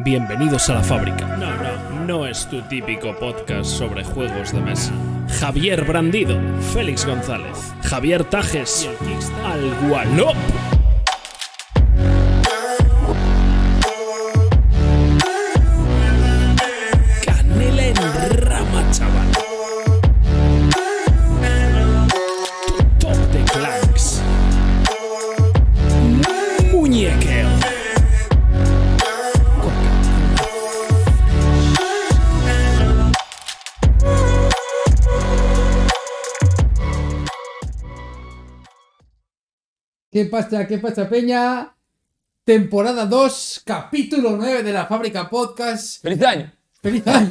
Bienvenidos a la fábrica. No, no, no es tu típico podcast sobre juegos de mesa. Javier Brandido, Félix González, Javier Tajes, Al Gualop. Canela en rama, chaval. Top de Clanks. Muñequeo. ¿Qué pasa? ¿Qué pasa, Peña? Temporada 2, capítulo 9 de la Fábrica Podcast. ¡Feliz año! ¡Feliz año!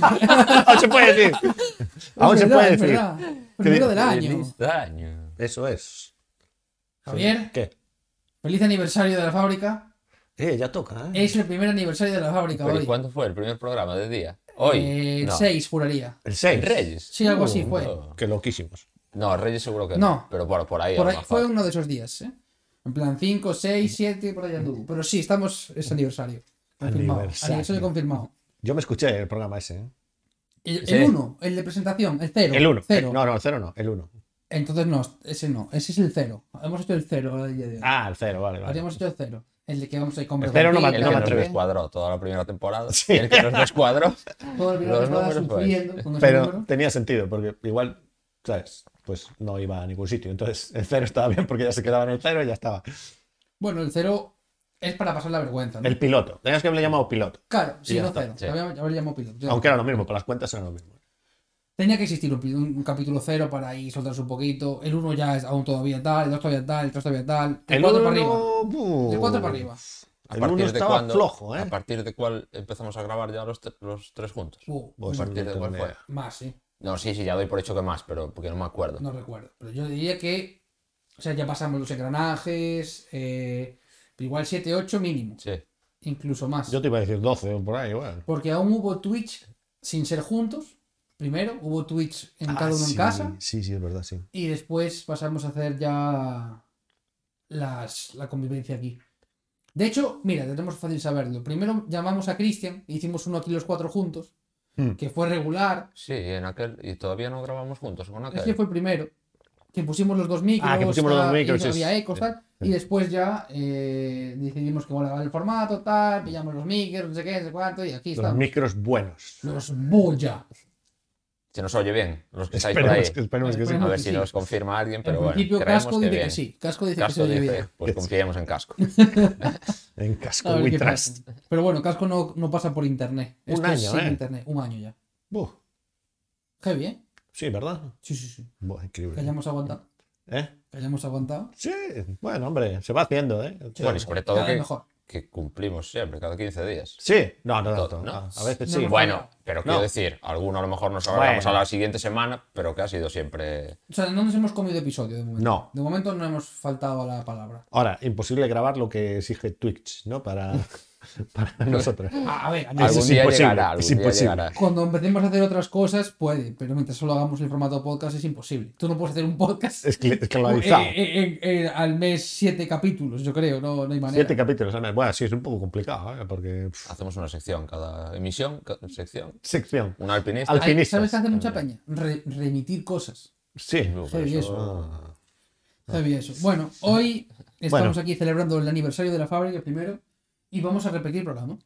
Aún se puede decir. Aún Es se verdad, puede es decir. verdad. Primero di- del año. ¡Feliz año! Eso es. Javier, ¿Qué? feliz aniversario de la fábrica. Eh, ya toca, ¿eh? Es el primer aniversario de la fábrica ¿Pero ¿y hoy. cuánto fue el primer programa de día? Hoy. Eh, no. 6, juraría. El 6. Reyes. Sí, algo así Uh, fue. no. Qué loquísimos. No, Reyes seguro que no. No. Pero por, por ahí. a Por lo ahí, mejor. fue uno de esos días, ¿eh? En plan 5, 6, 7, por ahí anduvo. Pero sí, estamos, es aniversario. Confirmado. Aniversario. Aniversario confirmado. Yo me escuché el programa ese, ¿eh? El- Sí. El 1, el de presentación, el 0. El 1. Cero. No, no, el 0 no, el 1. Entonces no, ese no, ese es el 0. Hemos hecho el 0 el día de hoy. Ah, el 0, vale, vale. Habríamos hecho el cero. El de que vamos a ir con El cero no me- El que Bretaña, no me nos atrevo. descuadró toda la primera temporada. El que nos descuadró. Todo el Los verano estaba números, pues. sufriendo con ese Pero número. tenía sentido, porque igual, ¿sabes? Pues no iba a ningún sitio. Entonces el 0 estaba bien porque ya se quedaba en el 0 y ya estaba. Bueno, el cero es para pasar la vergüenza. ¿no? El piloto. Tenías que haberle llamado piloto. Claro, sí, ya no está, cero. sí. Lo habíamos- habría llamado piloto. Ya. Aunque era lo mismo, por las cuentas era lo mismo. Tenía que existir un, pi- un capítulo cero para ahí soltarse un poquito. El uno ya es aún todavía tal, el dos todavía tal, el tres todavía tal. El, cuatro para arriba. El cuatro para arriba. ¿A El partir de 1 estaba cuándo- flojo, ¿eh? ¿A partir de cuál empezamos a grabar ya los, tre- los tres juntos? Uh, Pues ¿A no partir de tengo cuál ni fue? idea. más, sí. No, sí, sí, ya doy por hecho que más, pero porque no me acuerdo. No recuerdo. Pero yo diría que. O sea, ya pasamos los engranajes. eh, igual 7, 8 mínimo. Sí. Incluso más. Yo te iba a decir 12 o por ahí, igual. Porque aún hubo Twitch sin ser juntos. Primero hubo Twitch en Ah, cada uno sí, en casa. Sí, sí, es verdad, sí. Y después pasamos a hacer ya las, la convivencia aquí. De hecho, mira, tenemos fácil saberlo. Primero llamamos a Cristian, hicimos uno aquí los cuatro juntos, Hmm. que fue regular. Sí, en aquel. Y todavía no grabamos juntos con aquel. Ese fue el primero. Que pusimos los dos micros. Ah, que pusimos los dos tal, micros, Y no sí, había sí. ecos, tal. Y después ya eh, decidimos que bueno, el formato, tal. Pillamos los micros, no sé qué, no sé cuánto. Y aquí Los estamos. micros buenos. Los bulla. Se nos oye bien, los que estáis por ahí. Esperemos que, esperemos que sí. Esperemos A ver que si sí. nos confirma alguien, En pero bueno. principio, creemos Casco que dice bien. que sí. Casco dice Casco que se oye dice, bien. pues confiemos en Casco. En A casco ver We qué Trust. pasa. Pero bueno, Casco no, no pasa por internet. Un Esto año, es sin ¿eh? internet. Un año ya. Buf, Heavy, ¿eh? sí, ¿verdad? Sí, sí, sí. Buah, Que increíble. hayamos aguantado. ¿Eh? Que hayamos aguantado. Sí, bueno, hombre, se va haciendo, ¿eh? Bueno, y sobre todo Cada vez que, mejor. que cumplimos siempre, cada 15 días. Sí, no, no, no, Todo, no, ¿no? A veces No, sí. no. Bueno, pero quiero No. decir, alguno a lo mejor nos hablamos Bueno. a la siguiente semana, pero que ha sido siempre. O sea, no nos hemos comido episodio de momento. No. De momento no hemos faltado a la palabra. Ahora, imposible grabar lo que exige Twitch, ¿no? Para, para nosotros. A, a ver, a ver, Algún Ah, es día imposible, llegará, algún es día imposible. llegará. cuando empecemos a hacer otras cosas puede, pero mientras solo hagamos el formato podcast es imposible. Tú no puedes hacer un podcast Es que es que lo eh, ha avisado. eh, eh, eh, al mes siete capítulos, yo creo. No, no hay manera. Siete capítulos. Ana. Bueno, sí, es un poco complicado, ¿eh? Porque. pff, Hacemos una sección, cada emisión, cada sección. sección. Un alpinista. Al- Ay, Alpinistas. ¿Sabes qué hace mucha peña? Re- remitir cosas. Sí. No, Heavy pero eso. Heavy eso. Bueno, hoy estamos aquí celebrando el aniversario de la fábrica primero y vamos a repetir programa.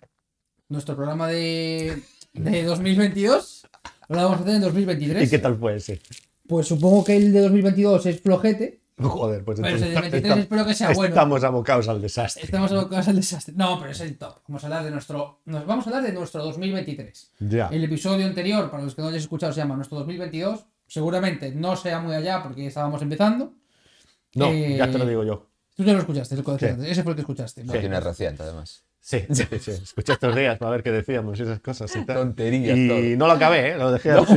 Nuestro programa de, de 2022 lo vamos a hacer en 2023. ¿Y qué tal fue ese? Pues supongo que el de 2022 es flojete, Joder, pues pero el de entonces 2023 estamos- eh, espero que sea bueno. Estamos abocados al desastre. Estamos abocados al desastre. No, pero es el top. Vamos a hablar de nuestro, nos, vamos a hablar de nuestro 2023. Ya. El episodio anterior, para los que no hayáis escuchado, se llama Nuestro 2022. Seguramente no sea muy allá porque estábamos empezando. No, eh, ya te lo digo yo. Tú ya lo escuchaste, el código antes. ese fue el que escuchaste. No ¿no? tiene reciente, además. Sí, sí, sí. Escuché estos días para ver qué decíamos y esas cosas y tal. Tonterías, Y todo. no lo acabé, ¿eh? Lo dejé así.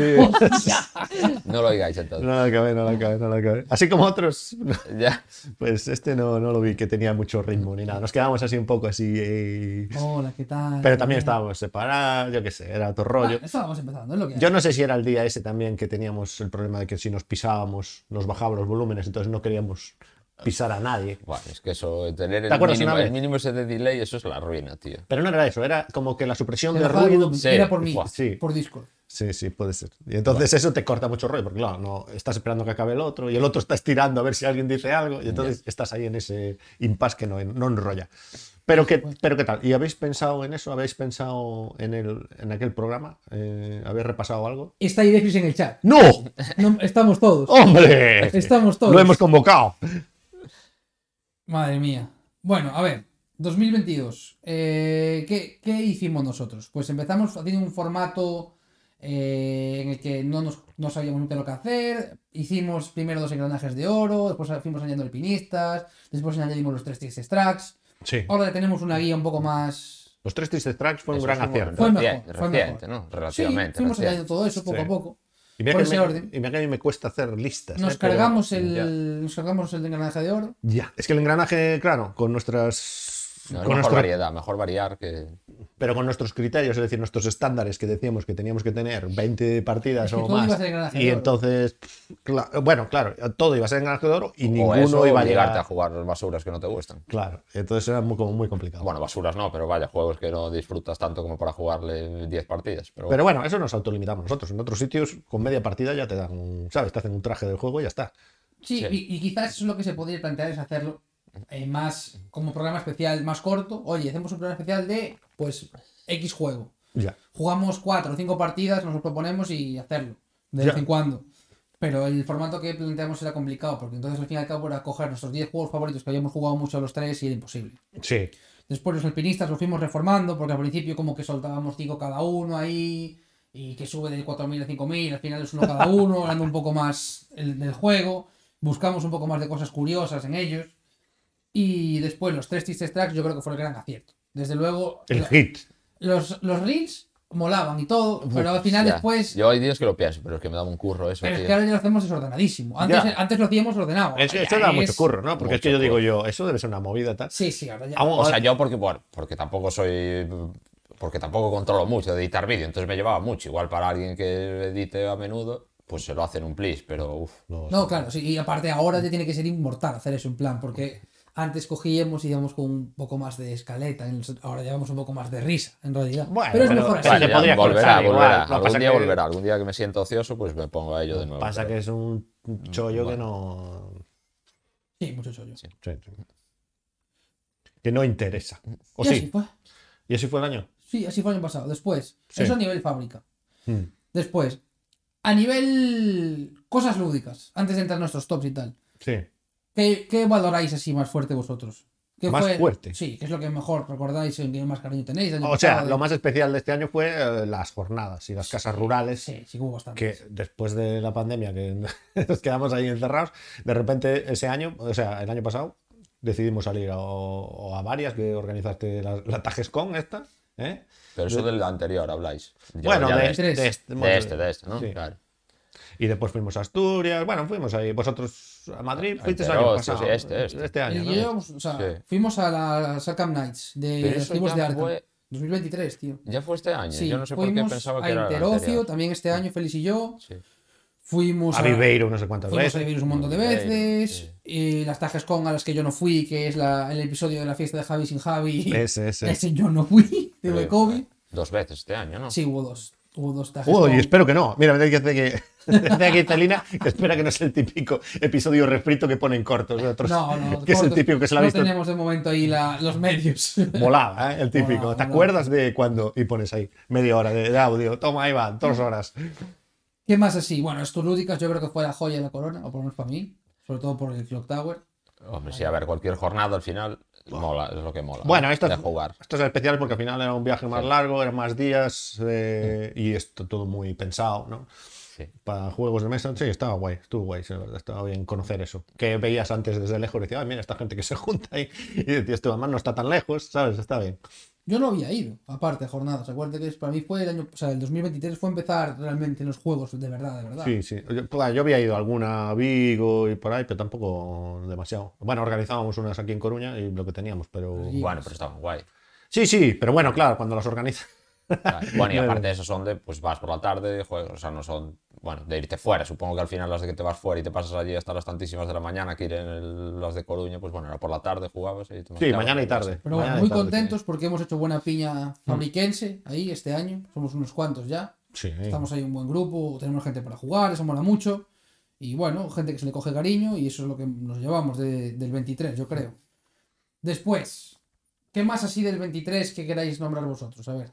No lo oigáis entonces. No lo acabé, no lo acabé, no lo acabé. Así como otros, Ya. pues este no, no lo vi que tenía mucho ritmo ni nada. Nos quedamos así un poco así. eh, Hola, ¿qué tal? Pero también estábamos separados, yo qué sé, era otro Ah, rollo. estábamos empezando, es lo que hay. Yo no sé si era el día ese también que teníamos el problema de que si nos pisábamos, nos bajaba los volúmenes, entonces no queríamos pisar a nadie. Buah, es que eso, de tener el ¿Te acuerdas mínimo, una vez? el mínimo ese de delay, eso es la ruina, tío. Pero no era eso, era como que la supresión Se de bajaba el ruido. volumen, sí, Era por mí, buah, sí. por Discord. Sí, sí, puede ser. Y entonces eso te corta mucho rollo, porque claro, no estás esperando que acabe el otro y el otro está estirando a ver si alguien dice algo y entonces estás ahí en ese impasse que no, no enrolla. Pero qué, pero qué tal, ¿y habéis pensado en eso? ¿Habéis pensado en, el, en aquel programa? Eh, ¿Habéis repasado algo? Está ahí Idefris en el chat. ¡No! No, estamos todos. ¡Hombre! Estamos todos. Oh, Lo hemos convocado. Madre mía. Bueno, a ver, 2022. Eh, ¿qué, qué hicimos nosotros? Pues empezamos haciendo un formato eh, en el que no, nos, no sabíamos nunca lo que hacer. Hicimos primero dos engranajes de oro, después fuimos añadiendo alpinistas, después añadimos los tres tristes tracks. Sí. Ahora tenemos una guía un poco más. Los tres tristes tracks fue un Eso gran es como acierto. Fue mejor, reciente, fue reciente, mejor. ¿no? Sí, Relativamente. fuimos añadiendo todo reciente. eso poco Sí. a poco. Y mira, por que ese me, orden. y mira que a mí me cuesta hacer listas. Nos ¿eh? Pero- cargamos ya. el, nos cargamos el engranaje de oro. Ya, es que el engranaje, claro, con nuestras. No, es mejor con nuestra- variedad, mejor variar que. pero con nuestros criterios, es decir, nuestros estándares que decíamos que teníamos que tener 20 partidas Es que o todo más. iba a ser engranaje de y oro. entonces, cla- bueno, claro, todo iba a ser engranaje de oro y ninguno o eso, iba a obligarte llegar. a jugar las basuras que no te gustan. Claro, entonces era muy, como muy complicado. Bueno, basuras no, pero vaya, juegos que no disfrutas tanto como para jugarle 10 partidas. Pero, pero bueno, eso nos autolimitamos nosotros. En otros sitios, con media partida ya te dan, un- ¿sabes? Te hacen un traje del juego y ya está. Sí, Sí. Y, y quizás eso es lo que se podría plantear es hacerlo eh, más como programa especial, más corto. Oye, hacemos un programa especial de, pues, X juego. Ya. Jugamos cuatro o cinco partidas, nos lo proponemos y hacerlo, de Ya. vez en cuando. Pero el formato que planteamos era complicado, porque entonces al fin y al cabo era coger nuestros 10 juegos favoritos que habíamos jugado mucho los tres y era imposible. Sí. Después los alpinistas los fuimos reformando, porque al principio como que soltábamos 5 cada uno ahí, y que sube de 4.000 a 5.000, al final es uno cada uno, hablando un poco más el- del juego, buscamos un poco más de cosas curiosas en ellos, y después los tres tristes tracks yo creo que fue el gran acierto. Desde luego, El lo- hit. los, los reels molaban y todo, pero al final ya. después... Yo hay días que lo pienso, pero es que me daba un curro eso, Pero es tío. que ahora ya lo hacemos desordenadísimo. Antes, Ya. antes lo hacíamos ordenado. Es que Ahora esto ya da mucho es- curro, ¿no? Porque es que yo Mucho digo yo, eso debe ser una movida tal. Sí, sí, ahora ya. Aún- O sea, yo porque, bueno, porque tampoco soy. Porque tampoco controlo mucho de editar vídeo, entonces me llevaba mucho. Igual para alguien que edite a menudo, pues se lo hacen un plis, pero uff. No, No, claro, sí, y aparte ahora te tiene que ser inmortal hacer eso en plan, porque antes cogíamos y íbamos con un poco más de escaleta, en los- ahora llevamos un poco más de risa, en realidad. Bueno, pero es pero- mejor así. Vale, se ya podría volverá, colgar igual, volverá. lo que algún pasa día que- volverá. Algún día que me sienta ocioso, pues me pongo a ello de nuevo. Pasa pero- que es un chollo que no. Sí, mucho chollo. Sí. Sí, sí. Que no interesa. O Y así sí. fue. ¿Y así fue el año? Sí, así fue el año pasado. Después, Sí. eso a nivel fábrica. Mm. Después, a nivel cosas lúdicas, antes de entrar en nuestros tops y tal, Sí. ¿qué, qué valoráis así más fuerte vosotros? ¿Qué ¿Más fuerte? Sí, ¿qué es lo que mejor recordáis, en que más cariño tenéis? del año O sea, pasado? lo más especial de este año fue eh, las jornadas y las casas rurales. Sí, sí, hubo bastante. Que después de la pandemia, que nos quedamos ahí encerrados, de repente ese año, o sea, el año pasado, decidimos salir a, o a varias que organizaste la, la Tajescon esta. ¿eh? Pero eso del anterior habláis. Ya- bueno, ya de, de, este, tres. de este, de este, de este, ¿no? Sí. Claro. Y después fuimos a Asturias, bueno, fuimos ahí. Vosotros a Madrid, fuisteis el Pero, año sí, sí, pasado. este, este. Y año, ¿no? llevamos- o sea, Sí. fuimos a las Arkham Knights de Pero los eso tribus ya de Arkham. fue- 2023, tío. Ya fue este año. Sí, Yo no sé por fuimos qué pensaba que a era. el Interocio anterior. también este año, Félix y yo. Sí. Fuimos a Viveiro, no sé cuántas fuimos veces. a Viveiro un montón de Viveiro, veces. sí. Y las Tajes Con a las que yo no fui, que es la- el episodio de la fiesta de Javi sin Javi. Ese, ese. Ese yo no fui, de Pero, COVID. eh, Dos veces este año, ¿no? Sí, hubo dos. Hubo dos Tajes Uy, Con. espero que no. Mira, me dice que dice aquí Celina que espera que no sea el típico episodio refrito que ponen cortos. de otros- No, no. que es el cortos. típico que se la ha No visto. tenemos de momento ahí la- los medios. Molaba, ¿eh? El típico. Molaba, ¿Te molaba. acuerdas de cuando? Y pones ahí media hora de, de audio. Toma, ahí van, dos horas. ¿Qué más así? Bueno, estos lúdicas yo creo que fue la joya de la corona, o por lo menos para mí, sobre todo por el Clock Tower. Hombre, sí, a ver, cualquier jornada al final mola, es lo que mola. Bueno, ¿no? esto de es, jugar. esto es especial porque al final era un viaje más largo, eran más días eh, y esto todo muy pensado, ¿no? Sí. Para juegos de mesa, sí, estaba guay, estuvo guay, sí, la verdad, estaba bien conocer eso. Que veías antes desde lejos y decías, "Ay, mira, esta gente que se junta ahí. Y decías, tú, además no está tan lejos, ¿sabes? Está bien. Yo no había ido, aparte, jornadas. Acuérdate que es- para mí fue el año, o sea, el 2023 fue empezar realmente en los juegos, de verdad, de verdad. Sí, sí. Yo, claro, yo había ido a alguna a Vigo y por ahí, pero tampoco demasiado. Bueno, organizábamos unas aquí en Coruña y lo que teníamos, pero. Sí. Bueno, pero estaba guay. Pues Sí, sí, pero bueno, claro, cuando las organizas. Claro. Bueno, y aparte de eso son de, pues vas por la tarde, juegas, o sea, no son, bueno, de irte fuera. Supongo que al final las de que te vas fuera y te pasas allí hasta las tantísimas de la mañana, que ir en el- las de Coruña, pues bueno, era por la tarde jugabas y te Sí, marchabas mañana y ibas. tarde. Pero Mañana bueno, y muy tarde, contentos porque hemos hecho buena piña fabriquense ahí este año. Somos unos cuantos ya. Sí, Sí. Estamos ahí un buen grupo, tenemos gente para jugar, eso mola mucho. Y bueno, gente que se le coge cariño y eso es lo que nos llevamos de- del 23, yo creo. Después, ¿qué más así del 23 que queráis nombrar vosotros? A ver.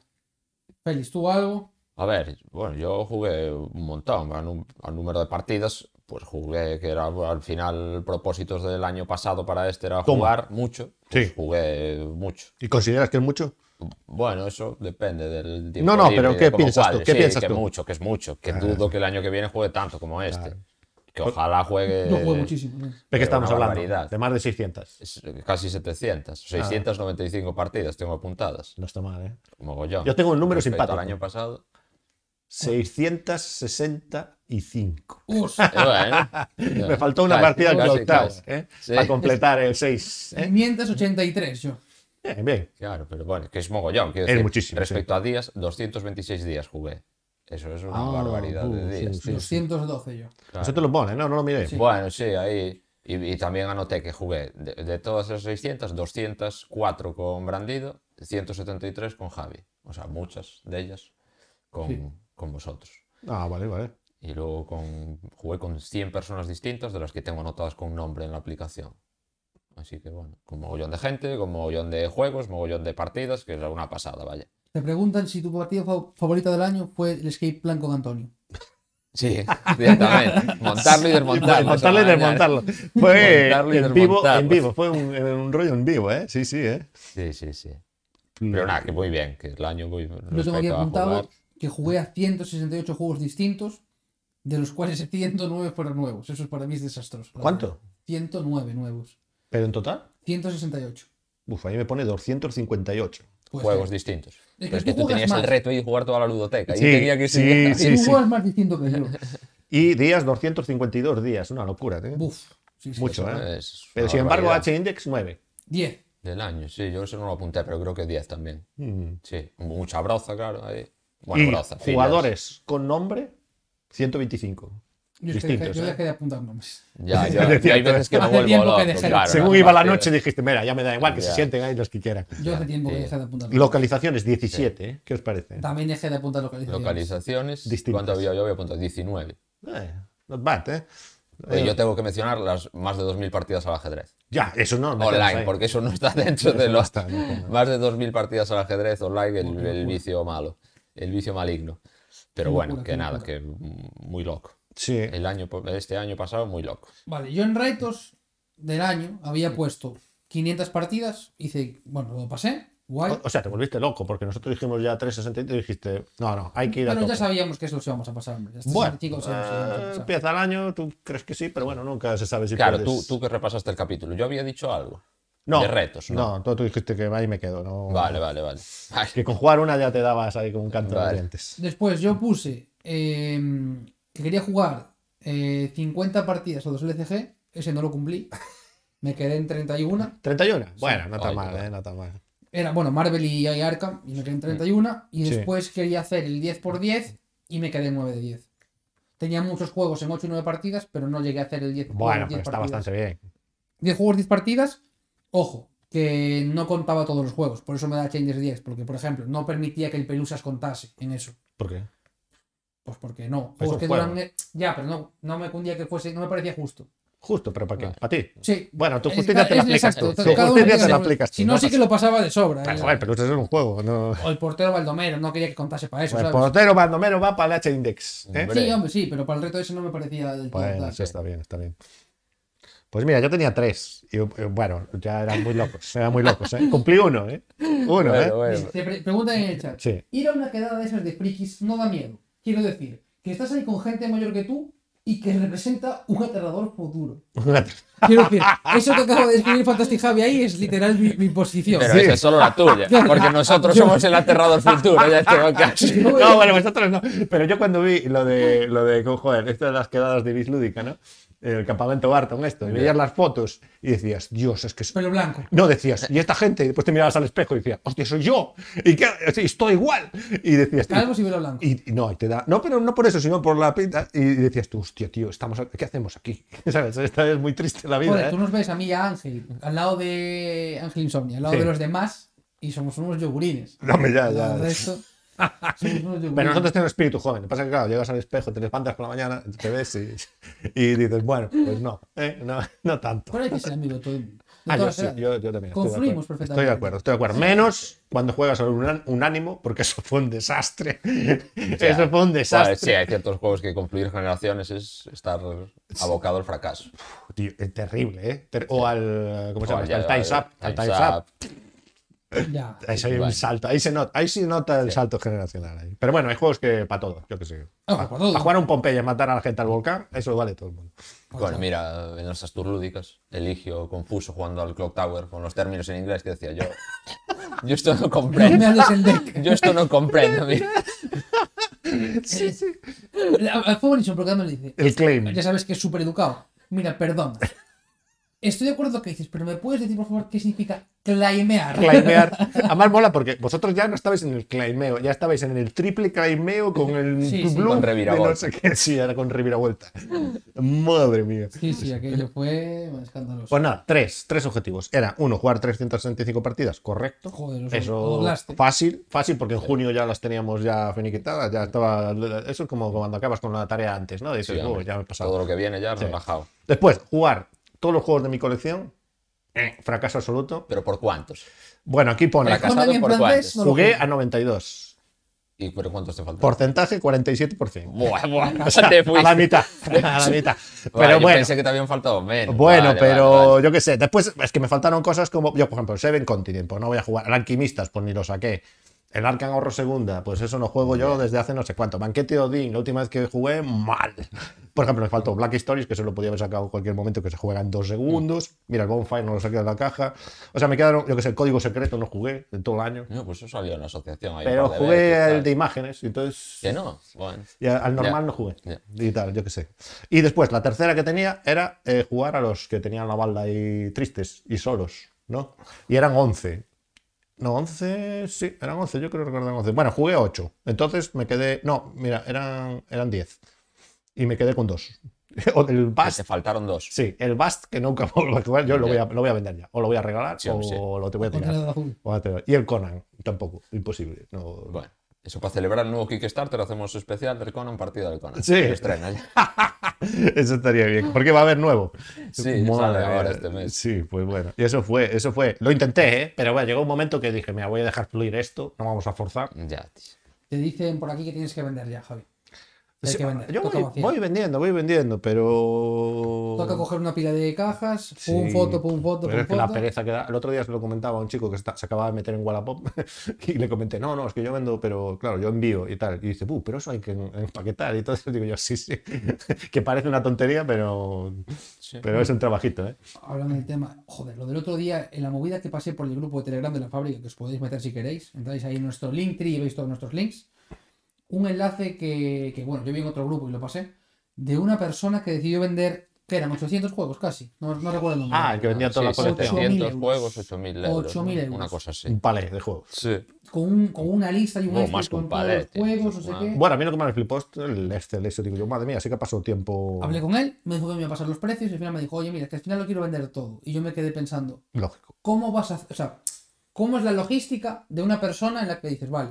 Félix, ¿tú algo? A ver, bueno, yo jugué un montón, a, nu- a número de partidas, pues jugué, que era al final propósitos del año pasado para este era Toma. jugar mucho, pues Sí. jugué mucho. ¿Y consideras que es mucho? Bueno, eso depende del tiempo. No, no, libre pero y de ¿qué cómo piensas cuadre. tú? ¿Qué Sí, piensas que tú? mucho, que es mucho, que Claro. Pues, dudo que el año que viene juegue tanto como este. Que ojalá juegue Yo Eh. juego muchísimo. ¿no? ¿De qué Pero estamos una hablando? barbaridad. De más de 600. es- casi 700, 695 partidas tengo apuntadas, No está mal, ¿eh? mogollón. Yo tengo un número Respecto simpático. al año pasado. 665. Us, Eh, bueno, Me faltó una Casi, partida casi, enclaustrada, casi. ¿eh? Sí. Para completar el 6. ¿eh? 583 yo. Bien, bien. Claro, pero bueno, que es mogollón. quiero Es decir, muchísimo, Respecto a días, 226 días jugué. Eso es una Ah, barbaridad uh, de días. sí, sí. 212 yo. Claro. Eso te Pues lo pone, ¿no? No lo miré. Bueno, sí, ahí. Y, y también anoté que jugué de, de todas esas 600, 204 con Brandido, 173 con Javi. O sea, muchas de ellas con, con vosotros. Ah, vale, vale. Y luego con, jugué con 100 personas distintas, de las que tengo anotadas con nombre en la aplicación. Así que bueno, con mogollón de gente, con mogollón de juegos, mogollón de partidas, que era una pasada, vaya. Te preguntan si tu partida fa- favorita del año fue el escape plan con Antonio. Sí, directamente. Montarlo y desmontarlo. Montarlo y esa mañana. desmontarlo. Fue Montarlo y en vivo, desmontarlo. en vivo. Fue un, un rollo en vivo, ¿eh? Sí, sí, ¿eh? Sí, sí, sí. Pero nada, que muy bien, que el año voy. Yo tengo aquí respecto a jugar- apuntado que jugué a 168 juegos distintos, de los cuales 109 fueron nuevos. Eso para mí es desastroso. la verdad. ¿Cuánto? 109 nuevos. ¿Pero en total? 168. Uf, ahí me pone 258. Pues, juegos eh, distintos. que Pero es tú que tú juegas tenías el más. reto de jugar toda la ludoteca. Yo Sí, tenía que sí, seguir- sí. tú juegas más distinto que yo. Y días, 252 días. Una locura, ¿eh? Buf. Sí, sí. Mucho, ¿eh? Pues Es Pero una sin embargo, barbaridad. H-Index 9. 10. Del año, sí, yo eso no lo apunté, pero creo que 10 también. Mm. Sí, mucha broza, claro. Ahí. Bueno, y broza. filas. jugadores con nombre, 125. Yo, es que Distintos, dejé- yo ¿eh? dejé de apuntar nombres. Ya, Es ya, cierto, hay veces que me hace vuelvo tiempo loco. que dejé de- claro, Según las iba la partidas. noche dijiste, mira, ya me da igual que se Ya. sienten ahí los que quieran. Yo hace tiempo que eh, dejé de apuntar nombres. Localizaciones, 17. ¿eh? ¿Qué os parece? También dejé de apuntar localizaciones. Localizaciones. Distintas. ¿Cuánto había yo? Había apuntado 19. Eh, not bad, ¿eh? Oye, yo tengo que mencionar las más de 2.000 partidas al ajedrez. Ya, eso no. metemos Online, ahí. porque eso no está dentro de no los. está, no está. Más de 2.000 partidas al ajedrez online, el, el vicio malo, el vicio maligno. Pero Qué bueno, locura, que qué nada, locura. que muy loco. Sí. El año, este año pasado, muy loco. Vale, yo en retos del año había puesto 500 partidas. Hice, bueno, lo pasé. Guay. O, o sea, te volviste loco, porque nosotros dijimos ya 360 y tú dijiste, no, no, hay que ir a Pero tope. ya sabíamos que eso lo íbamos a pasar, hombre. Ya estos Bueno, chicos eh, íbamos a íbamos a pasar. empieza el año, tú crees que sí, pero bueno, nunca se sabe si Claro, tú, puedes- tú que repasaste el capítulo, yo había dicho algo. pues no, De retos, ¿no? tú, tú dijiste que ahí me quedo, ¿no? Vale, vale, vale. Ay, Que con jugar una ya te dabas ahí como un canto Vale. de dientes. Después yo puse em, que quería jugar eh, 50 partidas a los LCG. Ese no lo cumplí. Me quedé en 31. 31. Bueno, no tan Ay, mal, qué ¿eh? No tan mal. Era, bueno, Marvel y AI Arkham. Y me quedé en 31. Y Sí. después quería hacer el 10x10. Y me quedé en 9 de 10. Tenía muchos juegos en 8 y 9 partidas. Pero no llegué a hacer el 10 Bueno, 10 pero está partidas. bastante bien. 10 juegos, 10 partidas. Ojo, que no contaba todos los juegos. Por eso me da Changes 10. Porque, por ejemplo, no permitía que el Pelusas contase en eso. ¿Por qué? Pues porque no. Es Juegos un que juego. duran. eh, Ya, pero no, no me cundía que fuese. No me parecía justo. Justo, pero ¿para qué? Vale. ¿Para ti? Sí. Bueno, tu Es- justicia te la es- aplicas exacto, tú. todo- Tu cada uno justicia tiene te la su- aplicas tú. Si no, sí pasa- que lo pasaba de sobra. Pero, eh. joder, pero eso es un juego. No... eh, O el portero Baldomero. No quería que contase para eso. el ¿sabes? portero bandomero va para el H-Index. ¿eh? Hombre. Sí, hombre, sí. Pero para el reto ese no me parecía del todo Bueno, tal. sí, está bien, está bien. Pues mira, yo tenía tres. Y, eh, bueno, ya eran muy locos. Eran muy locos, ¿eh? Cumplí uno, ¿eh? Uno, ¿eh? bueno, bueno. Mira, Te pre- preguntan en el chat. Sí. Ir a una quedada de esas de frikis no da miedo. Quiero decir, que estás ahí con gente mayor que tú y que representa un aterrador futuro. Quiero decir, eso que acabo de escribir Fantastic Javi ahí es literal mi, mi posición. Pero Sí. esa es solo la tuya, porque nosotros somos el aterrador futuro, ya tengo casi. pues No, bueno, vosotros no. Pero yo cuando vi lo de, lo de joder, esto de las quedadas de Bislúdica, ¿no? el campamento Barton, esto, y veías las fotos y decías, Dios, es que... so-". Pelo blanco. No, decías, y esta gente, y después te mirabas al espejo y decías, hostia, soy yo, y qué- estoy igual. Y decías, "Y- Calvos y pelo blanco. y, y no, y te da. No, pero no por eso, sino por la pinta. Y decías tú, hostia, tío, estamos a- ¿qué hacemos aquí? ¿Sabes? Esta es muy triste la vida. Joder, ¿eh? tú nos ves a mí y a Ángel, al lado de Ángel Insomnia, al lado Sí. de los demás, y somos unos yogurines. No, hombre, ya, Al lado del ya. resto, somos unos yogurines. Pero nosotros tenemos espíritu joven. Lo que pasa es que, claro, llegas al espejo, te levantas por la mañana, te ves y, y dices, bueno, pues no, ¿eh? no, no tanto. Pero hay que ser amigo de todo el mundo. De Ah, yo, todas sí, edades. yo, yo también. estoy de Confluimos acuerdo. perfectamente. Estoy de acuerdo, estoy de acuerdo. Menos cuando juegas al unan- unánimo, porque eso fue un desastre. Eso fue un desastre. Vale, sí, hay ciertos juegos que confluir generaciones es estar abocado al fracaso. Tío, es terrible, ¿eh? Ter- o al. ¿Cómo se O llama? ya- eh, Al Time's Up. Al Time's Up. Ya. Ahí se ve un Vale. salto, ahí se nota, ahí se nota el salto generacional. ahí. Pero bueno, hay juegos que para todo, yo que sé. Ah, Pa- pa' todo. pa jugar a un Pompeya y matar a la gente al volcán, eso lo vale todo el mundo. Bueno, Pues mira, en nuestras tours lúdicas, Eligio confuso jugando al Clock Tower con los términos en inglés que decía yo. Yo esto no No me comprendo. hables el deck. Yo esto no comprendo. mira. Sí, Eh, sí. Al Fuego Nixon, porque Andrés dice, El claim. ya sabes que es súper educado. Mira, perdona. Estoy de acuerdo con lo que dices, pero ¿me puedes decir, por favor, qué significa claimear? Claimear. Además mola porque vosotros ya no estabais en el claimeo, ya estabais en el triple claimeo con el Sí, sí. blue Con de no reviravolta. sé qué. Sí, era con reviravuelta. Madre mía. Sí, sí, aquello fue bueno, escandaloso. Pues nada, tres, tres objetivos. Era uno, jugar 365 partidas, correcto. Joder, os- os eso doblaste. fácil, fácil, porque en junio ya las teníamos ya finiquitadas, ya estaba. Eso es como cuando acabas con la tarea antes, ¿no? Dices, Sí, "Oh, hombre, ya me he pasado. Todo lo que viene ya relajado. Después, jugar todos los juegos de mi colección. Eh, fracaso absoluto. ¿Pero por cuántos? Bueno, aquí pone. Fracaso. Ponme casado en por francés, guantes. no lo Jugué juego. a 92. ¿Y pero cuántos te faltan? Porcentaje 47%. Buah, buah, o sea, te a la fuiste. mitad. A la mitad. Pero Vale, yo bueno. Pensé que te habían faltado menos. Bueno, Vale, pero vale, vale. yo qué sé. Después es que me faltaron cosas como. Yo, por ejemplo, Seven Continent, pues no voy a jugar. El Alquimistas, pues ni lo saqué. El Arkham Horror Segunda, pues eso no juego yo desde hace no sé cuánto. Banquete de Odín, la última vez que jugué, mal. Por ejemplo, me faltó Black Stories, que se lo podía haber sacado en cualquier momento, que se juega en dos Mm. segundos. Mira, el Bonfire no lo saqué de la caja. O sea, me quedaron, yo que sé, el código secreto no jugué de todo el año. No, pues eso salió en la asociación. ahí un Pero par de jugué veces, al tal. de imágenes, entonces. Que no, bueno. Y a- al Ya. normal no jugué. Ya. Y tal, yo qué sé. Y después, la tercera que tenía era eh, jugar a los que tenían la balda y tristes y solos, ¿no? Y eran 11. No, 11, sí, eran 11, yo creo recordar 11. Bueno, jugué 8. Entonces me quedé. No, mira, eran, eran 10. Y me quedé con 2. el Que Bast. te faltaron dos. Sí, el Bast que nunca vuelvo a jugar, yo lo voy a, lo voy a vender ya. O lo voy a regalar Sí, o sí. lo te voy a Con tirar. el azul. O a tirar. Y el Conan, tampoco, imposible. No, Bueno, eso para celebrar el nuevo Kickstarter hacemos especial del Conan, partida del Conan. Sí. Se estrena ya. Eso estaría bien, porque va a haber nuevo. Sí, Madre sale ahora mía. este mes. Sí, pues bueno. Y eso fue, eso fue. Lo intenté, ¿eh? pero bueno, llegó un momento que dije, mira, voy a dejar fluir esto, no vamos a forzar. Ya, tío. Te dicen por aquí que tienes que vender ya, Javi. Hay Sí, que vender. yo toca voy, vaciar. voy vendiendo, voy vendiendo, pero. Toca coger una pila de cajas, Sí, pum foto, pum foto, pero pum es que la foto. pereza que da. El otro día se lo comentaba a un chico que está- se acababa de meter en Wallapop y le comenté, no, no, es que yo vendo, pero claro, yo envío y tal. Y dice, "Buh, pero eso hay que en- empaquetar. Y entonces digo yo, sí, sí, que parece una tontería, pero, pero es un trabajito, ¿eh? Hablando del tema, joder, lo del otro día, en la movida que pasé por el grupo de Telegram de la fábrica, que os podéis meter si queréis, entráis ahí en nuestro Linktree y veis todos nuestros links, un enlace que, que, bueno, yo vi en otro grupo y lo pasé, de una persona que decidió vender, que eran 800 juegos casi, no, no recuerdo el nombre. Ah, el que vendía toda Sí, la colección. 8.000 700 euros. juegos, 8.000 euros. 8.000 ¿no? euros. Una cosa así. Un palé de juegos. Sí. con, un- con una lista y un No, Excel más que un con todos palete, los juegos, no sé una- qué. Bueno, a mí lo que me flipó es el Excel ese. Digo yo, madre mía, sí que ha pasado tiempo. Hablé con él, me dijo que me iba a pasar los precios y al final me dijo, oye, mira, que al final lo quiero vender todo. Y yo me quedé pensando, Lógico. ¿cómo vas a hacer? O sea, ¿cómo es la logística de una persona en la que dices, vale,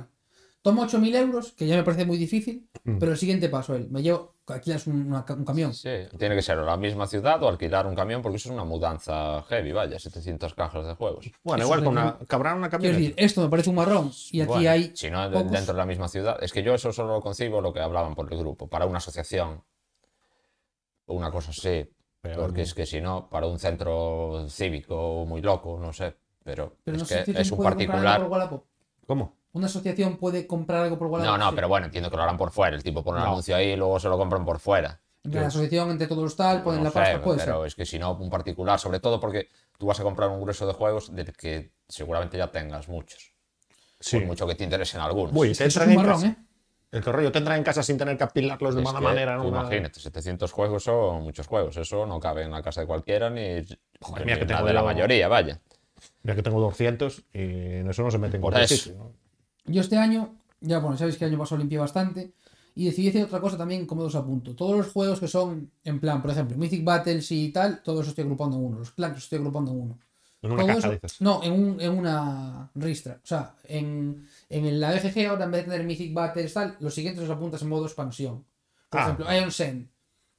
tomo 8.000 euros, que ya me parece muy difícil, pero el siguiente paso, él, me llevo, alquilas un, una ca- un camión. Mm. Sí, tiene que ser o la misma ciudad o alquilar un camión porque eso es una mudanza heavy, vaya, 700 cajas de juegos. Bueno, Eso igual es con de una. Cabrá una Quiero decir, camioneta. esto me parece un marrón y aquí Bueno, hay... Si no, de- pocos- dentro de la misma ciudad. Es que yo eso solo lo concibo lo que hablaban por el grupo, para una asociación o una cosa así. Pero porque no. es que si no, para un centro cívico muy loco, no sé. Pero, pero es no sé si que es se un puede comprar algo particular. por Wallapop. ¿Cómo? Una asociación puede comprar algo por Wallapop. No, no, sí. pero bueno, entiendo que lo harán por fuera. El tipo pone un No. anuncio ahí y luego se lo compran por fuera. Entre la asociación, entre todos los tal, ponen No la sé, pasta, puede pero ser. es que si no, un particular, sobre todo porque tú vas a comprar un grueso de juegos del que seguramente ya tengas muchos. Sí. Por mucho que te interesen algunos. Uy, Es te que eso es entran un en marrón, casa. ¿eh? El que rollo tendrá en casa sin tener que apilarlos de Es mala que, manera. en tú una- Imagínate, 700 juegos son muchos juegos. Eso no cabe en la casa de cualquiera ni, Joder, ni mira que en la tengo de la yo- mayoría, vaya. Mira que tengo 200 y en eso no se mete en Por cualquier eso. sitio. ¿no? Yo este año, ya bueno, sabéis que el año pasado limpié bastante. Y decidí hacer otra cosa también, como dos apunto. Todos los juegos que son, en plan, por ejemplo, Mythic Battles y tal, todos los estoy agrupando en uno. Los clans los estoy agrupando en uno. En una Todo caja eso- dices. No, en, un- en una ristra. O sea, en, en la BGG ahora en vez de tener Mythic Battles tal, los siguientes los apuntas en modo expansión. Por Ah. ejemplo, Ion Send.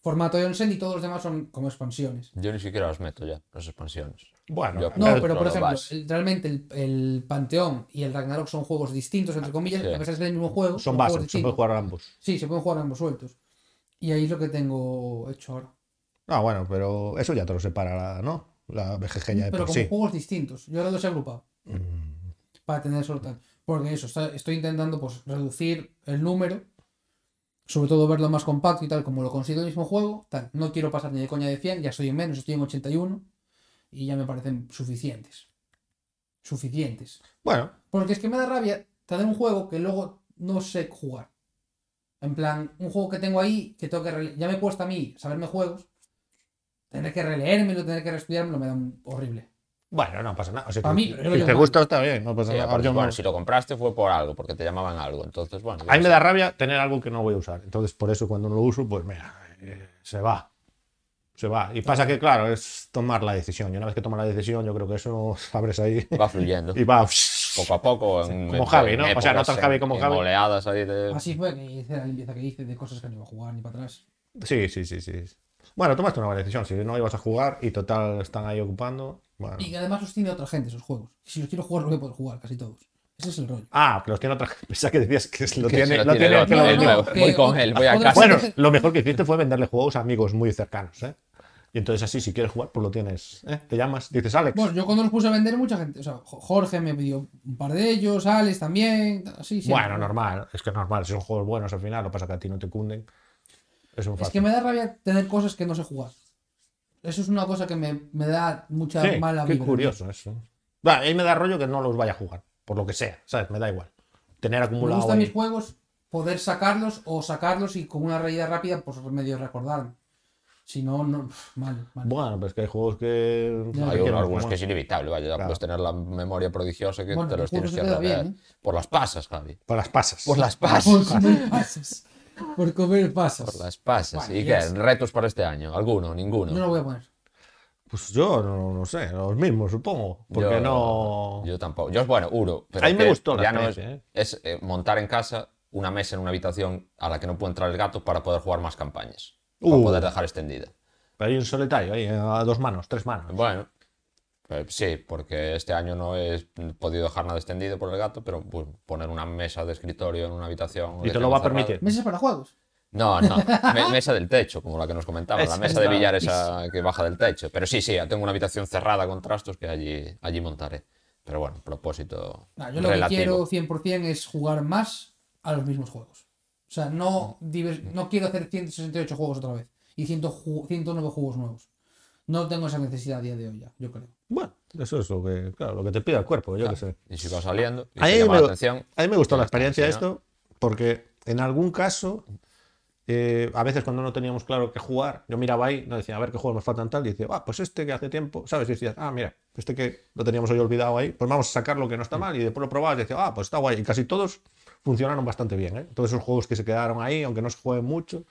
Formato Ion Send y todos los demás son como expansiones. Yo ni siquiera los meto ya, las expansiones. Bueno, Yo- No, Claro, pero por pero ejemplo, vas. el- realmente el, el Panteón y el Ragnarok son juegos distintos, entre comillas, sí. a pesar de ser el mismo juego. Ah, son juegos bases, se puede distintos. jugar a ambos. Sí, se pueden jugar ambos sueltos. Y ahí es lo que tengo hecho ahora. Ah, bueno, pero eso ya te lo separa, ¿no? La BGG ya de Pero como por Eh, pues sí. Mm. juegos distintos. Yo ahora los he agrupado. Para tener solo tal. Porque eso, está- estoy intentando pues reducir el número. Sobre todo verlo más compacto y tal, como lo consigo el mismo juego. Tal. No quiero pasar ni de coña de 100, ya estoy en menos, estoy en 81. Y ya me parecen suficientes. Suficientes. Bueno, Porque es que me da rabia tener un juego que luego no sé jugar. En plan, un juego que tengo ahí, que tengo que rele- Ya me cuesta a mí saberme juegos. Tener que releérmelo, tener que reestudiármelo, me da un- horrible. bueno, no pasa nada. O sea, Pa' que- mí, pero yo lo si te llamo- gusta, está bien, no pasa Sí, nada. aparte, Yo bueno, no- si lo compraste fue por algo, porque te llamaban algo. Entonces, bueno. yo A qué mí me sé. da rabia tener algo que no voy a usar. Entonces, por eso cuando no lo uso, pues mira, eh, se va. Se va. Y pasa que, claro, es tomar la decisión. Y una vez que tomas la decisión, yo creo que eso abres ahí Va fluyendo. y va. Poco a poco. en- Como Javi, ¿no? en O sea, no épocas, tan Javi en- como en Javi. oleadas ahí Ah, de. Así fue que hice la limpieza que hice de cosas que no iba a jugar ni para atrás. Sí, sí, sí, sí. Bueno, tomaste una buena decisión. Si no ibas a jugar y total están ahí ocupando. Bueno. Y que además los tiene otra gente esos juegos. Si los quiero jugar, los voy a poder jugar, casi todos. Ese es el rollo. Ah, que los tiene otra. Pensaba que decías que lo que tiene. se lo tiene el que otro, lo el vendió. nuevo. que- Voy con él, voy a otra- casa. Bueno, lo mejor que hiciste fue venderle juegos a amigos muy cercanos, ¿eh? Y entonces así, si quieres jugar, pues lo tienes. ¿eh? Te llamas, dices Alex. Bueno, yo cuando los puse a vender, mucha gente. O sea, Jo- Jorge me pidió un par de ellos, Alex también. tal, Así, siempre. Bueno, normal, es que es normal, si son juegos buenos al final, lo pasa que a ti no te cunden. Es un Es factor. que me da rabia tener cosas que no sé jugar. Eso es una cosa que me, me da mucha Sí, mala qué vibra. curioso eso. Va, a mí me da rollo que no los vaya a jugar, por lo que sea, ¿sabes? Me da igual. Tener Me acumulado. gustan ahí- mis juegos poder sacarlos o sacarlos y con una realidad rápida, pues medio recordar. Si no, no. pf, Mal, mal. Bueno, pues que hay juegos que. Ya. que Hay quieren algunos jugar. que es inevitable, vaya, ya Claro. puedes tener la memoria prodigiosa que Bueno, te los tampoco tienes se que te da bien, ¿eh? rodear. Por las pasas, Javi. Por las pasas. Por las Por pasas. comer pasas. Por comer pasas. Por las pasas. Bueno, ¿Y ya qué? ¿Retos para este año? ¿Alguno? ¿Ninguno? Yo no lo voy a poner. Pues yo no, no sé, los mismos, supongo. Porque Yo- no. Yo tampoco. Yo, bueno, Uro. Pero A mí me que gustó la ya no es, experiencia, es, eh, montar en casa una mesa en una habitación a la que no puede entrar el gato para poder jugar más campañas. Para Uh. poder dejar extendida. Hay un solitario ahí, a dos manos, tres manos. Bueno, eh, sí, porque este año no he podido dejar nada extendido por el gato, pero pues, poner una mesa de escritorio en una habitación. Y que te lo va a tengo cerrada- permitir. Meses para juegos. No, no, me- mesa del techo, como la que nos comentaban, la Es- mesa de está- billar esa que baja del techo. Pero sí, sí, tengo una habitación cerrada con trastos que allí, allí montaré. Pero bueno, propósito No, Ah, yo lo relativo. que quiero 100% es jugar más a los mismos juegos. O sea, no, Mm. divers- no quiero hacer 168 juegos otra vez y 100 ju- 109 juegos nuevos. No tengo esa necesidad a día de hoy ya, yo creo. Bueno, eso es lo que, claro, lo que te pide el cuerpo, yo qué sé. Y si va saliendo, y A te mí, llama me, la atención. a mí me gustó la ya está, experiencia si no- esto, porque en algún caso, eh, a veces cuando no teníamos claro qué jugar, yo miraba ahí, no decía, a ver qué juegos nos faltan tal, y decía, ah, pues este que hace tiempo, ¿sabes? Y decías, ah, mira, este que lo teníamos hoy olvidado ahí, pues vamos a sacar lo que no Mm. está mal, y después lo probabas y decías, ah, pues está guay, y casi todos funcionaron bastante bien, ¿eh? Todos esos juegos que se quedaron ahí, aunque no se jueguen mucho,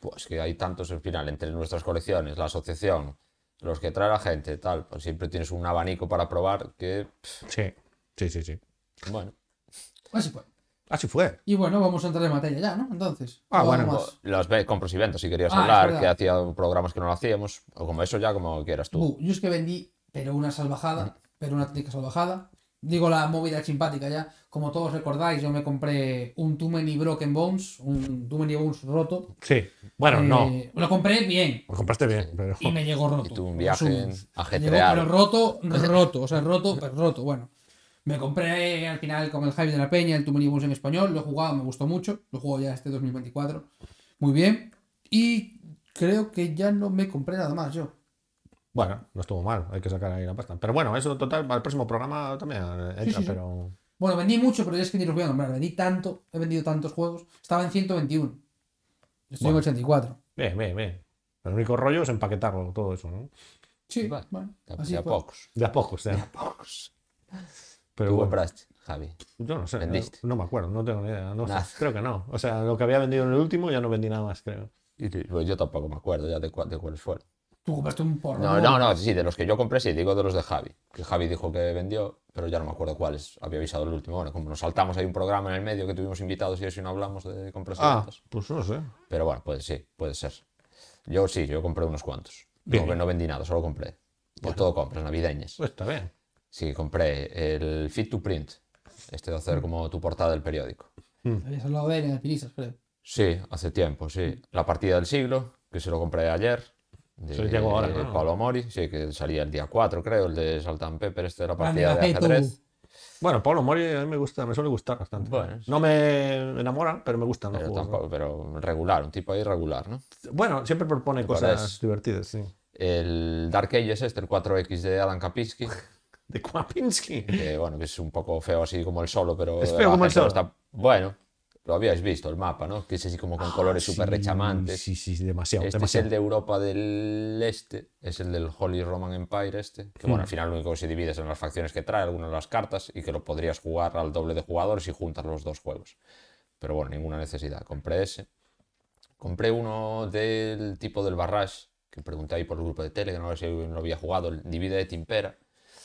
Pues que hay tantos al final entre nuestras colecciones, la asociación, los que trae la gente, tal. Pues siempre tienes un abanico para probar que, pff, sí, sí, sí, sí. bueno. Así fue. Así fue. Y bueno, vamos a entrar en materia ya, ¿no? Entonces. Ah, ¿o bueno, algo o Las ve- compras y ventas, si querías Ah, es hablar, verdad. que hacía programas que no lo hacíamos, o como eso ya, como quieras tú. Bu, yo es que vendí, pero una Mm. salvajada, pero una técnica salvajada. Digo la movida simpática ya. Como todos recordáis, yo me compré un Too Many Broken Bones, un Too Many Bones roto. Sí, bueno, no. Eh, Lo compré bien Lo compraste bien, pero... y me llegó roto. Y tuve un Lo viaje asumo. Llegó, ajetreado. pero roto, roto, o sea, roto, pero roto. Bueno, me compré al final con el Javi de la Peña el Too Many Bones en español, lo he jugado, me gustó mucho, lo juego ya este 2024. Muy bien. Y creo que ya no me compré nada más yo. Bueno, no estuvo mal, hay que sacar ahí la pasta. Pero bueno, eso total, para el próximo programa también eh, entra, sí, sí. pero. Bueno, vendí mucho, pero ya es que ni los voy a nombrar. Vendí tanto, he vendido tantos juegos. Estaba en 121. Estoy Bueno. en 84. Bien, bien, bien. El único rollo es empaquetarlo, todo eso, ¿no? Sí, Vale. bueno, De a- así de a fue. pocos. De a pocos, de a- De a pocos. Pero Tú bueno, compraste, Javi. yo no sé, no, vendiste. no me acuerdo, no tengo ni idea. no sé, Nada. creo que no. O sea, lo que había vendido en el último ya no vendí nada más, creo. Y que- Pues yo tampoco me acuerdo ya de, cua- de cuáles fueron. Tú compraste un porro. No, no, no, sí, de los que yo compré, sí, digo de los de Javi. Que Javi dijo que vendió, pero ya no me acuerdo cuáles. Había avisado el último. Bueno, como nos saltamos, hay un programa en el medio que tuvimos invitados y eso y no hablamos de compras y Ah, ventas. pues no sé. Pero bueno, puede, sí, puede ser. Yo sí, yo compré unos cuantos. Bien. No, que no vendí nada, solo compré. Por todo compras, navideñas. Pues está bien. Sí, compré el Fit to Print. Este de hacer como tu portada del periódico. Habías hablado de él en el Pirisas, creo. Sí, hace tiempo, sí. La partida del siglo, que se lo compré ayer. De, Se llegó ahora, ¿no? Pablo Mori, sí, que salía el día 4, creo, el de Saltan Pepper, este de la Grande partida de Gaceto. ajedrez. Bueno, Pablo Mori a mí me gusta, me suele gustar bastante. Bueno, sí. No me enamora, pero me gustan los Pero, juegos. ¿no? tampoco- pero regular, un tipo ahí regular, ¿no? Bueno, siempre propone cosas parece? divertidas, sí. El Dark Ages, este, el 4X de Alan Kapinsky, De Kwapinski. que bueno, que es un poco feo así como el solo, pero. Es la feo como el gente lo solo. está- Bueno, lo habíais visto, el mapa, ¿no? Que es así Ah, como con colores súper rechamantes. Sí, sí, sí, demasiado. Este es demasiado. el de Europa del Este, es el del Holy Roman Empire este, que Hmm. bueno, al final lo único que se divide es en las facciones que trae, algunas las cartas, y que lo podrías jugar al doble de jugadores y juntas los dos juegos. Pero bueno, ninguna necesidad. Compré ese. Compré uno del tipo del Barrage, que pregunté ahí por el grupo de Telegram, no sé si alguien lo había jugado, el Divide de Timpera,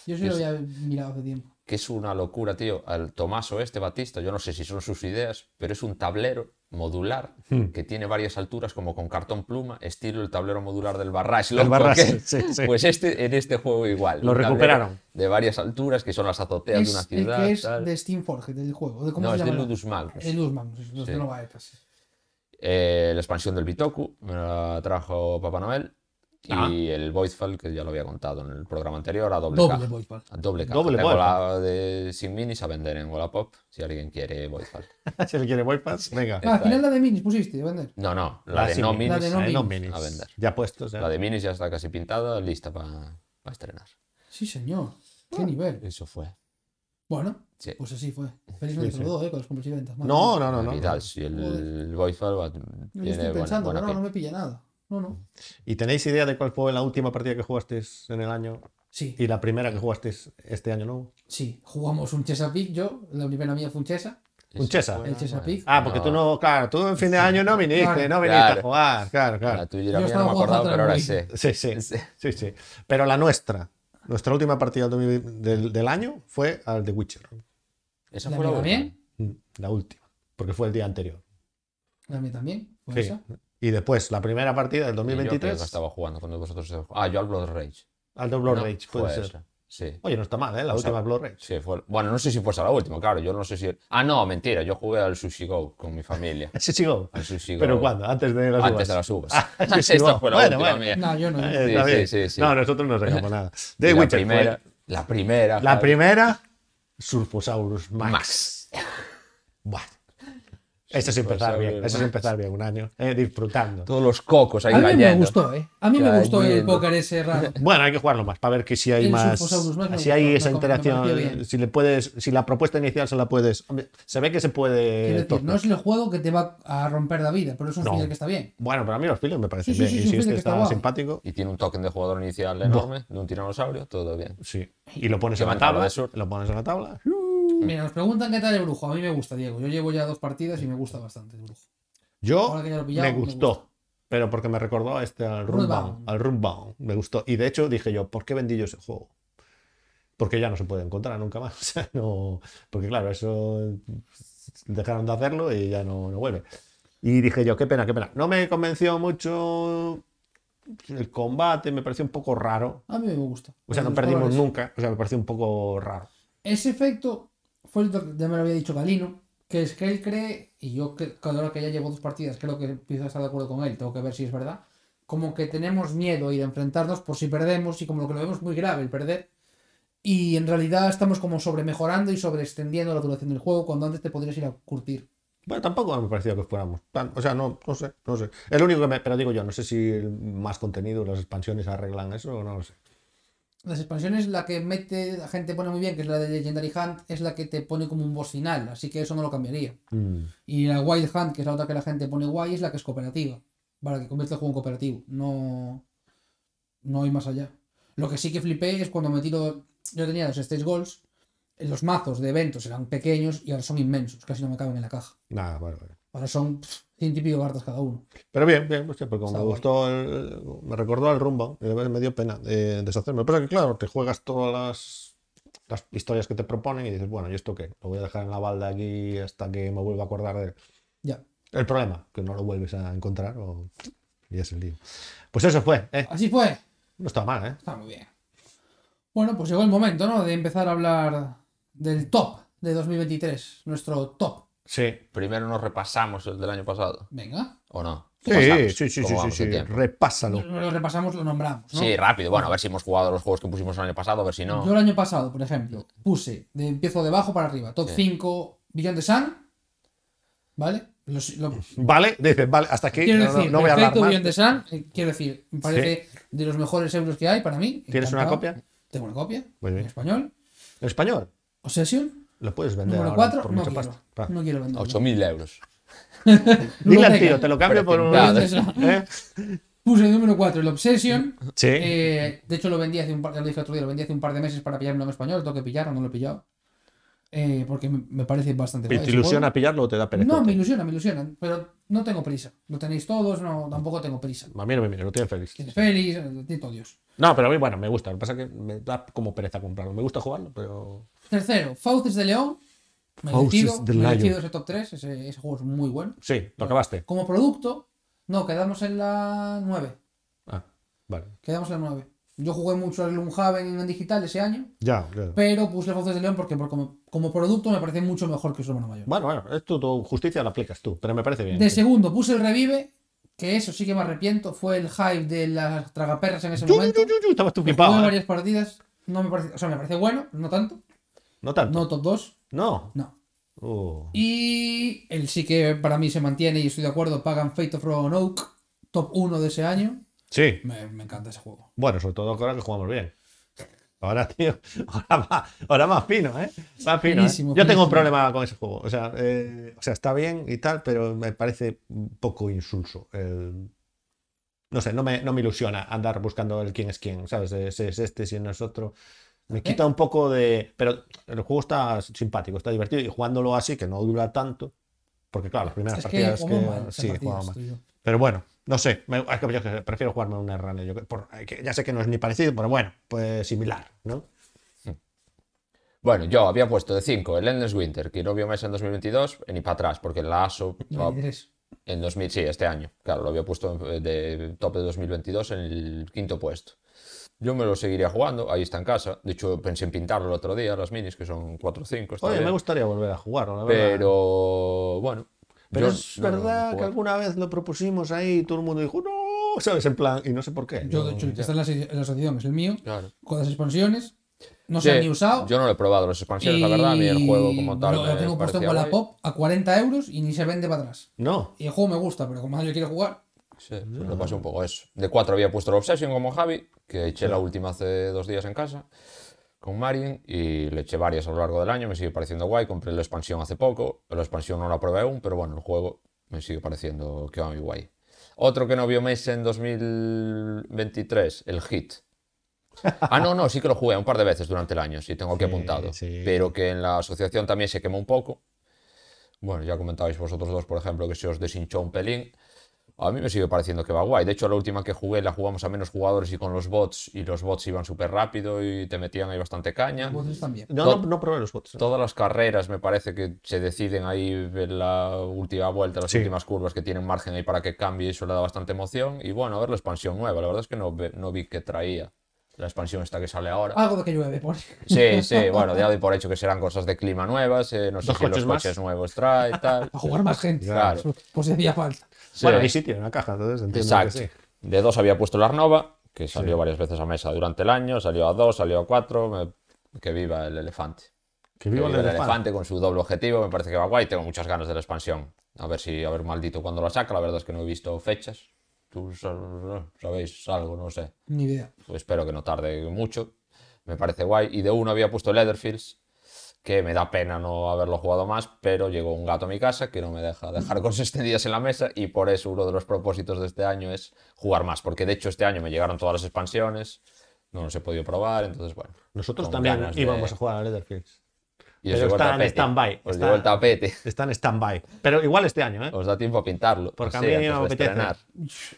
Yo sí lo había mirado hace tiempo. que es una locura, tío. Al Tomaso este, Batista, yo no sé si son sus ideas, pero es un tablero modular Hmm. que tiene varias alturas, como con cartón pluma, estilo el tablero modular del Barrage. Del loco, Barrage, que- sí, sí. Pues este, en este juego igual. Lo un tablero recuperaron. De varias alturas, que son las azoteas de una Es el ciudad. que es tal. de Steam Forge, del juego. ¿De cómo No, se es de llama? Ludus Magnus. El Ludus Magnus, sí, los Sí. de Nova Ecas. Eh, la expansión del Bitoku, me la trajo Papá Noel. Y Ah. el Voidfall, que ya lo había contado en el programa anterior, a doble, Doble caja. Voidfall. A doble caja. Doble Tengo Voidfall. la de sin minis a vender en Wallapop, si alguien quiere Voidfall. Si él quiere Wi-Fi, venga. Ah, al final eh. la de minis pusiste, a vender. No, no, la, de sin no minis, minis. La de no la de minis. A vender. Ya puestos, ya. La de minis ya está casi pintada, lista para estrenar. Sí, señor. Ah. Qué nivel. Eso fue. Bueno, Sí. pues así fue. Feliz Navidad sí. a los dos, eh, con los compras y ventas. Madre mía. No, no, no. no. Navidad, si el Voidfall va- No, Yo tiene estoy buena- pensando, buena pero no, no pinta. me pilla nada. No, no. ¿Y tenéis idea de cuál fue la última partida que jugasteis en el año Sí, y la primera que jugasteis este año nuevo? sí. Jugamos un Chesapeake, yo. La primera mía fue un Chesa. Un Chesa. Bueno, El Chesapeake. Ah, porque tú no, claro, tú en fin de año no viniste, Claro. no viniste Claro. a jugar, claro, claro. La tuya y la Yo mía no estaba me acordaba, jugando pero ahora al sé. Sí, sí, Sí. sí, sí. Pero la nuestra, nuestra última partida del, del- del año fue al The Witcher, Esa La fue la mía última. también. Mm, la última, porque fue el día anterior. La mía también. pues Fue Sí. esa. Y después, la primera partida del Y Yo creo que 2023, estaba jugando cuando vosotros estabais jugando. Ah, yo al Blood Rage. al Double No, Rage, fue puede ser. esa. Sí. Oye, no está mal, ¿eh? La O sea, última Blood Rage. Sí, fue... Bueno, no sé si fuese la última, claro. Yo no sé si. Ah, no, mentira. Yo jugué al Sushi Go con mi familia. Sí, sigo. Al Sushi Go. ¿Pero cuándo? Antes de las oh. Antes uvas. de las uvas. Ah, sí, Esta bueno, fue la bueno, última bueno. mía. No, yo no. Eh, Sí, está sí, bien. sí, sí. No, nosotros no sacamos nada. Y The la Witcher fue primera. La primera. la Javi. primera, Surfosaurus Max. Max. Buah. Eso es empezar Surfosaurus bien, eso es Max. empezar bien, un año, eh, disfrutando. Todos los cocos ahí A mí me cayendo. gustó, ¿eh? A mí me Cayendo. gustó el póker ese raro. Bueno, hay que jugarlo más para ver que si hay El más, Surfosaurus Max me si hay gustó, esa me- me pareció interacción, bien. si le puedes, si la propuesta inicial se la puedes, hombre, se ve que se puede. Quiero decir, no torcer. es el juego que te va a romper la vida, pero es un Eh, No. final que está bien. Bueno, pero a mí los filos me parecen Sí, sí, bien. sí, y es un si este feeling que está está guay. simpático, Y tiene un token de jugador inicial enorme, de un tiranosaurio, todo bien. sí. Y lo pones Qué en la banda tabla, de sur. lo pones en la tabla. Mira, nos preguntan qué tal el brujo. A mí me gusta, Diego. Yo llevo ya dos partidas y me gusta bastante el brujo. Yo Ahora que ya lo he pillado, me me gustó. gusta. Pero porque me recordó a este al Runbound. Runbound. Al Runbound. Me gustó. Y de hecho dije yo, ¿por qué vendí yo ese juego? Porque ya no se puede encontrar nunca más. O sea, no- Porque claro, eso pues, dejaron de hacerlo y ya no, no vuelve. Y dije yo, qué pena, qué pena. No me convenció mucho el combate, me pareció un poco raro. A mí me gusta. O sea, no Los perdimos colores. nunca. O sea, me pareció un poco raro. Ese efecto fue el que ya me lo había dicho Galino, que es que él cree, y yo que, cada hora que ya llevo dos partidas creo que empiezo a estar de acuerdo con él, tengo que ver si es verdad, como que tenemos miedo y de enfrentarnos por si perdemos y como lo que lo vemos muy grave el perder. Y en realidad estamos como sobremejorando y sobreextendiendo la duración del juego cuando antes te podrías ir a curtir. Bueno, tampoco me parecía que fuéramos tan. O sea, no, no sé, no sé. Es lo único que me. Pero digo yo, no sé si el más contenido, las expansiones arreglan eso o no lo sé. Las expansiones, la que mete, la gente pone muy bien, que es la de Legendary Hunt, es la que te pone como un boss final, así que eso no lo cambiaría. Mm. Y la Wild Hunt, que es la otra que la gente pone guay, es la que es cooperativa. Para que convierta el juego en cooperativo. No. No hay más allá. Lo que sí que flipé es cuando me tiro. Yo tenía los stage goals. Los mazos de eventos eran pequeños y ahora son inmensos. Casi no me caben en la caja. Nada, bueno, bueno. Ahora son pff, ciento y pico cartas cada uno. Pero bien, bien, pues sí, porque como me Sabor. gustó, el- me recordó al rumba, y a veces me dio pena eh, deshacerme. Lo que pasa es que, claro, te juegas todas las, las historias que te proponen y dices, bueno, ¿y esto qué? Lo voy a dejar en la balda aquí hasta que me vuelva a acordar de él. Ya. El problema, que no lo vuelves a encontrar o... y es el lío. Pues eso fue, ¿eh? Así fue. No está mal, ¿eh? Está muy bien. Bueno, pues llegó el momento, ¿no? De empezar a hablar del top de 2023. Nuestro top. Sí. Primero nos repasamos el del año pasado, Venga. ¿o no? Sí, Pasamos, sí, sí, ¿cómo sí, sí, vamos de sí. tiempo? Repásalo. Lo repasamos, lo nombramos. ¿no? Sí, rápido. Bueno, a ver si hemos jugado los juegos que pusimos el año pasado, a ver si no. Yo el año pasado, por ejemplo, puse, de, empiezo de abajo para arriba, top 5 Billion de Sun, ¿vale? Los- lo- Vale, dices, vale, hasta aquí. quiero No, no- decir, no voy a hablar perfecto más. Billion de Sun, eh, quiero decir, me parece de los mejores euros que hay para mí. ¿Tienes una encantado. copia? Tengo una copia, Muy bien. en español. En español, Obsession, lo puedes vender número ahora 4, por no mucha quiero, pasta. Pa. no quiero venderlo. 8.000 euros. Dile al Luego, tío, te lo cambio por un... Precintado. ¿Eh? Puse de número 4 el Obsession. Sí. Eh, de hecho, lo vendí hace un par, ya lo dije otro día, lo vendí hace un par de meses para pillarme en español. Tengo que pillarlo, no lo he pillado. Eh, porque me me parece bastante ¿Y guay te ese juego. ilusiona pillarlo o te da pereza? No, me ilusiona, me ilusionan, pero no tengo prisa. Lo tenéis todos, no, tampoco tengo prisa. A mí no me mira, lo tiene feliz. Tienes Félix, eh, tiene todo Dios. No, pero a mí, bueno, me gusta. Lo que pasa es que me da como pereza comprarlo. Me gusta jugarlo, pero. Tercero, Fauces de León. Fauces Merecido, de merecido Lion. ese top 3, ese, ese juego es muy bueno. Sí, lo acabaste. Como producto, no, quedamos en la 9. Ah, vale. Quedamos en la 9. Yo jugué mucho al Lunhaven en digital ese año, Ya, ya. pero puse Fauces de León porque, por- como, como producto me parece mucho mejor que su hermano mayor. Bueno, bueno, esto tu justicia la aplicas tú, pero me parece bien. De segundo, puse el Revive, que eso sí que me arrepiento, fue el hype de las tragaperras en ese Yu, momento. yu, yu, yu, estabas tú Jugué flipado. ¿eh? varias partidas. No me parece, o sea, me parece bueno, no tanto. No tanto. No top 2, No. no. Uh, Y el sí que para mí se mantiene y estoy de acuerdo, pagan Fate of Roanoke, Oak, top 1 de ese año. Sí. Me, me encanta ese juego. Bueno, sobre todo ahora que jugamos bien. Ahora, tío, ahora más, ahora más fino, ¿eh? Más fino. ¿eh? Finísimo, Yo tengo finísimo. un problema con ese juego. O sea, eh, o sea, está bien y tal, pero me parece un poco insulso. el- no sé, no me, no me ilusiona andar buscando el quién es quién, ¿sabes? Ese es este, si no es otro. Eh. Me quita un poco de. Pero el juego está simpático, está divertido y jugándolo así, que no dura tanto. Porque, claro, las primeras es que partidas. jugamos que- mal. esas sí, partidas, jugaba mal. tío. Pero bueno, no sé. me- es que yo que sé, prefiero jugarme una runner. yo que- por- que ya sé que no es ni parecido, pero bueno, pues similar, ¿no? Bueno, yo había puesto de 5 el Endless Winter, que no vio más en 2022, eh, ni para atrás, porque la ASO va- 23. en 2000, sí, este año. Claro, lo había puesto en- eh, de top de 2022 en el quinto puesto. Yo me lo seguiría jugando, ahí está en casa. De hecho, pensé en pintarlo el otro día, las minis, que son 4 o 5. está Oye, me bien. gustaría volver a jugarlo, la verdad. Pero bueno. Pero yo es no lo verdad que jugué. alguna vez lo propusimos ahí y todo el mundo dijo, no, ¿sabes? En plan, y no sé por qué. Yo, no- de hecho, esta es la, se- la asociación, es el mío. Claro. Con las expansiones. No Sí, se han ni usado. Yo no lo he probado las expansiones, la verdad, ni el y juego como tal. Lo, lo me tengo puesto en parecía guay. Wallapop a 40 euros y ni se vende para atrás. No. Y el juego me gusta, pero como yo quiero jugar, Sí, pues lo pasé un poco eso. De 4 había puesto el Obsession como Javi, que eché la última hace dos días en casa con Marien y le eché varias a lo largo del año, me sigue pareciendo guay, compré la expansión hace poco, la expansión no la probé aún, pero bueno, el juego me sigue pareciendo que va muy guay. Otro que no vio Mace en 2023, el Hit. Ah, no, no, sí que lo jugué un par de veces durante el año, sí, tengo aquí Sí, apuntado. sí. Pero que en la asociación también se quemó un poco. Bueno, ya comentabais vosotros dos, por ejemplo, que se os deshinchó un pelín. A mí me sigue pareciendo que va guay. De hecho, la última que jugué la jugamos a menos jugadores y con los bots, y los bots iban súper rápido y te metían ahí bastante caña. vosotros también. No, Todo- no, no probé los bots. Todas las carreras me parece que se deciden ahí en la última vuelta, las Sí. últimas curvas que tienen margen ahí para que cambie y eso le da bastante emoción. Y bueno, a ver la expansión nueva, la verdad es que no, ve- no vi que traía la expansión esta que sale ahora. Algo de que llueve, por Sí, sí, bueno, ya doy por hecho que serán cosas de clima nuevas, eh, no sé Dos si los coches más. coches nuevos trae y tal. A jugar más gente. Claro. Pues si hacía falta. Sí. Bueno, hay sitio en la caja, entonces entiendo que Exacto. sí. De dos había puesto la Arnova, que salió varias veces a mesa durante el año, salió a dos, salió a cuatro, me- que viva el elefante. Que Que viva el viva el elefante. elefante con su doble objetivo, me parece que va guay, tengo muchas ganas de la expansión. A ver si, a ver, maldito, cuando la saca, la verdad es que no he visto fechas. Tú sab- sabéis algo, no sé. Ni idea. Pues espero que no tarde mucho. me parece guay. Y de uno había puesto Leatherfields, que me da pena no haberlo jugado más, pero llegó un gato a mi casa que no me deja dejar cosas extendidas en la mesa y por eso uno de los propósitos de este año es jugar más, porque de hecho este año me llegaron todas las expansiones, no los he podido probar, entonces bueno. Nosotros con también ganas de- íbamos a jugar a Leatherfields. Y os pero llegó el está en tapete. stand-by, Os está- llegó el tapete. Está en stand-by. Pero igual este año, ¿eh? Os da tiempo a pintarlo. Porque a así, mí antes me de apetece. estrenar.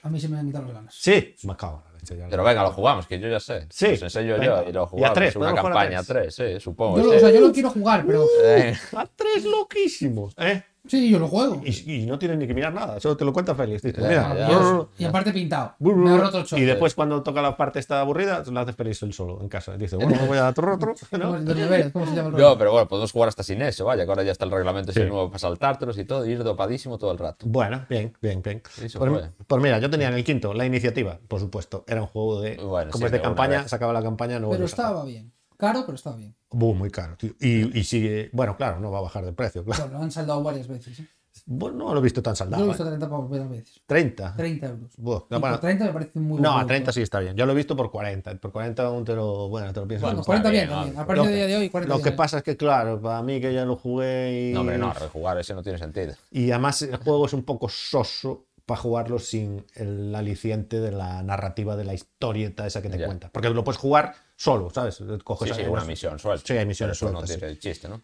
A mí se me han quitado las ganas. Sí. Me cago en la leche ya. Pero venga, lo jugamos, que yo ya sé. Sí, Os enseño venga. yo y lo Y a jugamos. tres, una podemos jugar a campaña a tres, sí, supongo. Yo lo, sí. o sea, yo lo quiero jugar, pero. Eh, A tres loquísimos, ¿eh? Sí, yo lo juego. Ah, Y, y no tienes ni que mirar nada, solo te lo cuenta Félix. Dices, Ya, mira, ya. Uh, brr, brr, Y aparte pintado. brr, Me ha brr. roto el choque. y después cuando toca la parte esta aburrida, lo hace Félix él solo en casa. Dice, bueno, voy a otro, otro, Como ¿no? el de los deberes, ¿Cómo se llama el No, rollo? pero bueno, podemos jugar hasta sin eso, vaya, que ahora ya está el reglamento ese Sí. nuevo para saltártelos y todo, y ir dopadísimo todo el rato. Bueno, bien, bien, bien. se Pues, puede. pues mira, yo tenía en el quinto la iniciativa, por supuesto. Era un juego de. Bueno, como sí, es de de una campaña, vez. se acaba la campaña, Pero no vuelves a- estaba bien. Caro, pero estaba bien. Buh, muy caro, tío. Y, y sigue. Bueno, claro, no va a bajar de precio, claro. Claro, lo han saldado varias veces. ¿eh? Bueno, no lo he visto tan Yo lo saldado. he ¿eh? visto a 30 pavos varias veces. 30. 30 euros. Buh, Y por bueno, 30 me parece muy ¿eh? no, buen a 30 producto. sí está bien. Yo lo he visto por 40. Por 40 aún te lo. Bueno, te lo piensas. Bueno, un 40 bien, bien, también. no, A partir lo del que- día de hoy, 40 Lo que bien. pasa es que, claro, para mí que ya lo jugué y. No, hombre, no, rejugar ese no tiene sentido. Y además el juego es un poco soso para jugarlo sin el aliciente de la narrativa de la historieta esa que te Ya. cuenta. Porque lo puedes jugar solo, ¿sabes? Coges Sí, sí, ahí una los- misión suelta. Pues Sí, hay misiones Pero eso sueltas, no tiene chiste, ¿no?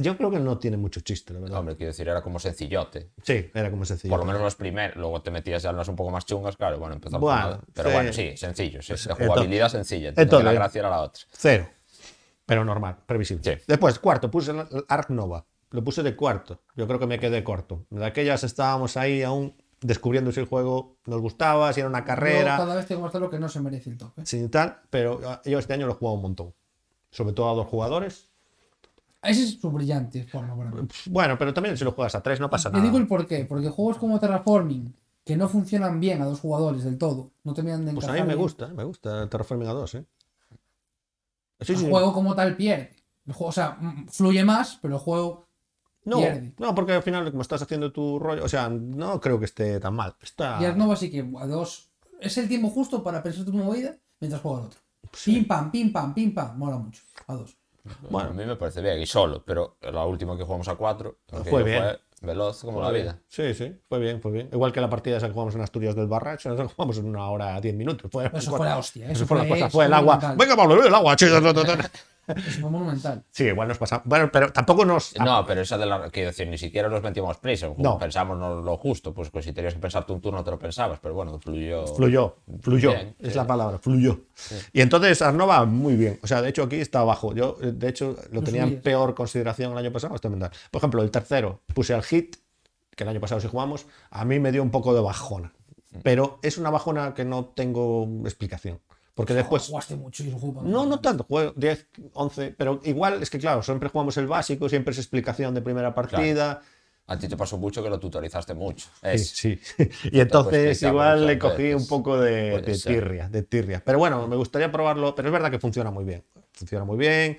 Yo creo que no tiene mucho chiste, la verdad. Hombre, quiero decir, era como sencillote. Sí, era como sencillo. Por lo menos los primeros, luego te metías ya en las un poco más chungas, claro, bueno, empezamos Bueno, por nada. Pero sí. bueno, sí, sencillo, sí. La entonces- jugabilidad sencilla, entonces- entonces la gracia era la otra. Cero. Pero normal, previsible. Sí. Después, cuarto, puse el Ark Nova. Lo puse de cuarto. Yo creo que me quedé corto. De aquellas estábamos ahí aún descubriendo si el juego nos gustaba, si era una carrera. Yo cada vez tengo más claro que no se merece el tope. sin tal, pero yo este año lo he jugado un montón. Sobre todo a dos jugadores. Ese es su brillante forma para mí. Bueno, pero también si lo juegas a tres no pasa Te nada. digo el porqué. Porque juegos como Terraforming, que no funcionan bien a dos jugadores del todo, no terminan de Pues a encajar mí me bien, gusta, eh, me gusta Terraforming a 2, ¿eh? Sí, el sí. Ah, juego como tal pierde. El juego, o sea, mm, fluye más, pero el juego No, pierde. no, porque al final, como estás haciendo tu rollo, o sea, no creo que esté tan mal. Está. Y Arnova sí que a dos. Es el tiempo justo para pensar tu movida mientras juega el otro. Pim pam, pim pam, pim pam. Mola mucho. A dos. Bueno. Bueno, a mí me parece bien, y solo, pero la última que jugamos a cuatro, aquello Pues Fue bien. veloz como la Fue bien. vida. Sí, sí, fue bien, fue bien. Igual que la partida esa que jugamos en Asturias del Barracho, esa que jugamos en una hora, diez minutos. Fue, Eso fue la hostia. Eso, eso fue la cosa, eso fue el agua. monumental. Venga, Pablo, el agua. Eso fue monumental. Sí, igual nos pasamos. Bueno, pero tampoco nos. No, pero esa de la. Quiero decir, ni siquiera nos metíamos prisa. Ah. No. Pensamos no lo justo. Pues, que si tenías que pensarte un turno, te lo pensabas. Pero bueno, fluyó. Fluyó, fluyó, Bien, es sí. la palabra, fluyó. Y entonces Arnova, muy bien. O sea, de hecho aquí está abajo. Yo, eh, de hecho, lo Lo tenía en subías. peor consideración el año pasado. Esto es mental. Por ejemplo, el tercero, puse al hit, que el año pasado sí jugamos, a mí me dio un poco de bajona. Pero es una bajona que no tengo explicación. Porque después... Jugaste mucho y es un juego para- pues No, no tanto, juego 10, 11, pero igual es que claro, siempre jugamos el básico, siempre es explicación de primera partida. A ti te pasó mucho que lo tutorizaste mucho. Es. Sí, sí. Y entonces explicar igual le muchas cogí veces. un poco de, Puede de ser. tirria, de tirria. Pero bueno, me gustaría probarlo, pero es verdad que funciona muy bien. Funciona muy bien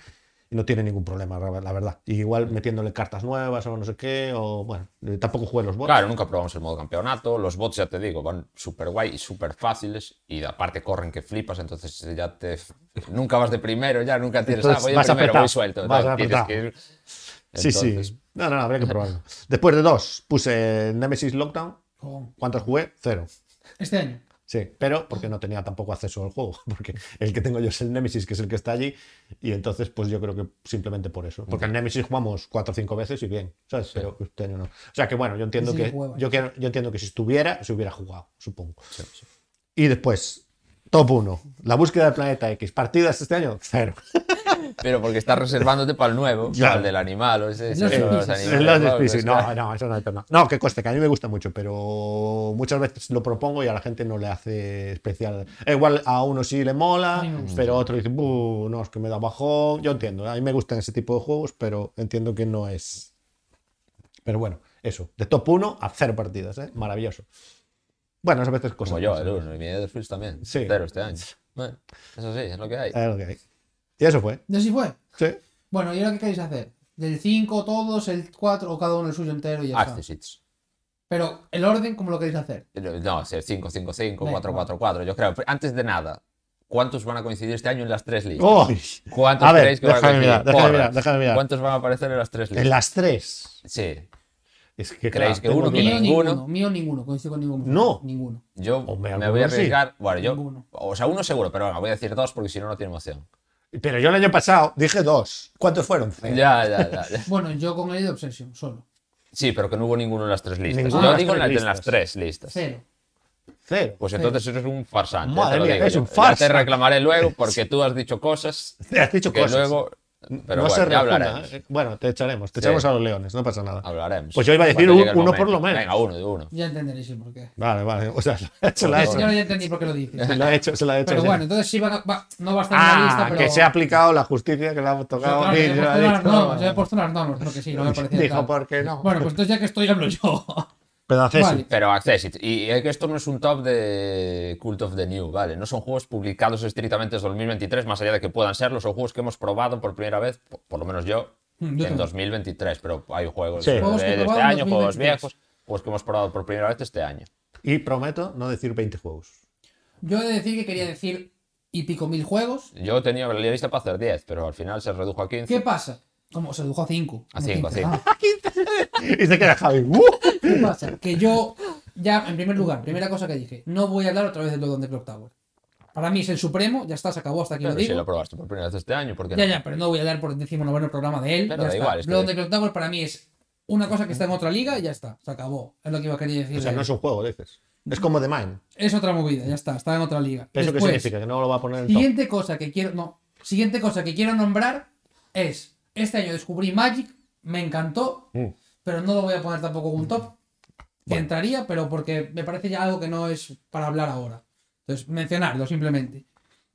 y no tiene ningún problema, la la verdad. Y igual metiéndole cartas nuevas o no sé qué, o bueno, eh, tampoco jugué los bots. Claro, nunca probamos el modo campeonato. Los bots, ya te digo, van súper guay y súper fáciles. Y aparte corren que flipas. Entonces eh, ya te. Nunca vas de primero, ya nunca tienes. Entonces, ah, voy de vas primero, apretado, voy suelto. vas tal, tienes apretado. que ir- sí, Entonces, sí. No, no, no, habría que probarlo. Después de dos, puse Nemesis Lockdown. Jugón. ¿Cuántos jugué? Cero. Este año. Sí, pero porque no tenía tampoco acceso al juego, porque el que tengo yo es el Nemesis, que es el que está allí, y entonces pues yo creo que simplemente por eso, porque el Nemesis jugamos cuatro o cinco veces y bien, ¿sabes? Pero este año no. O sea que bueno, yo entiendo Sí, que juega yo, quiero- yo entiendo que si estuviera se hubiera jugado, supongo. Y después top 1, la búsqueda del planeta X, partidas este año cero. Pero porque estás reservándote para el nuevo, Claro. para el del animal. O ese, Es ese- los los difíciles. animales, Es lo claro, difícil. es que- No, no, eso no hay problema. No, que coste, que a mí me gusta mucho, pero muchas veces lo propongo y a la gente no le hace especial. Eh, Igual a uno sí le mola, A mí me gusta. pero a otro dice, "Bu, no, es que me da bajón. Yo entiendo, a mí me gustan ese tipo de juegos, pero entiendo que no es. Pero bueno, eso, de top 1 a cero partidas, ¿eh? maravilloso. Bueno, a veces cosas. Como yo, pasan. el uno. Y mi Netherfields también. Sí. Eh, Cero este año. Bueno, eso sí, es lo que hay. Es lo que hay. Y eso fue. ¿Y así fue? Sí. Bueno, ¿y ahora qué queréis hacer? Del 5 todos, el 4 o cada uno el suyo entero Ah, y ya está. Accessits. Pero el orden, ¿cómo lo queréis hacer? No, 5, 5, 5, Venga, 4, 4, 4. Yo creo, Pero antes de nada, ¿Cuántos van a coincidir este año en las tres ligas? ¡Oh! ¿Cuántos A ver, creéis que van a déjame coincidir? mirar, déjame Porras. mirar, déjame mirar. ¿Cuántos van a aparecer en las tres ligas? En las tres. Sí. Es que, ¿Creéis que tengo uno que dudas. Mío ninguno. ninguno, mío ninguno, coincido con ninguno. No. Ninguno. Yo me Hombre, voy a algunos sí. arriesgar. Bueno, yo. Ninguno. O sea, uno seguro, pero venga, voy a decir dos porque si no, no tiene emoción. Pero yo el año pasado dije dos. ¿Cuántos fueron? Cero. Ya, ya, ya. ya. Bueno, yo con el de Obsession, solo. Sí, pero que no hubo ninguno en las tres listas. Ninguno yo en las digo en, tres las- en las listas. tres listas. Cero. Cero. Pues entonces eres un farsante. ya Madre te lo mía, digo eres yo. un Ya te farsante. reclamaré luego porque tú has dicho cosas Te has dicho que cosas. luego. Pero no bueno, se ya reafirma, hablaremos. ¿eh? Bueno, te echaremos. Sí. Te echaremos a los leones, no pasa nada. Hablaremos. Pues yo iba a decir Cuando un- llegue el uno por lo momento. menos. Venga, uno de uno. Ya entenderéis el porqué. Vale, vale. O sea, se la- se la ha Vale, hecho. Ya no entendí por qué lo dices. Se la ha hecho, se la ha hecho. Pero ya. bueno, entonces sí va, va- no va a estar en la Ah, lista, pero. que se ha aplicado la justicia que le ha O sea, tocado. claro, y yo he lo puesto unas ha dicho. normas, yo he puesto unas normas, porque sí, no me parecía. Dijo, tal. ¿por qué no? Bueno, pues entonces ya que estoy, hablo yo. Pedacesi. vale. Pero Accessit. Y es que esto no es un top de Cult of the New, ¿vale? No son juegos publicados estrictamente desde 2023, más allá de que puedan serlo. Son juegos que hemos probado por primera vez, po- por lo menos yo, Mm, yo en también. 2023. Pero hay juegos Sí. de, Juegos que de este probaron en año, juegos 2023. viejos, juegos que hemos probado por primera vez este año. Y prometo no decir 20 juegos. Yo he de decir que quería decir y pico mil juegos. Yo tenía la lista para hacer 10, pero al final se redujo a 15. ¿Qué pasa? Como se redujo a 5. A cinco, a cinco. Y se queda Javi. ¡Uh! Ah, ¿Qué pasa? Que yo, ya, en primer lugar, primera cosa que dije, no voy a hablar otra vez del Lodon de Clock Tower. Para mí es el supremo, ya está, se acabó hasta aquí Pero lo si digo. lo probaste por primera vez este año, porque Ya, ya, pero no voy a dar por el decimonoveno programa de él. Pero ya da está. igual, es que- Blood on the Clock Tower para mí es una cosa que está en otra liga y ya está. Se acabó. Es lo que iba a querer decir. O sea, de no él. es un juego, dices. Es como The Mine. Es otra movida, ya está. Está en otra liga. ¿Eso qué Después, significa? Que no lo va a poner en top. Siguiente cosa que quiero. No. Siguiente cosa que quiero nombrar es. Este año descubrí Magic, me encantó, Mm. pero no lo voy a poner tampoco en un top. Que entraría, pero porque me parece ya algo que no es para hablar ahora. Entonces, mencionarlo simplemente.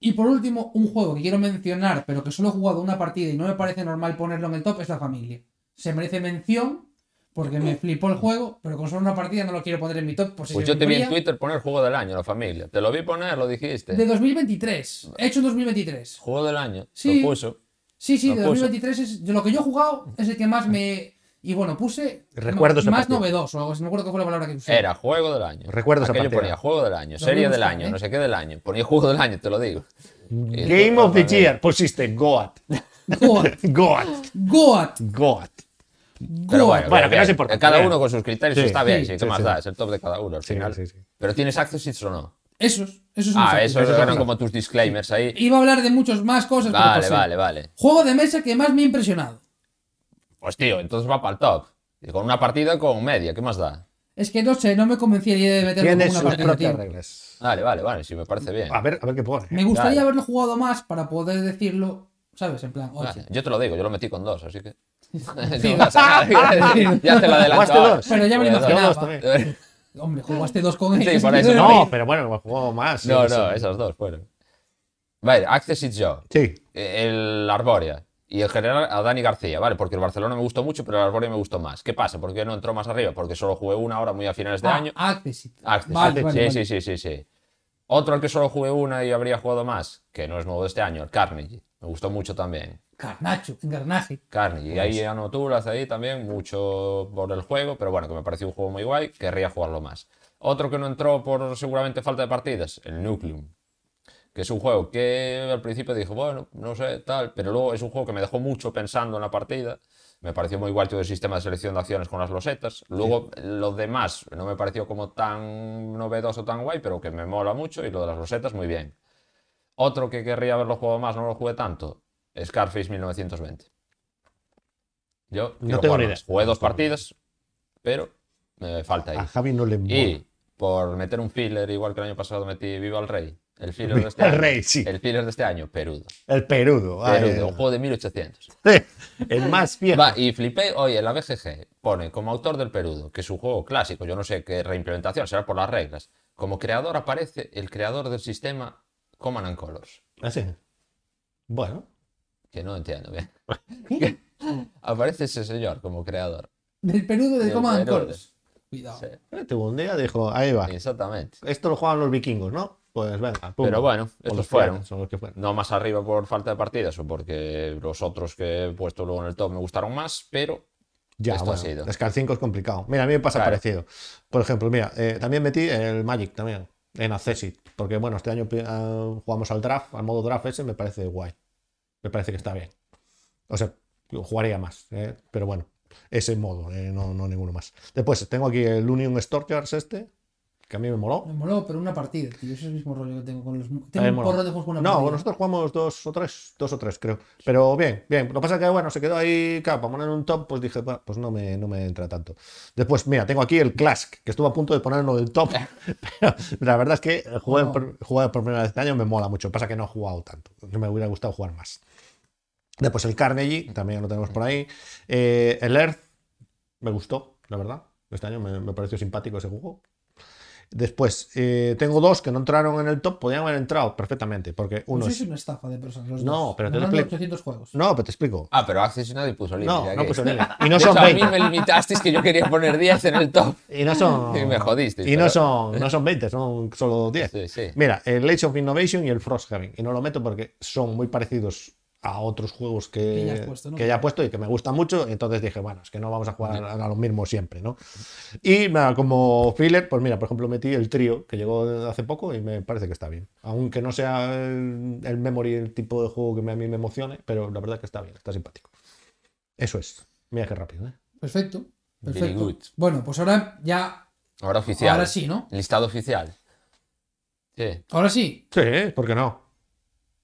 Y por último, un juego que quiero mencionar, pero que solo he jugado una partida y no me parece normal ponerlo en el top, es La Familia. Se merece mención, porque me flipó el juego, pero con solo una partida no lo quiero poner en mi top. Por si Pues se yo te vi en enfría. Twitter poner juego del año, la familia. Te lo vi poner, lo dijiste. De 2023. He hecho en 2023. Juego del año. Sí. Lo puso. Sí, sí, Lo de puso. 2023 es de lo que yo he jugado, es el que más me. Y bueno, puse. Recuerdos de Más partida. novedoso, algo así, no me acuerdo cuál fue la palabra que usé. Era juego del año. Recuerdo esa Aquello partida. ponía juego del año, Lo serie voy a del buscar, año, ¿eh? no sé qué del año. Ponía juego del año, te lo digo. Y Game esto, of the madre, Year. Pusiste Goat. Goat, Goat. Goat, Goat. Pero Goat. bueno, bien, Bueno, que no es bien. importante. Cada Bien. uno con sus criterios Sí, está bien, sí, sí, ¿qué sí, más sí. da? Es el top de cada uno al Sí, final. sí, sí. Pero tienes access o no. Esos, esos son Ah, los eso actos. eran como tus disclaimers ahí. Iba a hablar de muchas más cosas. pero Vale, pasé. vale, vale. Juego de mesa que más me ha impresionado. Pues tío, entonces va para el top. Y con una partida con media, ¿qué más da? Es que no sé, no me convencía la idea de meterlo Tiene en una sus partida, propias tío. reglas. Vale, vale, vale, sí, me parece bien. A ver, a ver qué pone. Me gustaría Claro. haberlo jugado más para poder decirlo, ¿sabes? En plan, oye. Vale, Yo te lo digo, yo lo metí con dos, así que. Sí. No pasa nada, ya te lo adelanto. Jugaste ahora. dos. Pero ya me lo Yo dos imaginaba. también. Hombre, jugaste dos con Sí, ellos. por eso, No, pero bueno, me jugó más. sí, No, sí. no, esas dos fueron. Vale, Access y yo. Sí. El Arborea. Y en general a Dani García, ¿vale? Porque el Barcelona me gustó mucho, pero el Arborea me gustó más. ¿Qué pasa? ¿Por qué no entró más arriba? Porque solo jugué una hora muy a finales de Ah, año. Access It. Access. Vale, Sí, vale, sí, vale. sí, sí, sí. Otro al que solo jugué una y habría jugado más, que no es nuevo de este año, el Carnegie. Me gustó mucho también. Carnacho, engarnaje. Carnegie. Y ahí anoturas ahí también, mucho por el juego, pero bueno, que me pareció un juego muy guay, querría jugarlo más. Otro que no entró por seguramente falta de partidas, el Nucleum. Que es un juego que al principio dije, bueno, no sé, tal, pero luego es un juego que me dejó mucho pensando en la partida. Me pareció muy guay todo el sistema de selección de acciones con las losetas. Luego, lo demás no me pareció como tan novedoso, tan guay, pero que me mola mucho. Y lo de las losetas, muy bien. Otro que querría haberlo jugado más, no lo jugué tanto, Scarface 1920. Yo quiero tengo jugar ni más. idea. Ah. Jugué dos partidas, pero me falta ahí. A Javi no le mola. Y por meter un filler, igual que el año pasado metí Viva el Rey. El filler de este Viva el año. Rey, sí. El filler de este año, Perudo. El perudo. ay, Perudo, un juego de 1800. el- el más viejo. Va, y flipé, oye, la BGG pone como autor del Perudo, que es un juego clásico, yo no sé qué reimplementación, será por las reglas. Como creador aparece el creador del sistema Command and Colors. Así. Ah, Bueno. Que no entiendo bien. Que Aparece ese señor como creador. Del perudo de Del Command Perú. Colors. Cuidado. Sí, Este un día dijo, ahí va. exactamente. Esto lo jugaban los vikingos, ¿no? Pues venga. pum. Pero bueno, O estos los fueron. piratas, o los que fueron. No más arriba por falta de partidas o porque los otros que he puesto luego en el top me gustaron más, pero Ya, Esto bueno, ha sido. es que al 5 es complicado. Mira, a mí me pasa Claro. parecido. Por ejemplo, mira, eh, también metí el Magic también. en Accesit. Porque bueno, este año eh, jugamos al draft, al modo draft ese, me parece guay. Me parece que está bien. O sea, jugaría más, ¿eh? pero bueno, ese modo, eh, no, no ninguno más. Después tengo aquí el Union Storchers este, que a mí me moló. Me moló, pero una partida, tío. Ese es el mismo rollo que tengo con los. A Tengo mí un me moló. porro de juegos con una No, partida. nosotros jugamos dos o tres, dos o tres, creo. Pero bien, bien. Lo que pasa es que, bueno, se quedó ahí, claro, para poner un top, pues dije, "Bah, pues no me, no me entra tanto. Después, mira, tengo aquí el Clask, que estuvo a punto de ponerlo del top. Pero la verdad es que jugué, No. por, jugué por primera vez este año, me mola mucho. Pasa que no he jugado tanto. No me hubiera gustado jugar más. Después el Carnegie, también lo tenemos por ahí. Eh, el Earth, me gustó, la verdad. Este año me, me pareció simpático ese juego. Después, eh, tengo dos que no entraron en el top, podían haber entrado perfectamente, porque uno No es... es una estafa de personas. Los No, dos. pero te Ganando explico. 800 juegos. No, pero te explico. Ah, pero Access nadie puso límite. No, pues ya no que- puso límite. Y De no hecho, son a mí 20. me limitasteis que yo quería poner 10 en el top. Y no son... Y me jodisteis, Y no pero- son, no son 20, son solo 10. Sí, sí. Mira, el Age of Innovation y el Frosthaven. Y no lo meto porque son muy parecidos a otros juegos que, Que ya has puesto, ¿no? que ya he puesto y que me gustan mucho. Y entonces dije, bueno, es que no vamos a jugar a lo mismo siempre, ¿no? Y nada, como filler, pues mira, por ejemplo, metí el trío que llegó hace poco y me parece que está bien. Aunque no sea el, el memory el tipo de juego que me- a mí me emocione, pero la verdad es que está bien, está simpático. Eso es. Mira qué rápido, ¿eh? Perfecto. Very Perfecto. good. Bueno, pues ahora ya. Ahora oficial. Ahora sí, ¿no? Listado oficial. Sí. Ahora sí. Sí, ¿por qué no?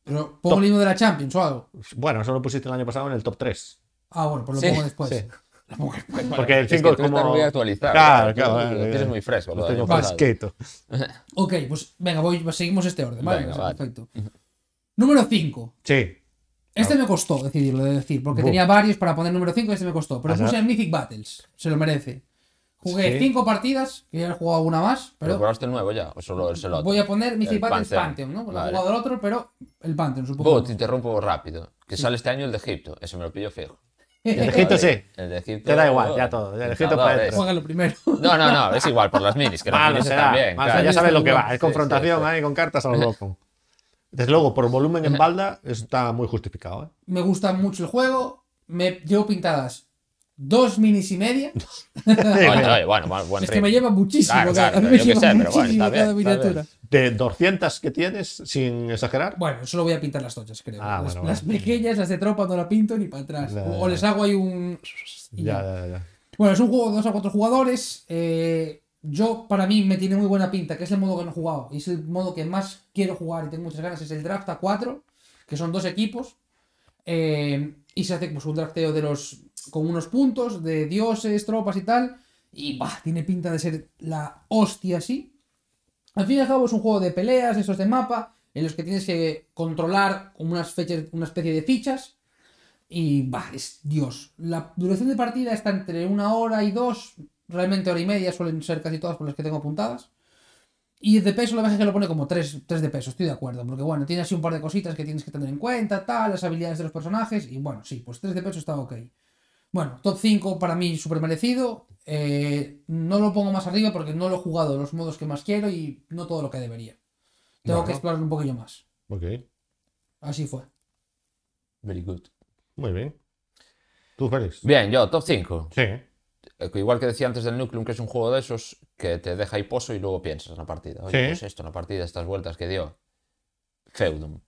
Pero pongo el himno de la Champions o algo. Bueno, eso lo pusiste el año pasado en el top 3. Ah, bueno, pues lo Sí, pongo después. sí. Lo pongo después. Porque el Es que 5 es, tú como. estás muy actualizado. Claro, Tú claro. lo eh, tienes muy fresco, Lo lo tengo de- fresquito. Ok, pues venga, voy, seguimos este orden, ¿vale? Venga, O sea, vale. Perfecto. Número 5. Sí. Ah. Este me costó decidirlo de decir, porque Bu. tenía varios para poner número 5 y este me costó. Pero Ajá. puse el Mythic Battles, se lo merece. Jugué Sí. 5 partidas, que ya he jugado una más, ¿Pero pero probaste el nuevo ya? ¿O solo es el otro? voy a poner Mythic El Battles Pantheon. Pantheon, ¿no? Lo he Vale. jugado el otro, pero el Pantheon, supongo. Bo, te interrumpo rápido. Que sale este año el de Egipto. Ese me lo pillo fijo. El de Egipto sí. El de Egipto. Te da igual, oh, eh. ya todo. El de Egipto tentador para es. dentro. Juega lo primero. No, no, no. Es igual por las minis. Que las Malo minis será. están bien. Malo, claro. ya sabes lo que va. Sí, Es sí, confrontación sí. ahí con cartas a lo loco. Desde luego, por volumen en balda está muy justificado. ¿eh? Me gusta mucho el juego. Me llevo pintadas dos minis y media. Oye, oye, bueno, bueno, buen es que ritmo. me lleva muchísimo. Claro, cada- claro, a mí yo me qué lleva sé, pero bueno, muchísimo está bien, cada está bien. miniatura. De 200 que tienes, sin exagerar, Bueno, solo voy a pintar las tochas, creo. Ah, las, bueno, las bueno. pequeñas, las de tropa, no la pinto ni para atrás. Ya, o, ya, o les hago ahí un. y ya, ya, ya. Bueno, es un juego de dos a cuatro jugadores. eh, yo, para mí, me tiene muy buena pinta, que es el modo que no he jugado. Y es el modo que más quiero jugar y tengo muchas ganas. Es el draft a cuatro, que son dos equipos. eh, y se hace pues, un drafteo de los. con unos puntos, de dioses, tropas y tal. Y bah, tiene pinta de ser la hostia así. Al fin y al cabo es un juego de peleas, de esos de mapa, en los que tienes que controlar como unas fechas, una especie de fichas. Y va, es Dios. La duración de partida está entre una hora y dos, realmente hora y media, suelen ser casi todas por las que tengo apuntadas. Y de peso, la verdad es que lo pone como 3, de peso, estoy de acuerdo. Porque bueno, tiene así un par de cositas que tienes que tener en cuenta, tal, las habilidades de los personajes. Y bueno, sí, pues 3 de peso está ok. Bueno, top 5 para mí súper merecido. Eh, no lo pongo más arriba porque no lo he jugado los modos que más quiero y no todo lo que debería. Tengo Bueno. que explorarlo un poquillo más. Ok, Así fue. Very good. muy bien. ¿Tú, Félix? Bien, yo, top 5. Sí. Eh, Igual que decía antes del Nucleum, que es un juego de esos que te deja ahí poso y luego piensas en la partida. Oye, Sí. pues esto, en la partida, estas vueltas que dio. Feudum.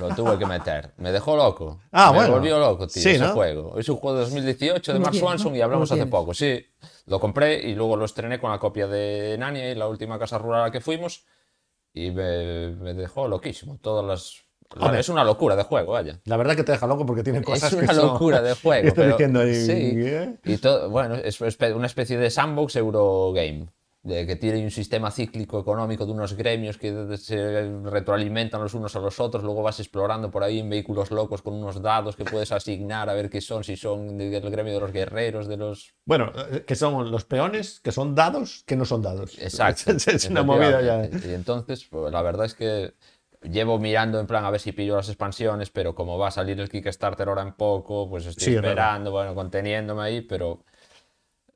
Lo tuve que meter. Me dejó loco. Ah, Me bueno. volvió loco, tío, Sí, ese ¿no? juego. Es un juego de 2018 de Lo Mark tienes, ¿no? Swanson y hablamos Lo hace tienes. poco. Sí, lo compré y luego lo estrené con la copia de Nania y la última casa rural a la que fuimos. Y me, me dejó loquísimo. Todas las. la- Hombre. es una locura de juego, vaya. La verdad que te deja loco porque tiene cosas Es una que son- locura de juego. Y estás pero- diciendo ahí, sí. ¿eh? Y todo, bueno, es espe- una especie de sandbox Eurogame, de que tiene un sistema cíclico económico de unos gremios que de- se retroalimentan los unos a los otros, luego vas explorando por ahí en vehículos locos con unos dados que puedes asignar a ver qué son, si son de- del gremio de los guerreros, de los... Bueno, eh, que son los peones, que son dados, que no son dados. Exacto. es, es una movida ya. efectivamente. Y entonces, pues, la verdad es que llevo mirando en plan a ver si pillo las expansiones, pero como va a salir el Kickstarter ahora en poco, pues estoy Sí, es verdad. esperando, bueno, conteniéndome ahí, pero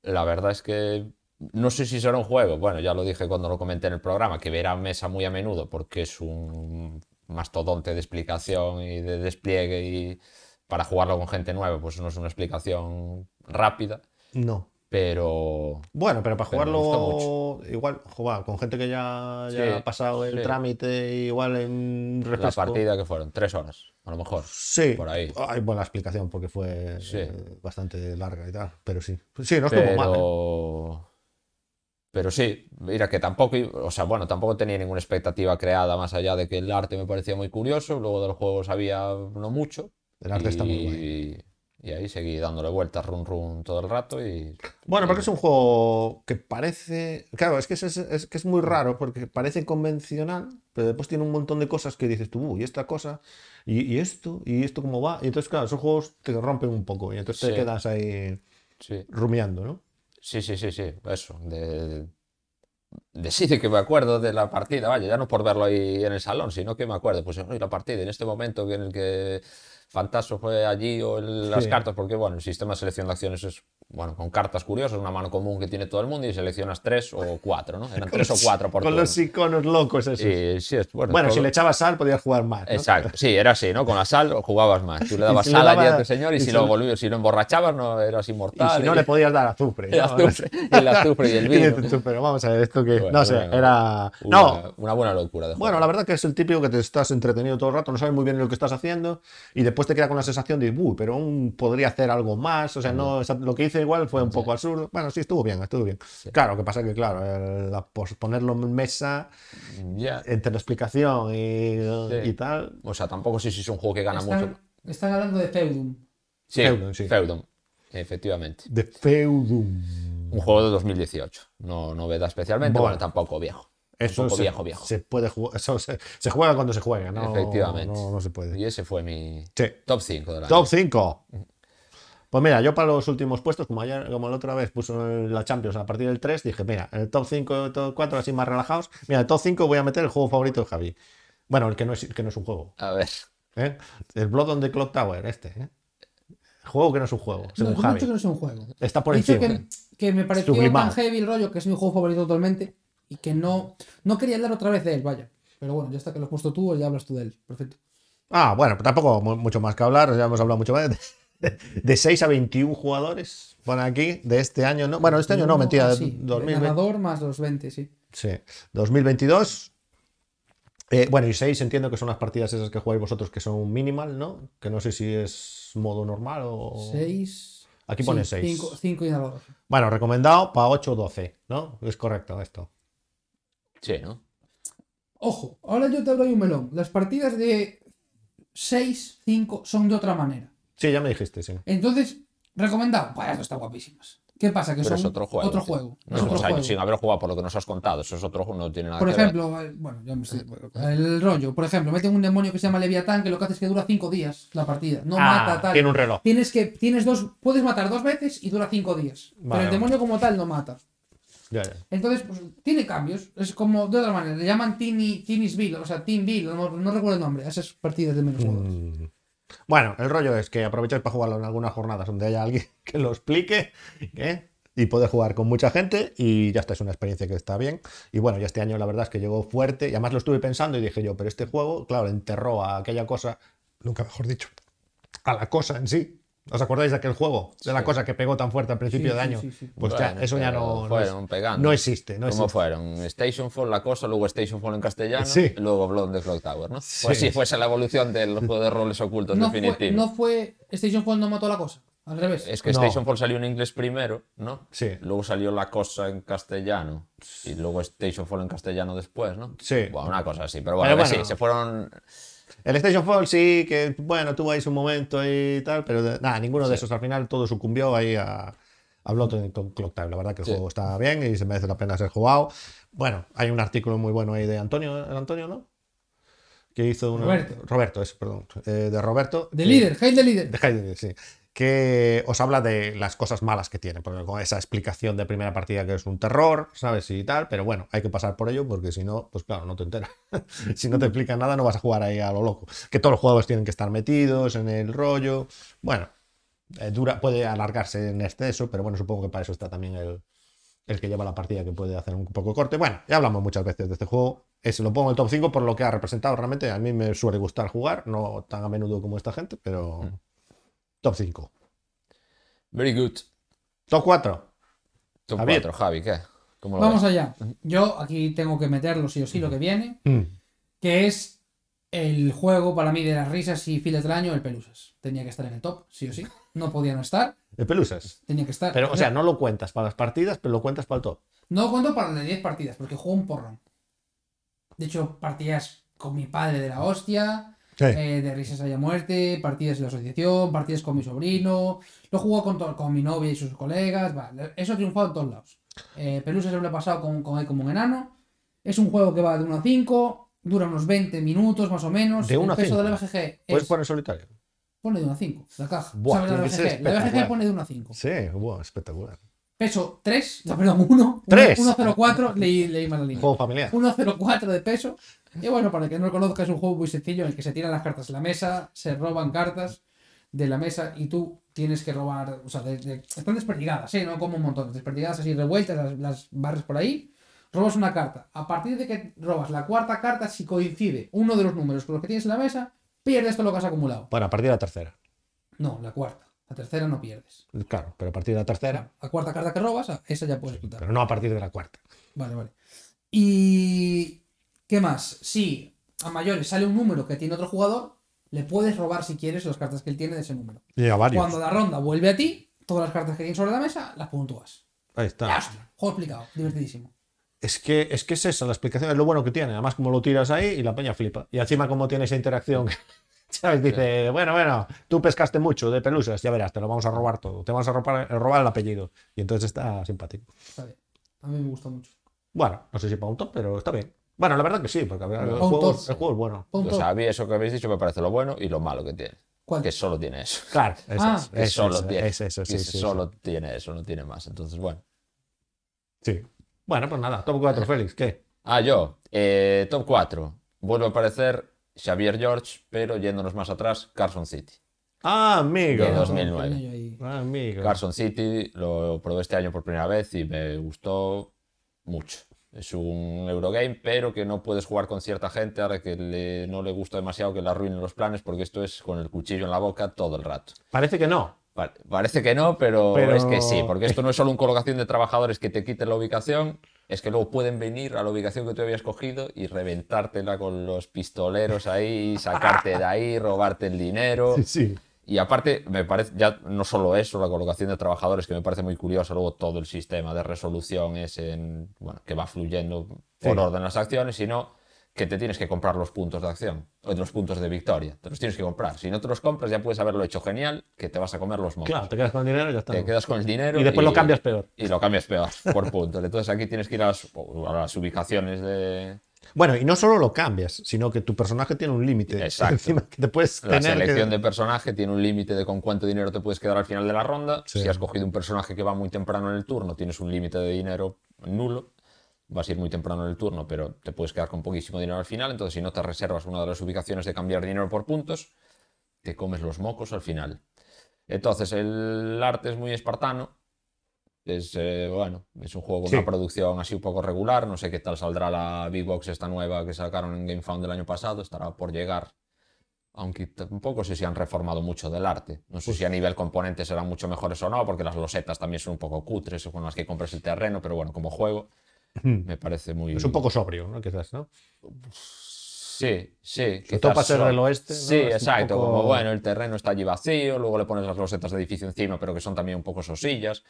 la verdad es que no sé si será un juego. Bueno, ya lo dije cuando lo comenté en el programa, que verá mesa muy a menudo porque es un mastodonte de explicación y de despliegue y para jugarlo con gente nueva, pues no es una explicación rápida No. Pero. Bueno, pero para Pero me jugarlo igual, jugar con gente que ya, ya Sí, ha pasado el sí. trámite, igual en La refresco. partida que fueron, tres horas, a lo mejor. Sí, Por ahí. Hay buena explicación porque fue Sí. eh, bastante larga y tal, pero sí. Pues sí, no estuvo mal. ¿eh? Pero. Pero sí, mira que tampoco, i- o sea, bueno, tampoco tenía ninguna expectativa creada más allá de que el arte me parecía muy curioso, luego del juego sabía no mucho. El arte está muy guay. y, y ahí seguí dándole vueltas run run todo el rato y Bueno, porque es un juego que parece. Claro, es que es, es- es que es muy raro porque parece convencional, pero después tiene un montón de cosas que dices tú, "Uy, y esta cosa, y, y esto, y esto cómo va. Y entonces, claro, esos juegos te rompen un poco y entonces te Sí. quedas ahí sí, rumiando, ¿no? sí, sí, sí, sí, eso, de, de sí, de que me acuerdo de la partida, vaya, ya no por verlo ahí en el salón, sino que me acuerdo, pues "Oye, la partida en este momento en el que Fantaso fue allí o en las Sí. cartas, porque bueno, el sistema de selección de acciones es, bueno, con cartas curiosas, una mano común que tiene todo el mundo y seleccionas tres o cuatro, ¿no? Eran tres o cuatro por Con turno. los iconos locos, esos. Y sí, es- bueno, Bueno, si todo- le echabas sal, podías jugar más. ¿no? Exacto, sí, era así, ¿no? Con la sal jugabas más. Tú le dabas si le sal daba- allí a tu señor y, y si, si lo le- volvías, si lo emborrachabas no eras Y inmortal. si no, le podías dar azufre. el ¿no? azufre, y el azufre y el vino. dices tú, pero vamos a ver, esto que. Bueno, no sé, bueno, era. Una, No, una buena locura de juego. Bueno, la verdad que es el típico que te estás entretenido todo el rato, no sabes muy bien lo que estás haciendo y después te queda con la sensación de, uy, pero aún podría hacer algo más. O sea, no, esa- lo que hice igual fue un poco absurdo. Bueno, sí, estuvo bien, estuvo bien. Claro, lo que pasa que, claro, el- la- pues, ponerlo en mesa Ya. entre la explicación y, Sí. y tal. O sea, tampoco sé si es un juego que gana mucho. Están, están hablando de Feudum. Sí, Feudum, sí. Feudum, efectivamente. De Feudum. Un juego de 2018. No novedad especialmente, bueno, Bueno. tampoco viejo. Eso tampoco se, viejo, viejo. se puede jugar, eso se, se juega cuando se juega, ¿no? Efectivamente. No, no se puede. Y ese fue mi Sí. top 5 del año. Top 5. Pues mira, yo para los últimos puestos, como ayer, como la otra vez puso en la Champions a partir del 3, dije, mira, en el top 5, top 4 así más relajados, mira, en el top 5 voy a meter el juego favorito de Javi. Bueno, el que no es, que no es un juego. A ver. ¿eh? El Blood on the Clock Tower, este. ¿eh? Juego que no es un juego, según no, yo no he Javi. dicho que no es un juego. Está por He dicho encima. que, que me pareció Sublimado. tan heavy el rollo, que es mi juego favorito totalmente, y que no, no quería hablar otra vez de él, vaya. Pero bueno, ya está que lo has puesto tú, ya hablas tú de él. Perfecto. Ah, bueno, pues tampoco mu- mucho más que hablar, ya hemos hablado mucho más. De, 6 a 21 jugadores, bueno, aquí, de este año, ¿no? Bueno, este año no, Uno, mentira, ah, sí, 2020. Ganador más los 20, sí. Sí, 2022. Eh, bueno, y 6 entiendo que son las partidas esas que jugáis vosotros que son minimal, ¿no? Que no sé si es modo normal o... 6. Oh. Aquí pone seis. 5 y ganador. Bueno, recomendado para 8 o 12, ¿no? Es correcto esto. Sí, ¿no? Ojo, ahora yo te abro ahí un melón. Las partidas de 6, 5 son de otra manera. Sí, ya me dijiste, sí. Entonces, recomendado. Pues esto está guapísimas. ¿qué pasa? Que Pero son es otro juego. tío. juego, No, es otro o sea, juego. sin haber jugado por lo que nos has contado. Eso es otro juego, no Ah, tiene nada Por que ver. ejemplo, el- bueno, ya me Eh. estoy- el rollo. Por ejemplo, meten un demonio que se llama Leviatán que lo que hace es que dura 5 días la partida. No Ah, mata tal. tiene un reloj. Tienes que, tienes dos, puedes matar dos veces y dura 5 días. Vale, pero el demonio como tal no mata. Ya, ya. Entonces, pues, tiene cambios. Es como de otra manera. Le llaman Tini, Tinisville, o sea, Teamville, no, no recuerdo el nombre. a Esas partidas de menos jugadores. Mm. Bueno, el rollo es que aprovecháis para jugarlo en algunas jornadas donde haya alguien que lo explique ¿eh? y poder jugar con mucha gente y ya está, es una experiencia que está bien. Y bueno, ya este año la verdad es que llegó fuerte y además lo estuve pensando y dije yo, pero este juego, claro, enterró a aquella cosa, nunca mejor dicho, a la cosa en sí. ¿Os acordáis de aquel juego? De la cosa que pegó tan fuerte al principio Sí, de sí, año. sí, sí. Pues ya, Bueno, eso ya pero no, no, es- fueron pegando. no existe. ¿Cómo No existe. fueron? Stationfall, la cosa, luego Stationfall en castellano, Sí. y luego Blonde Clock Tower, ¿no? Sí. Pues sí, fuese la evolución del juego de roles ocultos No fue, definitivo. no fue. Station Fall no mató la cosa. Al revés. Es que No. Stationfall salió en inglés primero, ¿no? Sí. Luego salió la cosa en castellano y luego Stationfall en castellano después, ¿no? Sí. Bueno, una cosa así, pero bueno, Pero que bueno. sí, se fueron... El Station Fall sí, que bueno, tuvo ahí su momento y tal, pero de- nada, ninguno de esos al final todo sucumbió ahí a, a Blood and Clock Clock Time. La verdad que el Sí. juego está bien y se merece la pena ser jugado. Bueno, hay un artículo muy bueno ahí de Antonio, ¿era Antonio, ¿no? Que hizo una- Roberto. Roberto, es, perdón. eh, de Roberto. De que- líder, Hail de líder. de Haydn, sí. Que os habla de las cosas malas que tiene, porque con esa explicación de primera partida que es un terror, ¿sabes? Y tal, pero bueno, hay que pasar por ello porque si no, pues claro, no te enteras. si no te explican nada, no vas a jugar ahí a lo loco. Que todos los jugadores tienen que estar metidos en el rollo. Bueno, eh, dura, puede alargarse en exceso, pero bueno, supongo que para eso está también el, el que lleva la partida, que puede hacer un poco corte. Bueno, ya hablamos muchas veces de este juego. Es, lo pongo en el top 5 por lo que ha representado realmente. A mí me suele gustar jugar, no tan a menudo como esta gente, pero top 5. Very good. Top 4. Son Javier. cuatro, Javi, ¿qué? ¿Cómo lo Vamos ves? allá. Yo aquí tengo que meterlo sí o sí lo que viene, que es el juego para mí de las risas y filas del año, el Pelusas. Tenía que estar en el top, sí o sí. No podía no estar, De pelusas. tenía que estar. Pero, o sea, no lo cuentas para las partidas, pero lo cuentas para el top. No cuento para las 10 partidas, porque juego un porrón. De hecho, partidas con mi padre de la hostia, eh, de risas haya muerte, partidas en la asociación, partidas con mi sobrino. Lo juego con, to- con mi novia y sus colegas. va, eso ha triunfado en todos lados. Eh, Pelusa se lo ha pasado con, con él como un enano. Es un juego que va de 1 a 5, dura unos 20 minutos más o menos. De 1 El a peso 5. del BGG es- Puedes poner solitario. pone de 1 a 5, la caja. Buah, ¿Sabes la tiene que ser BGG? La BGG espectacular. pone de 1 a 5. Sí, wow, espectacular. Peso 3, no, perdón, 1. Tres. 104, leí, leí mal la línea. Juego familiar. 1.04 de peso. Y bueno, para el que no lo conozca, es un juego muy sencillo en el que se tiran las cartas a la mesa, se roban cartas de la mesa y tú tienes que robar. O sea, de- de- están desperdigadas, ¿eh? No como un montón, desperdigadas así revueltas, las, las barras por ahí. Robas una carta. A partir de que robas la cuarta carta, si coincide uno de los números con los que tienes en la mesa, pierdes todo lo que has acumulado. Bueno, a partir de la tercera. No, la cuarta. La tercera no pierdes. Claro, pero a partir de la tercera. La cuarta carta que robas, a- esa ya puedes quitar. Pero no a partir de la cuarta. Vale, vale. ¿Y qué más? Si a mayores sale un número que tiene otro jugador, le puedes robar si quieres las cartas que él tiene de ese número. Y a varios. Cuando la ronda vuelve a ti, todas las cartas que tienes sobre la mesa las puntúas. Ahí La está. hostia. Juego explicado, divertidísimo. Es que, es que es eso, la explicación es lo bueno que tiene. Además, como lo tiras ahí y la peña flipa. Y encima, como tiene esa interacción, ¿sabes? Dice, bueno, bueno, tú pescaste mucho de pelusas, ya verás, te lo vamos a robar todo. Te vamos a robar, robar el apellido. Y entonces está simpático. Está bien. A mí me gusta mucho. Bueno, no sé si para un top, pero está bien. Bueno, la verdad que sí, porque a ver, el, Para un juego, top. el juego es bueno. Pon O todo. sea, a mí eso que habéis dicho me parece lo bueno y lo malo que tiene. ¿Cuál? Que solo tiene eso. Claro, eso Ah. es, Que eso solo es, tiene. es eso, que sí, sí, sí. solo tiene eso, no tiene más. Entonces, bueno. Sí. Bueno, pues nada, top 4, Félix, ¿qué? Ah, yo. eh, top 4. Vuelve a aparecer Xavier George, pero yéndonos más atrás, Carson City. Ah, amigo. De Ah, 2009. coño, yo ahí. Ah, Amigo. Carson City lo probé este año por primera vez y me gustó mucho. Es un Eurogame, pero que no puedes jugar con cierta gente ahora que le- no le gusta demasiado que le arruinen los planes, porque esto es con el cuchillo en la boca todo el rato. Parece que no. Pa- Parece que no, pero, Pero- es que sí, porque esto no es solo una colocación de trabajadores que te quiten la ubicación, es que luego pueden venir a la ubicación que tú habías cogido y reventártela con los pistoleros ahí, sacarte de ahí, robarte el dinero. Sí. Y aparte, me parece, ya no solo eso, la colocación de trabajadores, que me parece muy curiosa, luego todo el sistema de resolución es en, bueno, que va fluyendo por Sí. orden las acciones, sino que te tienes que comprar los puntos de acción, o los puntos de victoria, te los tienes que comprar. Si no te los compras, ya puedes haberlo hecho genial, que te vas a comer los mocos. Claro, te quedas con el dinero y ya está. Te quedas con el dinero Y después lo cambias peor. Y lo cambias peor, por puntos. Entonces aquí tienes que ir a las, a las ubicaciones de Bueno, y no solo lo cambias, sino que tu personaje tiene un límite. Exacto. Encima que te puedes La tener que- selección de personaje tiene un límite de con cuánto dinero te puedes quedar al final de la ronda. Sí. Si has cogido un personaje que va muy temprano en el turno, tienes un límite de dinero nulo. Vas a ir muy temprano en el turno, pero te puedes quedar con poquísimo dinero al final. Entonces, si no te reservas una de las ubicaciones de cambiar dinero por puntos, te comes los mocos al final. Entonces, el arte es muy espartano. Es, eh, bueno, es un juego con Sí. una producción así un poco regular. No sé qué tal saldrá la Big Box esta nueva que sacaron en GameFound del año pasado. Estará por llegar. Aunque tampoco sé si han reformado mucho del arte. No Pues sé si a nivel componentes serán mucho mejores o no, porque las losetas también son un poco cutres con las que compras el terreno, pero bueno, como juego Mm. me parece muy... Es un poco sobrio, ¿no? Quizás, ¿no? Sí, sí. Sobre quizás todo para ser son- del oeste, ¿no? Sí, Es un exacto. poco- Como bueno, el terreno está allí vacío, luego le pones las losetas de edificio encima, pero que son también un poco sosillas.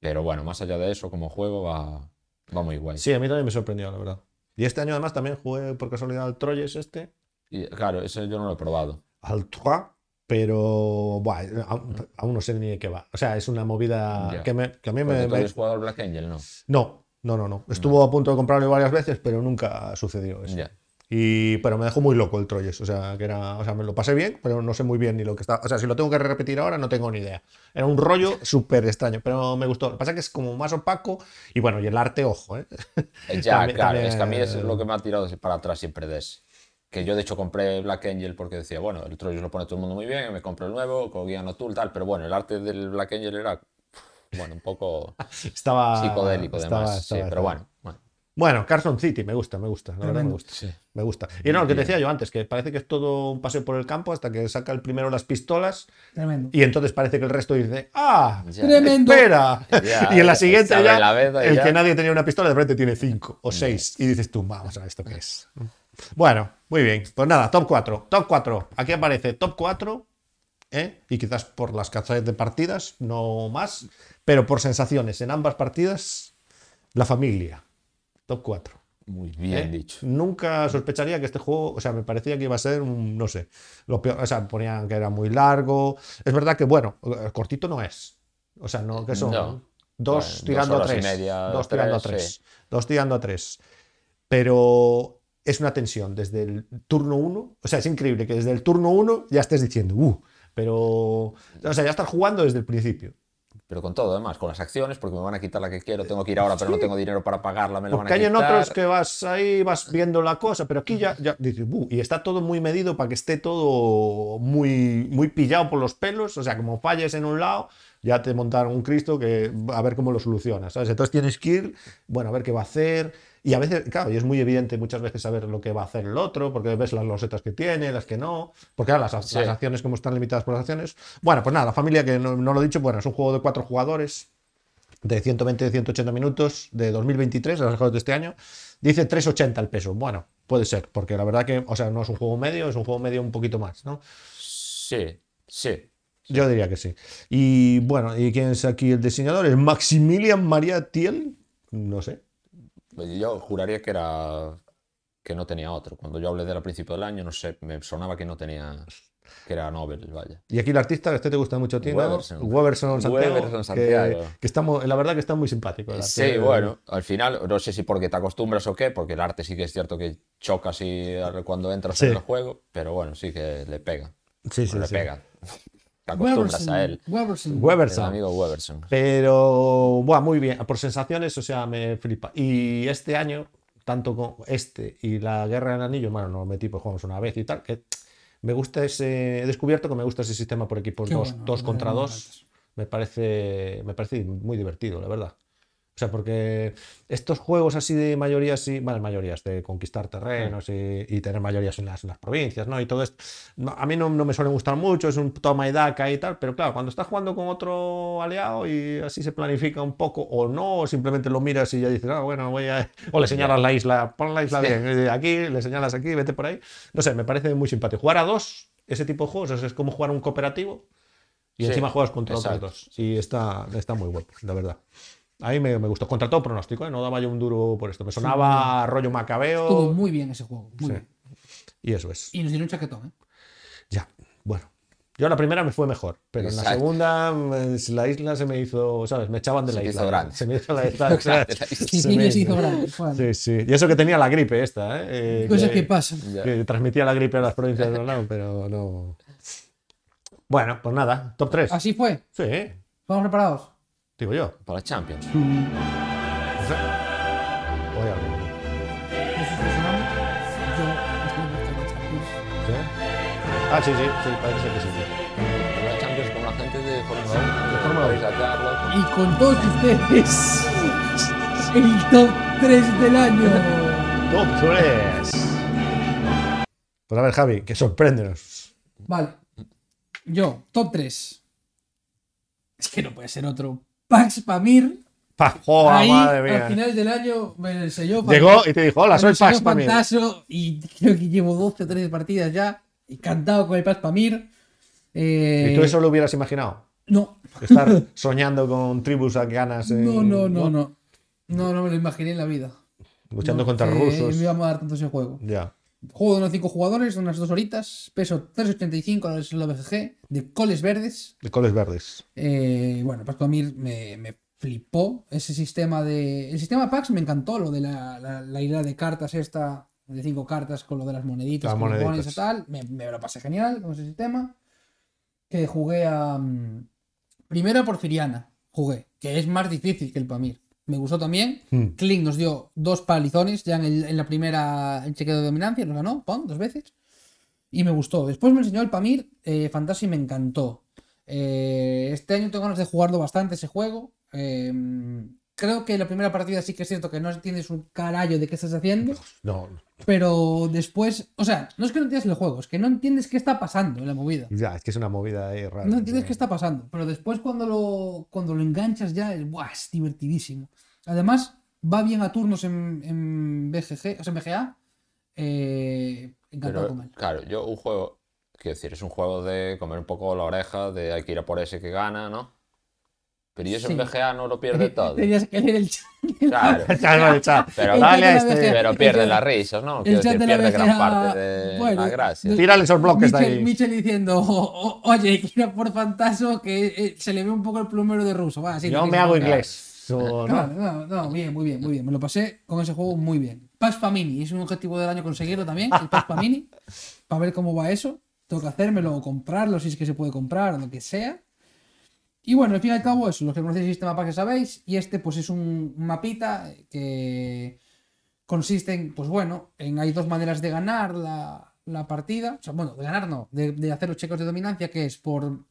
Pero bueno, más allá de eso, como juego va, va muy guay. Sí, a mí también me sorprendió, la verdad. Y este año además también jugué por casualidad al Troyes este, Y, claro, eso yo no lo he probado. al Trois, pero buah, aún, aún no sé ni de qué va. O sea, es una movida Ya. Pues que, me, que a mí Porque me... tú me- habías jugado al Black Angel, ¿no? No, no, no, no. Estuvo a punto de comprarlo varias veces, pero nunca sucedió eso. Ya. Y, pero me dejó muy loco el Troyes. O sea, que era, o sea, me lo pasé bien, pero no sé muy bien ni lo que está. O sea, si lo tengo que repetir ahora, no tengo ni idea. Era un rollo súper extraño, pero me gustó. Lo que pasa es que es como más opaco y bueno, y el arte, ojo, ¿eh? Eh, Ya, claro, También- también- es que a mí eso es lo que me ha tirado para atrás siempre de ese. Que yo de hecho compré Black Angel porque decía, bueno, el Troyes lo pone todo el mundo muy bien, me compro el nuevo, con guía Tool, tal, pero bueno, el arte del Black Angel era, bueno, un poco Estaba. psicodélico estaba- además. sí, Ah, estaba- pero bueno, bueno, Bueno, Carson City, me gusta, me gusta, la verdad me gusta. Me gusta. Y no, lo que te decía yo antes, que parece que es todo un paseo por el campo hasta que saca el primero las pistolas Tremendo. y entonces parece que el resto dice, ¡ah! Ya. Tremendo. ¡Espera! Ya, y en la ya, siguiente se abre ya, la veda y el ya. que nadie tenía una pistola de repente tiene cinco o seis. Y dices tú, vamos a ver esto qué es. Bueno, muy bien. Pues nada, top 4. Top 4. Aquí aparece top 4. ¿eh? Y quizás por las cantidades de partidas, no más. Pero por sensaciones en ambas partidas, la familia. Top 4. Muy bien ¿eh? dicho. Nunca sospecharía que este juego, o sea, me parecía que iba a ser un, no sé, lo peor, o sea, ponían que era muy largo. Es verdad que, bueno, eh, cortito no es. O sea, no, que son No. dos Bueno, tirando dos a horas y tres. media, dos tirando a tres, tres. sí. Dos tirando a tres. Pero es una tensión desde el turno uno. O sea, es increíble que desde el turno uno ya estés diciendo, uh, pero. O sea, ya estás jugando desde el principio. Pero con todo, además, con las acciones, porque me van a quitar la que quiero, tengo que ir ahora, pero no tengo dinero para pagarla, me la Porque van a hay en quitar. otros que vas ahí, vas viendo la cosa, pero aquí ya, ya dices, "Bu", y está todo muy medido para que esté todo muy, muy pillado por los pelos, o sea, como falles en un lado, ya te montaron un Cristo que a ver cómo lo solucionas, ¿sabes? Entonces tienes que ir, bueno, a ver qué va a hacer, y a veces, claro, y es muy evidente muchas veces saber lo que va a hacer el otro, porque ves las losetas que tiene, las que no, porque ahora las, Sí. las acciones como están limitadas por las acciones. Bueno, pues nada, la familia que no- no lo he dicho, bueno, es un juego de cuatro jugadores de 120 a 180 minutos de 2023, de los mejores de este año, dice 380 el peso. Bueno, puede ser, porque la verdad que, o sea, no es un juego medio, es un juego medio un poquito más, ¿no? Sí, sí. Yo diría que sí. Y bueno, ¿y quién es aquí el diseñador? Es Maximilian María Thiel, no sé. Pues Yo juraría que era que no tenía otro. Cuando yo hablé del al principio del año, no sé, me sonaba que no tenía, que era Nobel, vaya. Y aquí el artista, este te gusta mucho a ti, ¿no? Weberson. Weberson Santiago. Weberson que- Santiago. Que, está mu- la verdad que está muy simpático. el Sí, arte. bueno, al final, no sé si porque te acostumbras o qué, porque el arte sí que es cierto que choca así al- cuando entras Sí. en el juego, pero bueno, sí que le pega. Sí, sí, Bueno, le sí. pega. Te acostumbras a él. Weberson. El Weberson. amigo Weberson. Pero, buah, muy bien. Por sensaciones, o sea, me flipa. Y este año, tanto con este y la Guerra del Anillo, bueno, no metí, pues jugamos una vez y tal, que me gusta ese. He descubierto que me gusta ese sistema por equipos Qué dos, bueno, dos me- contra me dos. Me parece, me parece muy divertido, la verdad. O sea, porque estos juegos así de mayorías y. Bueno, mayorías, de conquistar terrenos y, y tener mayorías en las, en las provincias, ¿no? Y todo esto. no, a mí no, no me suelen gustar mucho, es un toma y daca y tal, pero claro, cuando estás jugando con otro aliado y así se planifica un poco, o no, o simplemente lo miras y ya dices, ah, bueno, voy a. O le señalas la isla, pon la isla bien, eh, aquí, le señalas aquí, vete por ahí. No sé, me parece muy simpático. Jugar a dos, ese tipo de juegos, o sea, es como jugar un cooperativo y Sí, encima juegas contra exacto. otros dos. Y está, está muy bueno, la verdad. A mí me, me gustó. Contra todo pronóstico, ¿eh? no daba yo un duro por esto. Me sonaba rollo Estuvo macabeo. muy bien ese juego. Muy Sí. bien. Y eso es. Y nos dieron un chaquetón, ¿eh? Ya, bueno. Yo la primera me fue mejor, pero en la Exacto. segunda mm, la isla se me hizo, ¿sabes? Me echaban de Se la te isla. hizo grande. Se me hizo la isla. o sea, Sí, se sí, me- se hizo grande. Juan. Sí, sí. Y eso que tenía la gripe esta, ¿eh? Eh, Cosas que pasan. Ya. que transmitía la gripe a las provincias de Granada, pero no. Bueno, pues nada, top 3. Así fue. Sí, Vamos preparados. digo yo. Para Champions. Voy a ver, ¿sí? Ah, sí, sí, sí, parece que sí. Para Champions con la gente de Fórmula 1. De Fórmula Fórmula 1. sacarlo. Y con todos ustedes, el top 3 del año. Top 3. Pues a ver, Javi, que sorpréndenos. Vale. Yo, top 3. Es que no puede ser otro. Pax Pamir. Pa, joa, ahí, Oh, madre mía. al final del año, me lo selló. Llegó y te dijo, hola, Con soy el señor Pax Pamir. Pantaso, y creo que llevo 12 o 13 partidas ya. Y cantado con el Pax Pamir. Eh, ¿Y tú eso lo hubieras imaginado? No, Estar soñando con tribus afganas. en- no, no, no, no. No, no me lo imaginé en la vida. Luchando No, contra que rusos. Me íbamos a dar tanto ese juego. Ya. Juego de unos 5 jugadores, unas 2 horitas. Peso 3.85 ahora es la BGG. De coles verdes. De coles verdes. Eh, bueno, Pax Pamir me, me flipó ese sistema de. El sistema Pax me encantó, lo de la, la, la idea de cartas esta, de cinco cartas con lo de las moneditas, Las con los moneditas. bonis y tal. Me, me lo pasé genial con ese sistema. Que jugué a. mm, Primero a Porfiriana, jugué, que es más difícil que el Pamir. Me gustó también. Hmm. Kling nos dio dos palizones ya en, el- en la primera, el chequeo de dominancia, nos ganó, pon, dos veces. Y me gustó. Después me enseñó el Pamir, eh, Fantasy me encantó. Eh, este año tengo ganas de jugarlo bastante ese juego. Eh, creo que la primera partida sí que es cierto que no entiendes un carajo de qué estás haciendo, No, pero después, o sea, no es que no entiendas el juego, es que no entiendes qué está pasando en la movida. ya, es que es una movida ahí rara. No entiendes qué que está pasando, pero después cuando lo, cuando lo enganchas ya es, buah, es divertidísimo. Además, va bien a turnos en, en BGG, o sea, en BGA. Eh, encantado Pero, con él. claro, yo un juego, quiero decir, es un juego de comer un poco la oreja, de hay que ir a por ese que gana, ¿no? Pero yo eso en Sí. BGA no lo pierde todo. Tenías que leer el chat. Claro, Pero El dale a chat de la este. BGA. pero pierde El las chat- risas, ¿no? el Quiero chat decir, de la pierde gran BGA, parte de bueno, la gracia. de- Tírale esos bloques de Michel, ahí. Michel diciendo, "O- o- oye, que era por fantaso, que eh, se le ve un poco el plumero de ruso. Va, sí, Yo sí, me sí, hago no, inglés. o No, no. no, no, bien, muy bien, muy bien. Me lo pasé con ese juego muy bien. Paspa Mini, es un objetivo del año conseguirlo también, el Paspa Mini, para ver cómo va eso. Tengo que hacérmelo o comprarlo, si es que se puede comprar, lo que sea. Y bueno, al fin y al cabo, eso, los que conocéis el sistema para que sabéis, y este pues es un mapita que consiste en, pues bueno, en hay dos maneras de ganar la, la partida, o sea, bueno, de ganar no, de, de hacer los checos de dominancia, que es por,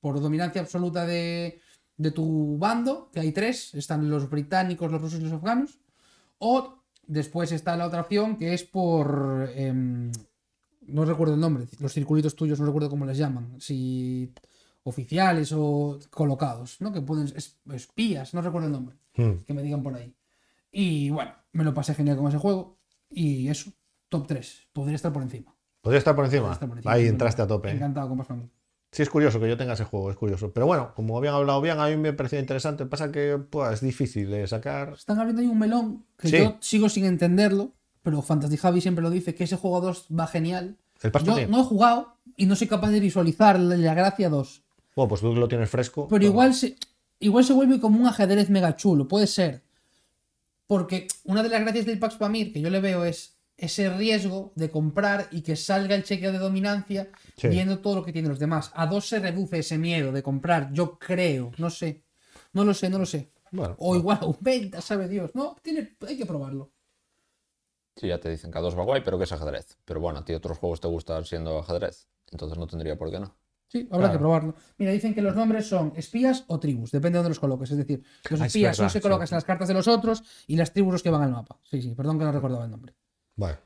por dominancia absoluta de, de tu bando, que hay tres, están los británicos, los rusos y los afganos, o después está la otra opción que es por, em, no recuerdo el nombre, los circulitos tuyos, no recuerdo cómo les llaman, si oficiales o colocados, ¿no? Que pueden, es- espías, no recuerdo el nombre Hmm. que me digan por ahí. Y bueno, me lo pasé genial con ese juego. Y eso, top 3. Podría estar por encima. Podría estar por encima. Podría estar por encima, Ah, Ahí sin entraste a duda. tope. ¿eh? Encantado con Pascual. Sí, es curioso que yo tenga ese juego, es curioso. Pero bueno, como habían hablado bien, a mí me parecía interesante. Pasa que pues, es difícil de sacar. pues Están abriendo ahí un melón que Sí. yo sigo sin entenderlo. Pero Fantasy Javi siempre lo dice, que ese juego 2 va genial. El pasto Yo tiene. no he jugado y no soy capaz de visualizar la- la gracia 2. Bueno, pues tú lo tienes fresco. Pero igual se, igual se vuelve como un ajedrez mega chulo, puede ser. Porque una de las gracias del Pax Pamir que yo le veo es ese riesgo de comprar y que salga el chequeo de dominancia Sí. viendo todo lo que tienen los demás. A dos se reduce ese miedo de comprar, yo creo, no sé. No lo sé, no lo sé. Bueno, O igual aumenta, sabe Dios. No, tiene, hay que probarlo. Sí, ya te dicen que a dos va guay, pero que es ajedrez. Pero bueno, a ti otros juegos te gustan siendo ajedrez. Entonces no tendría por qué no. Sí, habrá Claro. que probarlo. Mira, dicen que los nombres son espías o tribus, depende de dónde los coloques. Es decir, los Ah, es espías verdad, son los que colocas sí. en las cartas de los otros y las tribus los que van al mapa. Sí, sí, perdón que no recordaba el nombre. bueno.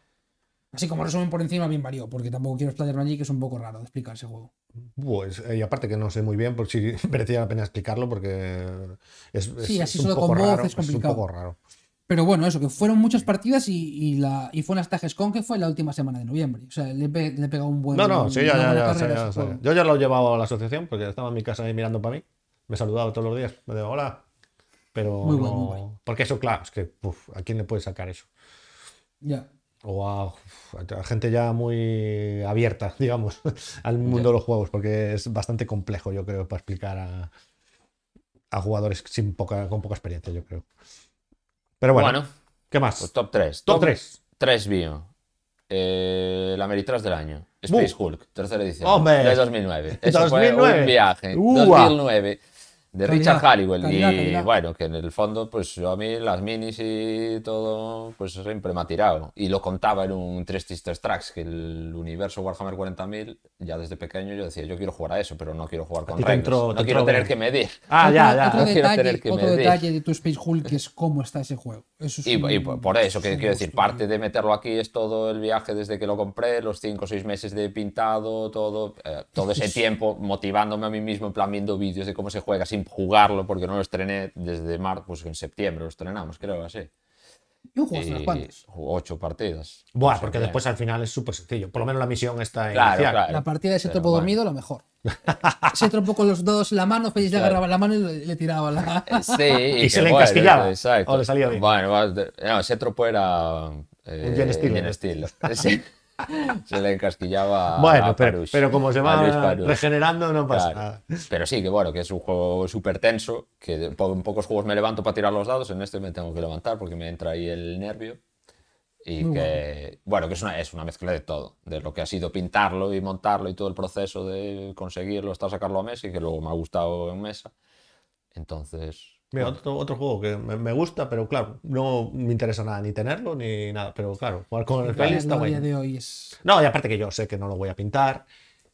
Así como resumen por encima, bien varió, porque tampoco quiero explayarme allí, que es un poco raro de explicar ese juego. Pues, eh, y aparte que no sé muy bien, por si merecía la pena explicarlo, porque es, es- Sí, es así un solo poco con voz raro, es complicado. Pues un poco raro. Pero bueno, eso, que fueron muchas partidas y, y la, y fue en las Tajes Con, que fue la última semana de noviembre. O sea, le he, pe- le he pegado un buen. No, no, sí, ya, una ya, buena ya, carrera ya, a ya, ese juego. ya. Yo ya lo he llevado a la asociación, porque estaba en mi casa ahí mirando para mí. Me saludaba todos los días, me decía, hola. Pero Muy guay, no- muy guay. Porque eso, claro, es que, uf, ¿a quién le puedes sacar eso? Ya. o a, uf, a gente ya muy abierta, digamos, al mundo de los juegos, porque es bastante complejo, yo creo, para explicar a, a jugadores sin poca, con poca experiencia, yo creo. Pero bueno, Bueno, ¿qué más? pues top 3. Top 3. 3 bio. Eh, la Meritras del año. Space Hulk, tercera edición. Hombre. De 2009. Eso fue 2009. un viaje. Ua. 2009. De Calidad, Richard Halliwell. calidad, y calidad. bueno, que en el fondo, pues yo a mí las minis y todo, pues siempre me ha tirado. Y lo contaba en un Tres Tristes Tracks, que el universo Warhammer 40.000, ya desde pequeño yo decía, yo quiero jugar a eso, pero no quiero jugar con ti te reglas. entró- no te quiero entró tener bien. que medir. Ah, Otro- ya, ya. Otro, No quiero tener detalle, que otro medir. detalle de tu Space Hulk que es cómo está ese juego. Eso es Y, un- y por por eso, es que un quiero decir, gusto, parte tío. de meterlo aquí es todo el viaje desde que lo compré, los 5 o 6 meses de pintado, todo, eh, todo ese tiempo motivándome a mí mismo, en plan viendo vídeos de cómo se juega sin jugarlo, porque no lo estrené desde marzo, pues en septiembre lo estrenamos, creo, así. Yo Pues, jugué unas cuantas. 8 partidas. Buah, No sé porque qué. después al final es súper sencillo. Por lo menos la misión está Claro, inicial. claro. La partida de ese Pero tropo bueno. dormido, lo mejor. Ese tropo con los dados en la mano, Félix le Claro. agarraba la mano y le, le tiraba la. Eh, Sí, Y se que le bueno, encasquillaba, exacto. o le salía bien. Bueno, va- de- no, ese tropo era. eh, Un Jen Stiller. Jen Stiller. Sí. Se le encasquillaba. a- Bueno, a pero, Parush, pero como se a va Luis Parush. regenerando, no pasa Claro. nada. Pero sí, que bueno, que es un juego súper tenso, que de- po- en pocos juegos me levanto para tirar los dados, en este me tengo que levantar porque me entra ahí el nervio. Y Muy que, bueno, que es una, es una mezcla de todo, de lo que ha sido pintarlo y montarlo y todo el proceso de conseguirlo hasta sacarlo a mesa y que luego me ha gustado en mesa. Entonces, Mira, otro, otro juego que me, me gusta, pero claro, no me interesa nada ni tenerlo ni nada. Pero claro, jugar con el Félix está El bueno. día de hoy es. No, y aparte que yo sé que no lo voy a pintar.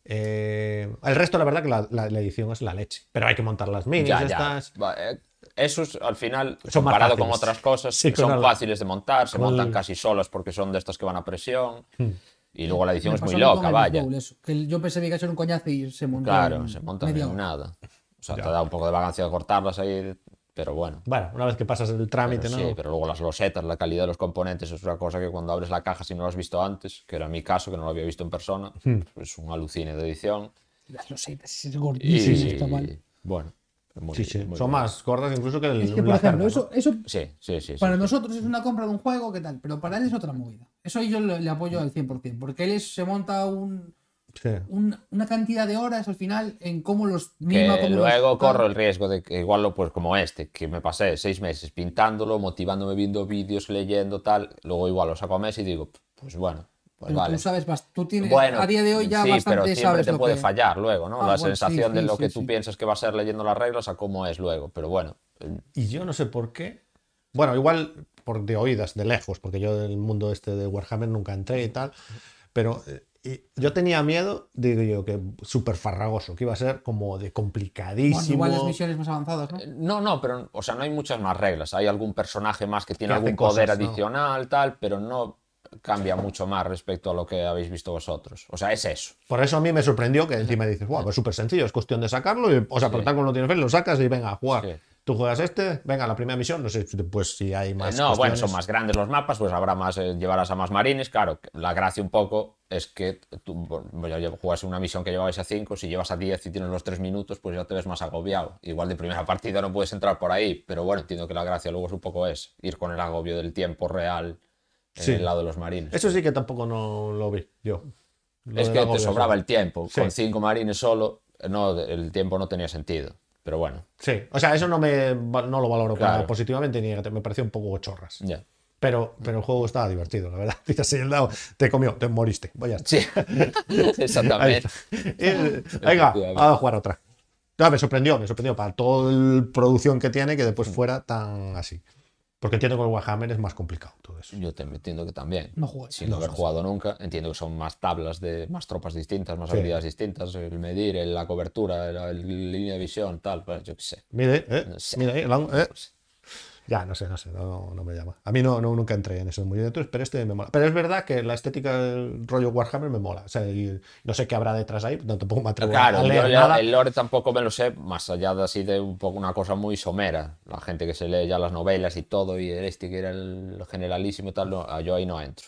Eh, el resto, la verdad, que la, la- la edición es la leche. Pero hay que montar las minis ya, ya. estas. Va, eh, esos al final, Son más comparado con fáciles. otras cosas, Sí, son claro. fáciles de montar, se Como el- montan casi solas porque son de estas que van a presión. Hmm. Y luego la edición Me es muy pasó a mí con loca, el vaya. Bowl, eso, que yo pensé que iba a ser un coñazo y se montó. Claro, en se montan media en hora. nada. O sea, te da un poco de vagancia de cortarlas ahí, pero bueno. Bueno, una vez que pasas el Pero trámite, ¿no? sí, pero luego las losetas, la calidad de los componentes es una cosa que cuando abres la caja, si no lo has visto antes, que era mi caso, que no lo había visto en persona, Hmm. es un alucine de edición. Las losetas, es Y gordísimo, está mal. bueno, muy- Sí, sí, muy Son bueno. más gordas incluso que el. Es que, por la ejemplo, cerda, ¿no? eso, eso Sí, sí, sí. sí. para nosotros es una compra de un juego, ¿qué tal? Pero para él es otra movida. Eso yo le, le apoyo al 100%, porque él es- se monta un, Sí. un- una cantidad de horas al final en cómo los mima, que cómo los- tal. luego corro el riesgo de que igual lo pues como este, que me pasé seis meses pintándolo, motivándome, viendo vídeos, leyendo tal, luego igual lo saco a mes y digo, pues bueno, pues Pero vale. tú sabes, bas- tú tienes, Bueno, a día de hoy ya sí, bastante pero siempre sabes te lo puede que... fallar luego, ¿no? Ah, la bueno, sí, sensación de sí, lo sí, que sí. tú piensas que va a ser leyendo las reglas a cómo es luego, pero bueno, eh, Y yo no sé por qué. Bueno, igual por de oídas, de lejos, porque yo del mundo este de Warhammer nunca entré y tal. Pero eh, y yo tenía miedo, digo yo, que súper farragoso, que iba a ser como de Bueno, complicadísimo. igual las misiones más avanzadas, ¿no? no, no, pero o sea, no hay muchas más reglas, hay algún personaje más que tiene Que hace algún poder cosas, ¿no? adicional tal, pero no cambia mucho más respecto a lo que habéis visto vosotros. O sea, es eso. Por eso a mí me sorprendió que encima dices, wow, pues súper sencillo, es cuestión de sacarlo. y- o sea, por tanto, no tienes fe, lo sacas y venga a jugar. Sí. Tú juegas este, venga, la primera misión, no sé pues si hay más. Eh, no, bueno, cuestiones. son más grandes los mapas, pues habrá más, eh, llevarás a más marines. Claro, la gracia un poco es que tú bueno, lle- juegas una misión que llevabais a 5, si llevas a 10 y tienes los 3 minutos, pues ya te ves más agobiado. Igual de primera partida no puedes entrar por ahí, pero bueno, entiendo que la gracia luego es un poco es ir con el agobio del tiempo real en Sí. el lado de los marines. Eso sí que tampoco no lo vi yo. Lo es de que la te gobia, sobraba sí. el tiempo. Sí. Con 5 marines solo, eh, no, el tiempo no tenía sentido. Pero bueno, Sí, o sea, eso no, me, no lo valoro para Claro. Mm. positivamente ni negati- me pareció un poco chorras. ya. Pero, pero el juego estaba divertido, la verdad. Te has dado, te comió, te moriste. Vaya. Sí, Ahí exactamente. está. Eh, Venga, Efectivamente. a jugar otra. No, me sorprendió, me sorprendió para toda la producción que tiene que después fuera tan así. Porque entiendo que el Warhammer es más complicado todo eso. Yo te entiendo que también. No jugué. sin haber jugado nunca. Entiendo que son más tablas de más tropas distintas, más Sí. habilidades distintas, el medir, el- la cobertura, la línea de visión, tal, pues yo qué sé. Mire, eh, No sé. mire, eh, el ángulo, eh. Ya, no sé, no sé, no, no me llama. A mí no, no- nunca entré en esos muy dentro, pero este me mola. Pero es verdad que la estética del rollo Warhammer me mola. O sea, y no sé qué habrá detrás ahí, no tampoco me atrevo a Claro, yo leer el- nada. el lore tampoco me lo sé, más allá de así de un poco una cosa muy somera. La gente que se lee ya las novelas y todo, y el este que era el generalísimo y tal, no, ah, yo ahí no entro.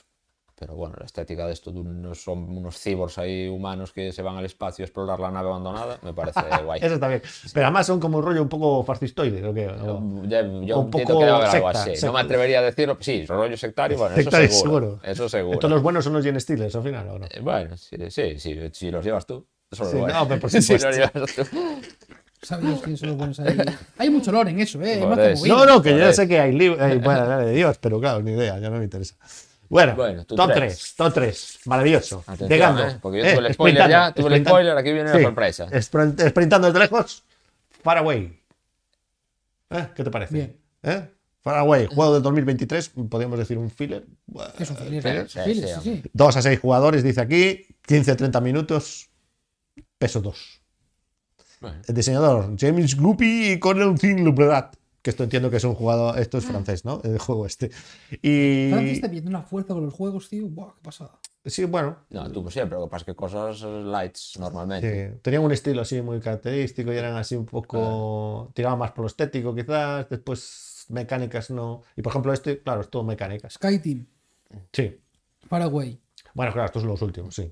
Pero bueno, la estética de esto, de unos, son unos cyborgs ahí humanos que se van al espacio a explorar la nave abandonada, me parece guay. Eso está bien. Pero además son como un rollo un poco fascistoide, creo que. ¿no? Ya- yo Un entiendo poco que debe haber algo secta, así. secta. No me atrevería a decirlo. Sí, rollo sectario, bueno, Sectario, eso seguro. Eso seguro. Entonces los buenos son los Gen Steelers al final, ¿o no? Eh, Bueno, sí, sí, sí, si los llevas tú. Eso es Sí, lo bueno. no, pero por Si los supuesto. llevas tú. Sabías que eso lo pones ahí. Hay mucho lore en eso, ¿eh? Por Más que eso. movido. No, no, que yo Joder. sé que hay libros. bueno, dale de Dios, pero claro, ni idea, ya no me interesa. Bueno, Bueno, tú top tres. 3, top 3, maravilloso. Atención, Llegando. eh, porque yo tuve el spoiler sprintando, ya, tuve el sprintando. spoiler, aquí viene la sorpresa. sprint- Sprintando desde lejos, Far Away. ¿Eh? ¿Qué te parece? Bien. ¿Eh? Far Away, juego del 2023, podríamos decir un filler. Es un filler, Pero, es sí, un filler, sí, sí, sí. 2 a 6 jugadores, dice aquí, 15-30 minutos, peso 2. Bueno. El diseñador, James Guppy y Cornelcin Lubredat, que esto entiendo que es un jugador, esto Ah. es francés, ¿no? El juego este. Francia Y... está pidiendo una fuerza con los juegos, tío. Buah, qué pasada. Sí, bueno. No, tú pues siempre, lo que pasa es que cosas lights normalmente. sí, Tenían eh, un estilo así muy característico y eran así un poco... Tiraban más por lo estético quizás, después mecánicas no... Y por ejemplo este, claro, es todo mecánicas. Sky Team, Sí. Paraguay, Bueno, claro, estos son los últimos, sí.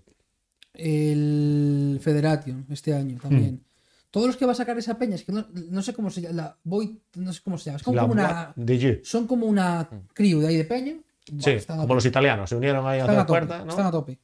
el Federation este año también. Hmm. Todos los que va a sacar esa peña, es que no, no sé cómo se llama, la Void, no sé cómo se llama. Es como, La como una, DG. son como una crew de ahí de peña. Buah, Mm. Sí, están a como los italianos, se unieron ahí a Están la a tope, puerta, ¿no? están a tope.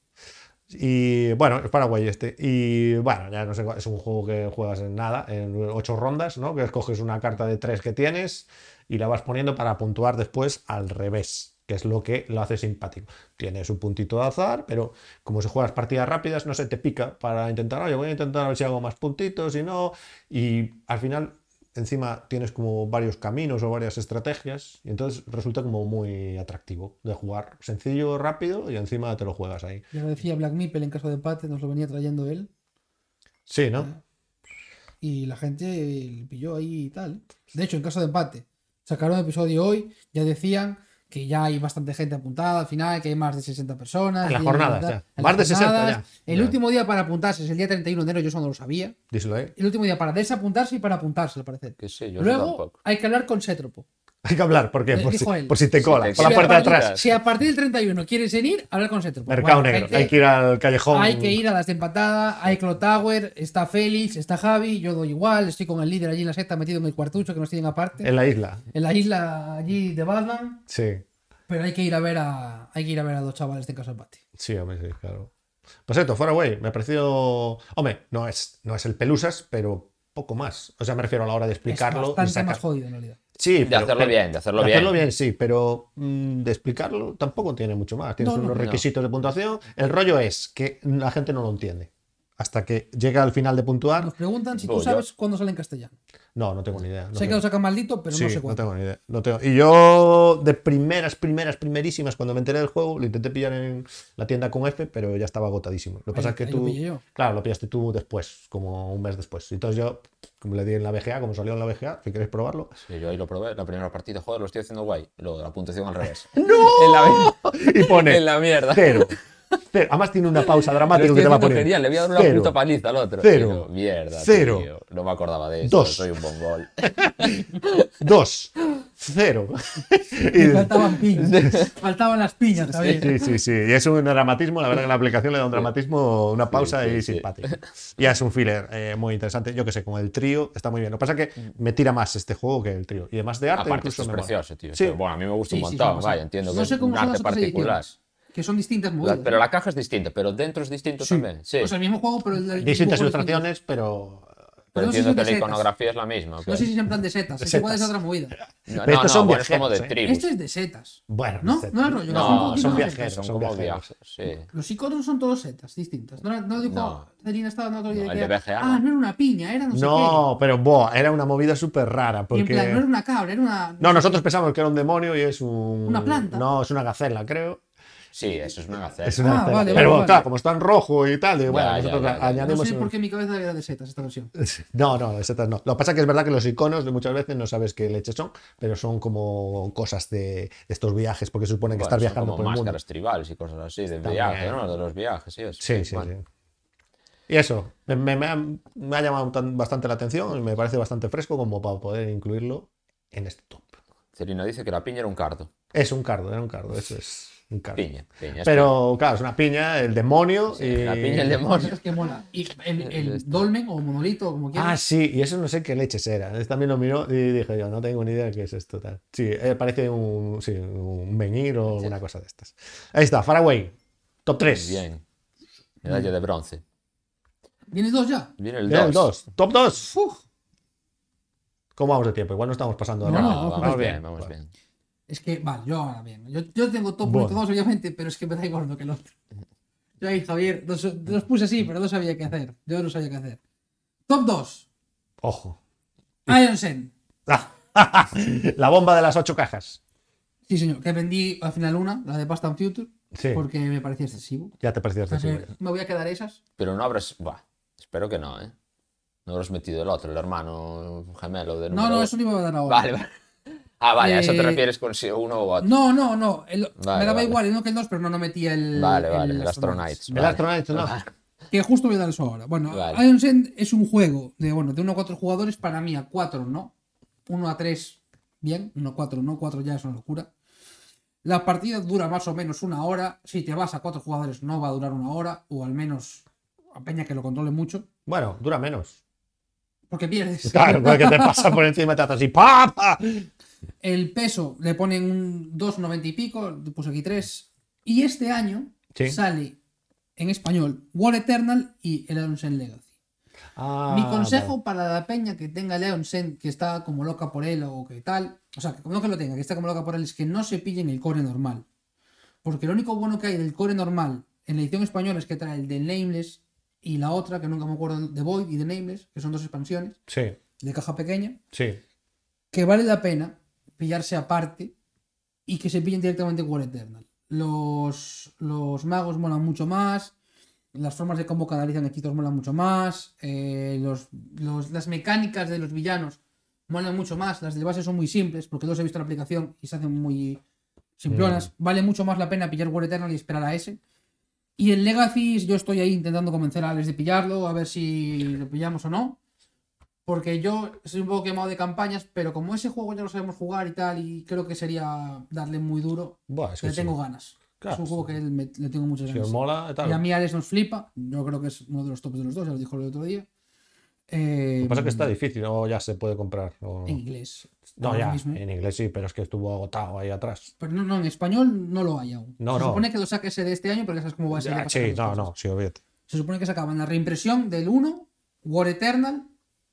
Y bueno, es Paraguay este. Y bueno, ya no sé, es un juego que juegas en nada, en ocho rondas, ¿no? Que escoges una carta de tres que tienes y la vas poniendo para puntuar después al revés, que es lo que lo hace simpático. Tienes un puntito de azar, pero como si juegas partidas rápidas, no se te pica para intentar, oye, voy a intentar a ver si hago más puntitos, si no. Y al final, encima tienes como varios caminos o varias estrategias, y entonces resulta como muy atractivo de jugar sencillo, rápido, y encima te lo juegas ahí. Ya lo decía Black Mipel en caso de empate, nos lo venía trayendo él. Sí, ¿no? y la gente le pilló ahí y tal. De hecho, en caso de empate, sacaron el episodio hoy, ya decían que ya hay bastante gente apuntada al final, que hay más de 60 personas. En las y- jornadas, en ya. las Más de 60 jornadas. ya. El Ya. último día para apuntarse es el día 31 de enero, yo eso no lo sabía. Díselo, ¿eh? El último día para desapuntarse y para apuntarse, al parecer. Que sé, yo Luego tampoco. hay que hablar con Sétropo. Hay que hablar, ¿por qué? Eh, Por, dijo si, él. por si te Si cola, te por la Si a parte de partir- atrás. Si a partir del 31 quieres venir, hablar con Sétropo. Mercado Bueno, negro, gente- hay que ir al callejón. Hay que ir a las de empatada, hay Clotower, está Félix, está Javi, yo doy igual, estoy con el líder allí en la secta metido en el cuartucho que nos tienen aparte. en la isla. En la isla allí de Batman, Sí, pero hay que ir a ver a. Hay que ir a ver a dos chavales de Casa del Patio. sí, hombre, sí, claro. Pues esto, Far Away, me ha parecido. Hombre, no es, no es el Pelusas, pero poco más. O sea, me refiero a la hora de Es explicarlo. y bastante sacar- más jodido en realidad. Sí, De hacerlo bien, de hacerlo bien. sí, pero mm, de explicarlo tampoco tiene mucho más. Tienes No, no, unos no. requisitos de puntuación. El rollo es que la gente no lo entiende. Hasta que llega al final de puntuar, Nos preguntan si tú Voy yo. sabes cuándo sale en castellano. no, no tengo ni idea. no sé que tengo- lo sacan maldito, pero no Sí, sé no cuándo. tengo ni idea. no tengo- Y yo, de primeras, primeras, primerísimas, cuando me enteré del juego, lo intenté pillar en la tienda con F, pero ya estaba agotadísimo. Lo que Ahí- pasa es que ahí lo tú. pillé yo. Claro, lo pillaste tú después, como un mes después. Entonces yo, como le di en la BGA, como salió en la BGA, si queréis probarlo. Sí, yo ahí lo probé, la primera partida, joder, lo estoy haciendo guay. Luego, la puntuación al revés. ¡No! En la, Y pone. en la mierda. Cero. Cero. Además tiene una pausa Lo dramática estoy que te va a haciendo poner. genial, le voy a dar una Cero. puta paliza al otro. Cero. Y yo, mierda, Cero. tío, no me acordaba de eso. Dos. Soy un bombol. Dos. Cero. Y Y- faltaban piñas. faltaban las piñas, Javier. Sí, sí, sí. Y es un dramatismo, la verdad que la aplicación le da un dramatismo, una pausa sí, y sí. simpática. Y es un filler eh, muy interesante. Yo que sé, como el trío, está muy bien. Lo que pasa es que me tira más este juego que el trío. Y además de arte, Mm. Aparte, esto incluso es me mola. precioso, tío. Sí. Esto- Bueno, a mí me gusta Sí, un sí, es montón, una pasada. vaya, entiendo No que sé es cómo un son las arte otras particular. ediciones, Que son distintas movidas. La- pero la caja es distinta, pero dentro es distinto también. Sí. O sea, el mismo juego, pero el del Distintas dibujo ilustraciones, pero. pero no sé si entiendo son de que la setas. iconografía es la misma. ¿ok? No sé si es en plan de setas, es setas. igual es otra movida. No, Pero no, estos no, son bueno, es como de viajeros, ¿eh? tribus. Este es de setas. Bueno, No, sé. no es rollo, es un No, poquito son más viajeros, setas, son son como viajeros. viajes. Sí. Los iconos son todos setas distintas. No, no dijo No. Celina estaba en otro día No, que el de era- BGA, Ah, no. no era una piña, era no sé No, pero buah, era una movida súper rara. qué. Y en plan, no era Porque. una cabra, era una. No, nosotros pensamos que era un demonio y es un. Una planta. No, es una gacela, creo. Sí, eso es una gacela. Es una Ah, gacela. vale, pero vale, claro, vale. como está en rojo y tal, y bueno, ya, nosotros ya, ya. No añadimos. sé un- por qué mi cabeza era de setas esta versión. No, no, las setas no. Lo que pasa es que es verdad que los iconos de muchas veces no sabes qué leches son, pero son como cosas de, de estos viajes, porque supone que Bueno, estás son viajando como por el mundo. máscaras tribales y cosas así, de También. viaje, ¿no? De los viajes, sí. eso. Sí, sí, Bueno, sí. Y eso, me, me- me ha, me ha llamado tan- bastante la atención y me parece bastante fresco como para poder incluirlo en este top. Celina dice que la piña era un cardo. Es un cardo, era un cardo, eso es un cardo. Piña, piña. es Pero claro, es una piña, el demonio. piña. y... La piña el demonio. Es que mola. Y el, Eh, el dolmen o monolito, o como Ah, quieras. sí, y eso no sé qué leches era. Él También lo miró y dije yo, no tengo ni idea de qué es esto. Tal. Sí, eh, parece un, sí, un menhir o una cosa de estas. Ahí está, Faraway, top 3. Bien. Medalla de bronce. ¿Vienes dos ya? Viene el 2. El 2, top 2. Uf. ¿Cómo vamos de tiempo? Igual no estamos pasando de No, nada. no, vamos, vamos bien, bien, vamos vale. bien. Es que, vale, yo ahora bien. Yo, yo tengo top Bueno. uno y todos, obviamente, pero es que me da igual uno que el otro. Yo ahí, Javier, los, los puse así, pero no sabía qué hacer. Yo no sabía qué hacer. Top 2. Ojo. Iron Sen. La bomba de las 8 cajas. Sí, señor. Que vendí al final una, la de Past and Future, Sí, porque me parecía excesivo. ya te pareció O sea, excesivo. que me voy a quedar esas. Pero no habrás. Buah, espero que no, ¿eh? No habrás metido el otro, el hermano gemelo de No, no, eso no iba a dar ahora. Vale, vale. Ah, vale, a eso te Eh, refieres con si uno o otro. No, no, no. el- me Vale, daba vale. igual el uno que el 2, pero no, no metía el. Vale, vale, el Astronauts. Astronauts. El vale. astronauta no. Que justo voy a dar eso ahora. Bueno, Vale. Iron Sen es un juego de, bueno, de 1 a 4 jugadores, para mí a 4 no. 1 a 3, bien. 1 a 4 no, 4 ya es una locura. La partida dura más o menos una hora. Si te vas a 4 jugadores no va a durar una hora, o al menos a Peña que lo controle mucho, Bueno, dura menos. porque pierdes. Claro, porque te pasa por encima y te hace así. ¡Pa, pa! El peso le ponen un 2,90 y pico, puse aquí 3. Y este año Sí. sale en español War Eternal y el Iron Sen Legacy. Ah, Mi consejo para la peña que tenga Leon Sen, que está como loca por él o que tal, o sea, que no que lo tenga, que está como loca por él, es que no se pillen el core normal. Porque lo único bueno que hay del core normal en la edición española es que trae el de Nameless y la otra, que nunca me acuerdo, de Void y de Nameless, que son dos expansiones Sí, de caja pequeña, sí. que vale la pena pillarse aparte y que se pillen directamente War Eternal. Los, los magos molan mucho más. las formas de cómo canalizan hechizos molan mucho más, eh, los, los- las mecánicas de los villanos molan mucho más, las de base son muy simples, porque los he visto en la aplicación y se hacen muy simplonas. Mm. Vale mucho más la pena pillar War Eternal y esperar a ese. Y el Legacy, yo estoy ahí intentando convencer a Alex de pillarlo, a ver si lo pillamos o no. Porque yo soy un poco quemado de campañas, pero como ese juego ya lo sabemos jugar y tal, y creo que sería darle muy duro, Buah, es que le sí. tengo ganas. Claro, es un juego sí. que me- le tengo muchas Si os ganas. mola, tal. Y a mí Alex nos flipa. Yo creo que es uno de los tops de los dos, ya lo dijo el otro día. Eh, Lo que pasa es que está difícil, o ya se puede comprar. o- En inglés. No, ahora ya, eh. mismo. en inglés sí, pero es que estuvo agotado ahí atrás. Pero no, no, en español no lo hay aún. No, Se no. supone que lo saque ese de este año, pero ya sabes cómo va a ser. Ya, ya pasan sí, las no, cosas. no, sí, obviamente. Se supone que sacaban la reimpresión del 1, War Eternal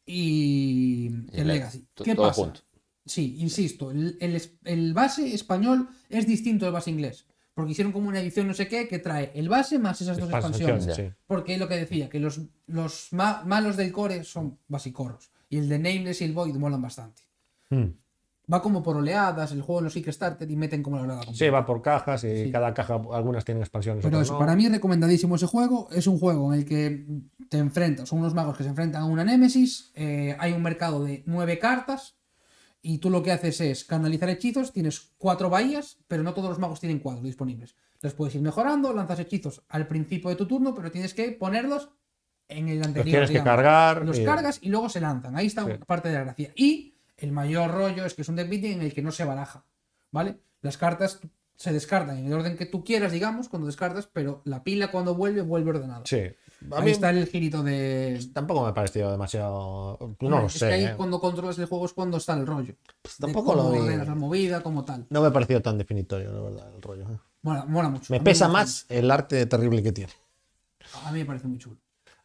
y, Y el le- Legacy. to- ¿Qué todo pasa? junto. Sí, insisto, el, el es- el base español es distinto al base inglés. Porque hicieron como una edición no sé qué que trae el base más esas dos expansiones. sí. Porque es lo que decía, que los, los ma- malos del core son basicorros. Y el de Nameless y el Void molan bastante. Mm. Va como por oleadas, el juego en los Kickstarter y meten como la verdad. Sí, va por cajas y Sí. cada caja, algunas tienen expansiones. Pero otras eso, no. para mí es recomendadísimo ese juego. Es un juego en el que te enfrentas, son unos magos que se enfrentan a una Némesis. eh, hay un mercado de nueve cartas. Y tú lo que haces es canalizar hechizos. Tienes cuatro bahías, pero no todos los magos tienen cuatro disponibles. Los puedes ir mejorando, lanzas hechizos al principio de tu turno, pero tienes que ponerlos en el anterior. Los tienes que digamos. cargar. Los y- cargas y luego se lanzan. Ahí está Sí. parte de la gracia. Y el mayor rollo es que es un deck building en el que no se baraja. ¿Vale? Las cartas se descartan en el orden que tú quieras, digamos, cuando descartas, pero la pila cuando vuelve, vuelve ordenada. Sí. A Ahí mí está el girito de. tampoco me ha parecido demasiado. No Hombre, lo es sé. que ahí eh. cuando controlas el juego es cuando está el rollo. De Pues tampoco cómo lo vi. ordenas la movida, como tal. No me ha parecido tan definitorio, la verdad, el rollo. eh. Mola, mola mucho. A Me mí pesa gusta más el arte terrible que tiene. mucho. A mí me parece muy chulo.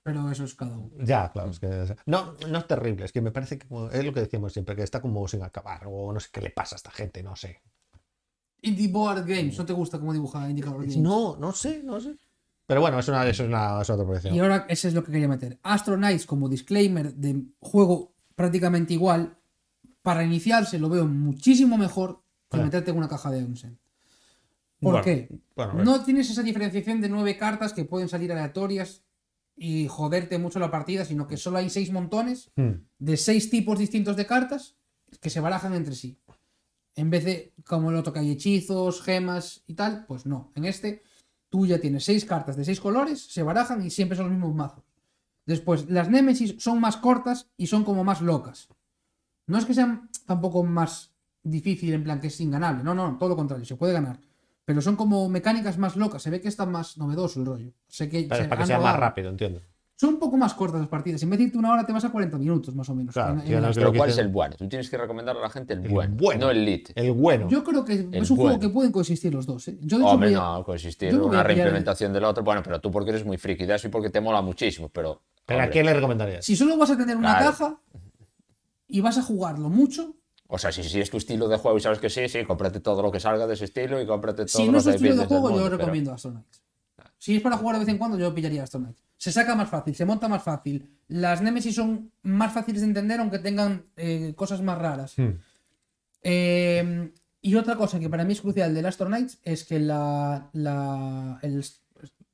Pero eso es cada uno. Ya, claro, es que. No, no es terrible, es que me parece que como- es lo que decíamos siempre, que está como sin acabar, o no sé qué le pasa a esta gente, no sé. Indie Board Games, ¿no te gusta cómo dibuja Indie Board Games? No, no sé, no sé. Pero bueno, es una, es una, es una otra Y proyección. ahora ese es lo que quería meter. Astro Knights como disclaimer de juego prácticamente igual, para iniciarse lo veo muchísimo mejor que Ah. meterte en una caja de Onsen. ¿Por Bueno, qué? bueno, a ver. no tienes esa diferenciación de nueve cartas que pueden salir aleatorias y joderte mucho la partida, sino que solo hay seis montones Hmm. de seis tipos distintos de cartas que se barajan entre sí. En vez de como el otro que hay hechizos, gemas y tal, pues no. En este tú ya tienes seis cartas de seis colores, se barajan y siempre son los mismos mazos. Después, las Némesis son más cortas y son como más locas. No es que sean tampoco más difícil en plan que es inganable, no, no, todo lo contrario, se puede ganar. Pero son como mecánicas más locas, se ve que está más novedoso el rollo. Sé que Pero se es para que han sea más rodado. rápido, entiendo. Son un poco más cortas las partidas. En vez de irte una hora, te vas a 40 minutos más o menos. Claro, En- en tío, la- no es Pero Creo que ¿cuál es hicieron- el bueno? Tú tienes que recomendar a la gente el, El bueno, bueno. no el lit. El bueno. Yo creo que es un bueno. juego que pueden coexistir los dos. ¿eh? Yo de hecho Hombre, voy a- no, consistir yo en no voy una a pillar el- reimplementación del otro. Bueno, pero tú porque eres muy friki de eso y porque te mola muchísimo, pero. ¿Pero a hombre, quién le recomendarías? Si solo vas a tener una Claro. caja y vas a jugarlo mucho, O sea, si, si es tu estilo de juego y sabes que sí, sí, cómprate todo lo que salga de ese estilo y cómprate todo si lo no que es tu estilo de juego, yo recomiendo Astro Knights. Si es para jugar de vez en cuando, yo pillaría Astro Knights. Se saca más fácil, se monta más fácil. Las Nemesis son más fáciles de entender, aunque tengan eh, cosas más raras. Hmm. Eh, y otra cosa que para mí es crucial del Astro Knights es que la, la el s-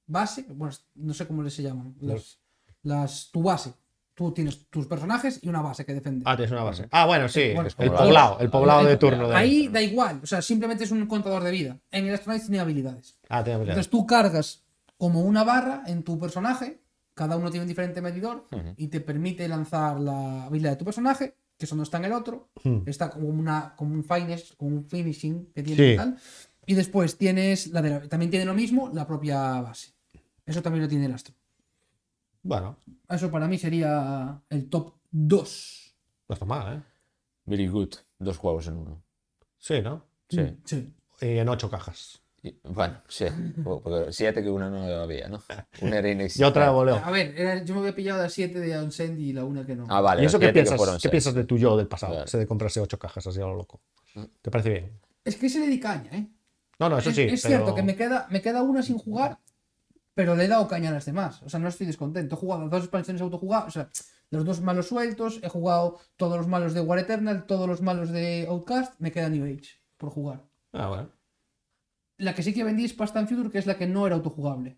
base, bueno, no sé cómo se llaman, las, las- tu base. Tú tienes tus personajes y una base que defiende. Ah, tienes una Mm. base. Ah, bueno, sí. Bueno, el poblado. poblado, el poblado de turno. De... Ahí da igual, o sea, simplemente es un contador de vida. En el Astro Knights tiene habilidades. Ah, tiene habilidad. Entonces tú cargas como una barra en tu personaje, cada uno tiene un diferente medidor y te permite lanzar la habilidad de tu personaje, que eso no está en el otro, Hmm. está como, una, como un finish, como un finishing que tiene Sí. y tal. Y después tienes la de la- también tiene lo mismo la propia base. Eso también lo tiene el astro. Bueno, Eso para mí sería el top 2. no está mal, ¿eh? Very good. Dos juegos en uno. Sí, ¿no? Mm. Sí. Sí. Y en ocho cajas. Y- bueno, sí. Porque siete que una no había, ¿no? Una era Y inexistente. otra de voleo. A ver, era- yo me había pillado las 7 de Onsen y la una que no. Ah, vale. ¿Y las eso qué siete que piensas, fueron qué seis. piensas de tu yo del pasado? Claro. Ese de comprarse ocho cajas así a lo loco. Mm. ¿Te parece bien? Es que se le di caña, ¿eh? No, no, Ah, eso es, sí. es pero- cierto que me queda, me queda una sin jugar, pero le he dado caña a las demás. O sea, no estoy descontento. He jugado dos expansiones autojugadas, o sea, los dos malos sueltos, he jugado todos los malos de War Eternal, todos los malos de Outcast, me queda New Age por jugar. Ah, bueno. La que sí que vendí es Past and Future, que es la que no era autojugable.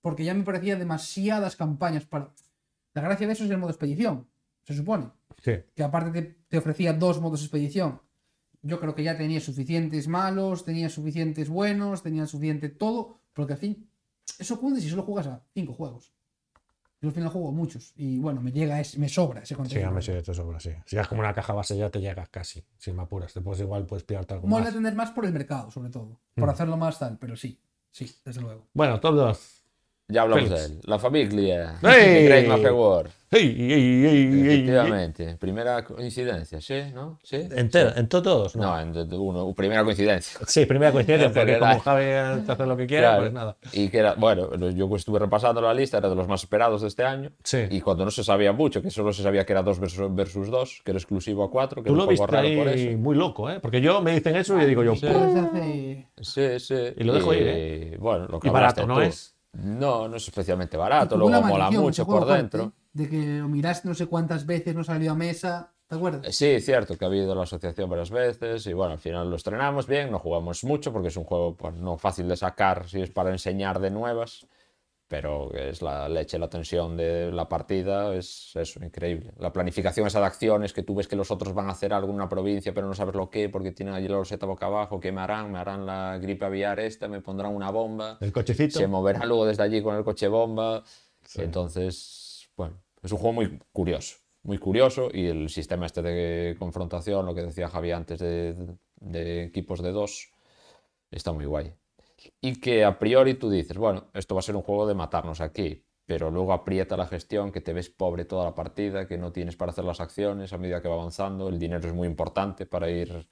porque ya me parecía demasiadas campañas para... La gracia de eso es el modo expedición, se supone. Sí. Que aparte te, te ofrecía dos modos expedición. Yo creo que ya tenía suficientes malos, tenía suficientes buenos, tenía suficiente todo, porque al fin, eso cunde si solo juegas a cinco juegos. Yo al final juego a muchos y bueno, me llega, ese- me sobra ese Sí, contenido. ya me sé de sobra, sí. Si ya es como una caja base, ya te llegas casi, sin me apuras. Te puedes igual, puedes pillarte algo Mola más. Mm. tener más por el mercado, sobre todo. Por hacerlo más tal, pero sí. Sí, desde luego. Bueno, top 2. Ya hablamos Félix. de él. La familia. ¡Ey! Craig McEwar. ¡Ey, ey, ey, ey, ey, ey! Efectivamente. Primera coincidencia, ¿sí? ¿No? ¿Sí? Entero, en to- todos, ¿no? No, en, en uno, primera coincidencia. Sí, primera coincidencia, En porque general. como Javi te hace lo que quiera, Claro. pues nada. Y que era, bueno, yo pues estuve repasando la lista, era de los más esperados de este año. Sí. Y cuando no se sabía mucho, que solo se sabía que era 2 versus, versus 2, que era exclusivo a 4, que Tú era lo un juego viste raro por ahí eso. muy loco, ¿eh? Porque yo me dicen eso y digo yo, Pero desde hace- Sí, sí. Y lo dejo y, ir, ¿eh? Bueno, lo que Y barato, hablaste ¿no tú. es? No, no es especialmente barato, Tuvo una Ah, luego mola maldición, mucho ese juego, por aparte, dentro. De que lo miraste no sé cuántas veces, no salió a mesa. ¿Te acuerdas? Eh, Sí, cierto, que ha habido la asociación varias veces y bueno, al final lo estrenamos bien, no jugamos mucho porque es un juego pues, no fácil de sacar si es para enseñar de nuevas, pero es la leche, la tensión de la partida, es eso, increíble. La planificación esa de acciones que tú ves que los otros van a hacer algo en una provincia pero no sabes lo que porque tienen allí la roseta boca abajo, ¿qué me harán? ¿Me harán la gripe aviar esta? ¿Me pondrán una bomba? el cochecito. se moverá luego desde allí con el coche bomba. Entonces, bueno, es un juego muy curioso, muy curioso y el sistema este de confrontación, lo que decía Javi antes de, de equipos de dos, está muy guay. Y que a priori tú dices, bueno, esto va a ser un juego de matarnos aquí, pero luego aprieta la gestión, que te ves pobre toda la partida, que no tienes para hacer las acciones a medida que va avanzando, el dinero es muy importante para ir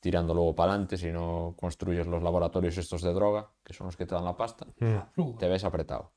tirando luego para adelante, si no construyes los laboratorios estos de droga, que son los que te dan la pasta, Mm. te ves apretado.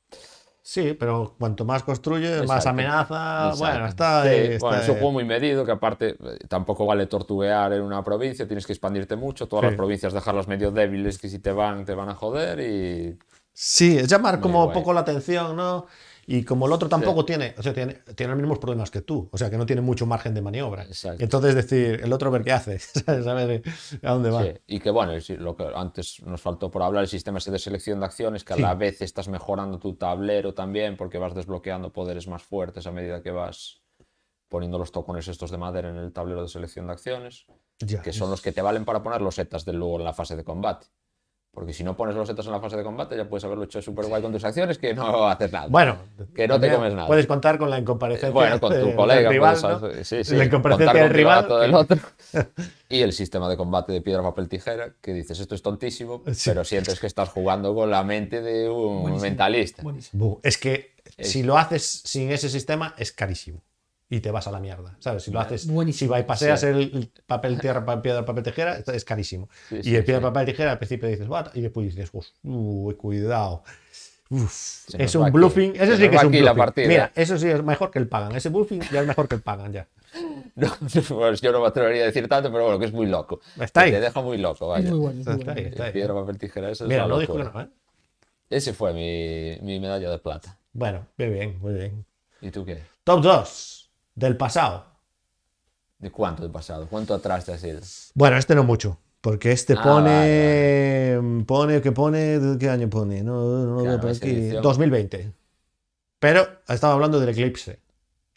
Sí, pero cuanto más construyes, más Exacto. amenaza. Exacto. Ah, Bueno, está. Sí, eh, bueno, está, es un eh, juego muy medido, que aparte eh, tampoco vale tortuguear en una provincia, tienes que expandirte mucho, todas Sí. las provincias dejarlas medio débiles, que si te van, te van a joder y... Sí, es llamar como guay. poco la atención, ¿no? Y como el otro tampoco tiene, o sea, tiene, tiene los mismos problemas que tú, o sea, que no tiene mucho margen de maniobra. Exacto. Entonces, decir, el otro ver qué hace, ¿sabes? A ver a dónde va. Sí, y que bueno, sí, lo que antes nos faltó por hablar, el sistema ese de selección de acciones, que a Sí. la vez estás mejorando tu tablero también, porque vas desbloqueando poderes más fuertes a medida que vas poniendo los tocones estos de madera en el tablero de selección de acciones, Ya. que son los que te valen para poner los setas de luego en la fase de combate. Porque si no pones los setas en la fase de combate, ya puedes haberlo hecho súper guay con tus acciones, que no haces nada. Bueno, Que no te también comes nada. Eh, Puedes contar con la incomparecencia Bueno, con de- tu del colega, rival, puedes ¿no? hacer- sí, sí, la contar incomparecencia con del un rival. rival que- del otro. Y el sistema de combate de piedra, papel, tijera, que dices, esto es tontísimo, Sí. pero sientes que estás jugando con la mente de un Buenísimo, mentalista. Buenísimo. Bu, es que Es- si lo haces sin ese sistema, es carísimo. Y te vas a la mierda, ¿sabes? Si lo haces, Buenísimo. si bypaseas Sí. el el papel tierra, pa- piedra, papel, tijera, esto es carísimo. Sí, y sí, el piedra, sí. papel, tijera al principio dices, "What?", y después dices, "Uf, uy, cuidado. Uf, Se nos es va un aquí. bluffing. Se Eso nos sí que va es un aquí la bluffing. partida. Mira, eso sí es mejor que el pagan. Ese bluffing ya es mejor que el pagan, ya. No, pues yo no me atrevería a decir tanto, pero bueno, que es muy loco. Está Que ahí. Te deja muy loco, vaya. Es muy bueno. es muy Está ahí, bueno. está ahí. Piedra, papel, tijera, eso es Mira, la no dijo que locura. no, ¿eh? Ese fue mi, mi medalla de plata. Bueno, muy bien, muy bien. ¿Y tú qué? Top 2 del pasado. ¿De cuánto he pasado? ¿Cuánto atrás te has ido? Bueno, este no mucho, porque este Ah, pone, pone, que pone, ¿de ¿qué año pone? No, no lo Claro, veo por esa aquí. edición. 2020. Pero estaba hablando del eclipse,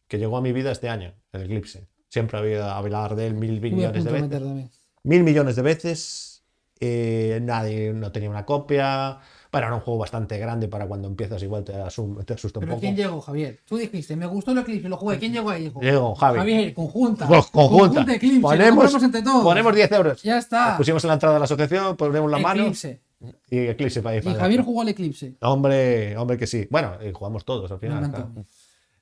que llegó a mi vida este año, el eclipse. Siempre había hablar de él mil Estuve a millones punto de de veces. meter también. Mil millones de veces. eh, nadie no tenía una copia. Bueno, era un juego bastante grande para cuando empiezas, igual te, asum- te asusta un Pero poco. ¿quién llegó, Javier? Tú dijiste, me gustó el Eclipse, lo jugué. ¿Quién llegó ahí? Dijo, Llegó Eh, Javi. Javier, conjunta. Pues conjunta. Eclipse, ponemos, lo Ponemos, compramos entre todos. ponemos 10 euros. Ya está. Pusimos en la entrada de la asociación, ponemos la mano Eclipse. y eclipse para ir Y para Javier adelante. jugó al Eclipse. Hombre, hombre que sí. Bueno, eh, jugamos todos al Me final. encantó. claro.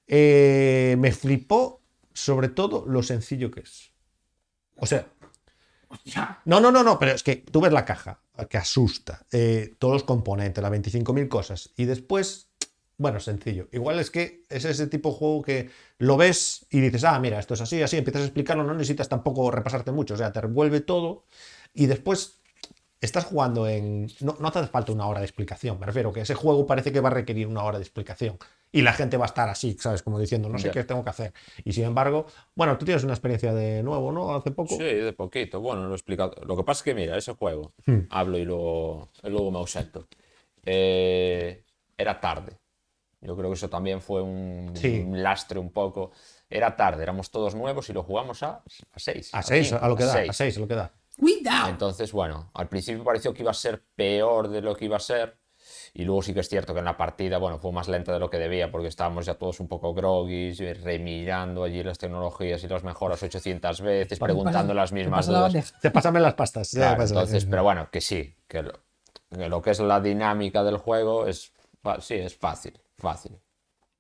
Eh, me flipó sobre todo lo sencillo que es. O sea, Ya. no, no, no, no, pero es que tú ves la caja, que asusta, eh, todos los componentes, las 25.000 cosas, y después, bueno, sencillo. Igual es que es ese tipo de juego que lo ves y dices, ah, mira, esto es así, así, empiezas a explicarlo, no necesitas tampoco repasarte mucho, o sea, te revuelve todo, y después estás jugando en. No, no hace falta una hora de explicación, me refiero, que ese juego parece que va a requerir una hora de explicación. Y la gente va a estar así, ¿sabes? Como diciendo, no sé Ya. qué tengo que hacer. Y sin embargo, bueno, tú tienes una experiencia de nuevo, ¿no? Hace poco. Sí, de poquito. Bueno, lo he explicado. Lo que pasa es Hmm. que, mira, ese juego, hablo y luego, y luego me ausento. Eh, era tarde. Yo creo que eso también fue un, Sí. un lastre un poco. Era tarde, éramos todos nuevos y lo jugamos a 6. A 6, a lo que da, a seis. 6, a lo que da. ¡Cuidado! Entonces, bueno, al principio pareció que iba a ser peor de lo que iba a ser. Y luego sí que es cierto que en la partida, bueno, fue más lenta de lo que debía porque estábamos ya todos un poco groggy, eh, remirando allí las tecnologías y las mejoras 800 veces, Me pasa- preguntando las me mismas pasa la dudas. bandeja. Te pásame las pastas. ya, Claro, pásame. entonces, pero bueno, que sí, que lo, que lo que es la dinámica del juego es, fa- sí, es fácil, fácil.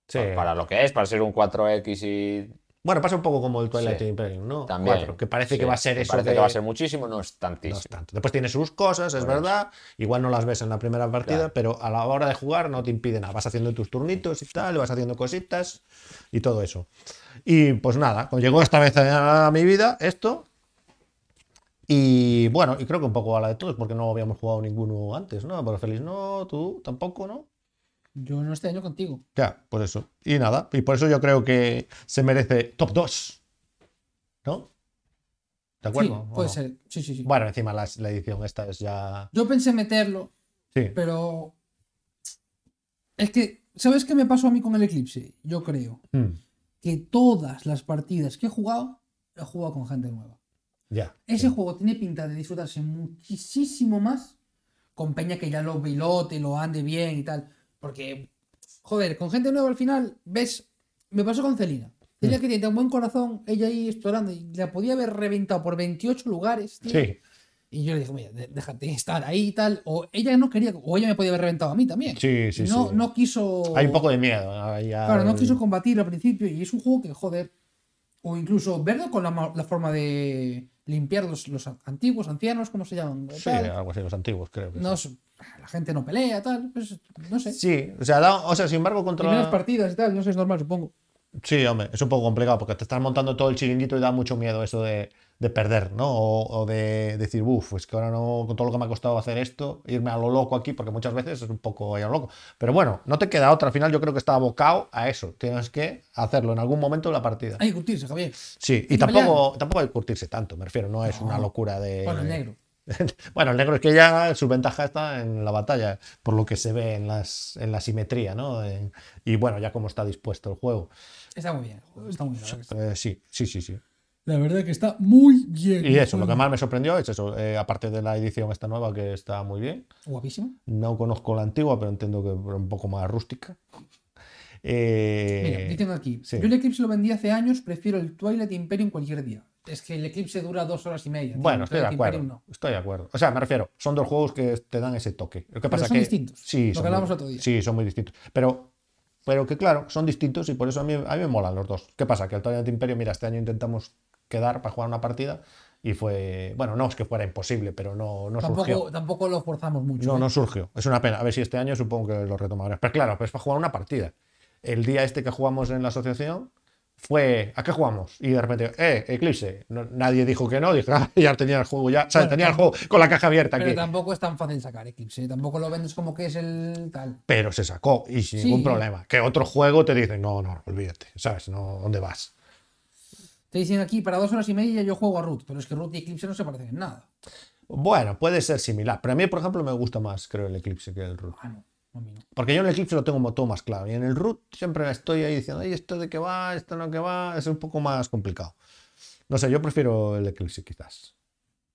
Sí. Pa- Para lo que es, para ser un 4X y Bueno, pasa un poco como el Twilight Sí. Imperium, ¿no? también. Cuatro, que parece sí, que va a ser eso. Parece de- que va a ser muchísimo, no es No tantísimo. es tanto. Después tiene sus cosas, es verdad. Igual no las ves en la primera partida, Claro. pero a la hora de jugar no te impide nada. Vas haciendo tus turnitos y tal, vas haciendo cositas y todo eso. Y pues nada, pues llegó esta vez a mi vida esto. Y bueno, y creo que un poco a la de todos, porque no habíamos jugado ninguno antes, ¿no? Pero Félix no, tú tampoco, ¿no? Yo no este año contigo. Ya, por eso. Y nada, y por eso yo creo que se merece top 2. ¿No? ¿De acuerdo? Oh. Sí, ¿O puede no? ser. Sí, sí, sí. Bueno, encima la, la edición esta es ya. Yo pensé meterlo, Sí. pero. Es que, ¿sabes qué me pasó a mí con el Eclipse? Yo creo Mm, que todas las partidas que he jugado, he jugado con gente nueva. ya. Ese juego tiene pinta de disfrutarse muchísimo más con Peña que ya lo pilote, lo ande bien y tal. Porque, joder, con gente nueva al final, ves, me pasó con Celina. Mm. Celina que tiene un buen corazón, ella ahí explorando, y la podía haber reventado por 28 lugares. tío. Sí, Y yo le dije, mira, de- déjate estar ahí y tal. O ella no quería, o ella me podía haber reventado a mí también. sí, sí. no, sí. no quiso. Hay un poco de miedo. ahí al- Claro, no quiso combatir al principio y es un juego que, joder, o incluso verlo con la, ma- la forma de limpiar los, los antiguos, ancianos, ¿cómo se llaman? Sí, Tal. algo así, los antiguos, creo. que No sí. sé, la gente no pelea, tal, pues, no sé. Sí, o sea, da- o sea, sin embargo, Primeras contra. partidas y tal, no sé, es normal, supongo. Sí, hombre, es un poco complicado porque te estás montando todo el chiringuito y da mucho miedo eso de, de perder, ¿no? O, o de decir, uff, es que ahora no, con todo lo que me ha costado hacer esto, irme a lo loco aquí, porque muchas veces es un poco ahí a lo loco. Pero bueno, no te queda otra. Al final yo creo que está abocado a eso. Tienes que hacerlo en algún momento de la partida. Hay que curtirse, Javier. Sí, y Hay que tampoco, tampoco hay que curtirse tanto, me refiero, no es una locura de. Bueno, el negro. bueno, el negro es que ya su ventaja está en la batalla, por lo que se ve en, las, en la simetría, ¿no? En- y bueno, ya como está dispuesto el juego. Está muy bien, el juego, está muy bien. la verdad que sí. Eh, sí, sí, sí, sí. La verdad que está muy bien. Y eso, lo que más me sorprendió es eso, eh, aparte de la edición esta nueva que está muy bien, Guapísimo. no conozco la antigua, pero entiendo que era un poco más rústica. Eh, Mira, dicen aquí, sí. yo el Eclipse lo vendí hace años, prefiero el Twilight Imperium cualquier día. Es que el Eclipse dura dos horas y media. tío, Bueno, el estoy de Twilight acuerdo. Imperium no. Estoy de acuerdo. O sea, me refiero, son dos juegos que te dan ese toque. Lo que pasa son que, distintos, Sí, lo son que hablábamos muy- otro día. Sí, son muy distintos. Pero, pero que claro, son distintos y por eso a mí, a mí me molan los dos. ¿Qué pasa? Que el Twilight Imperio, mira, este año intentamos quedar para jugar una partida y fue. Bueno, no es que fuera imposible, pero no, no Pues surgió. Tampoco, tampoco lo forzamos mucho. No, ¿eh? no surgió. Es una pena. A ver si este año supongo que lo retomaremos. Pero claro, pues para jugar una partida. El día este que jugamos en la asociación fue. ¿A qué jugamos? Y de repente, ¡eh, Eclipse! No- nadie dijo que no. Dije, "Ah, ya tenía el juego, ya. O sea, Bueno, tenía el juego con la caja abierta Pero aquí. tampoco es tan fácil sacar Eclipse, ¿eh? tampoco lo vendes como que es el tal. Pero se sacó y sin Sí. ningún problema. Que otro juego te dice, no, no, olvídate. ¿Sabes? No, ¿Dónde vas? Te dicen aquí, para dos horas y media yo juego a Root, pero es que Root y Eclipse no se parecen en nada. Bueno, puede ser similar. Pero a mí, por ejemplo, me gusta más, creo, el Eclipse que el Root. Ah, no, a mí no. Porque yo en el Eclipse lo tengo mo- todo más claro. Y en el root siempre estoy ahí diciendo, "Ay, esto de qué va, esto no qué va. Es un poco más complicado. No sé, yo prefiero el Eclipse quizás.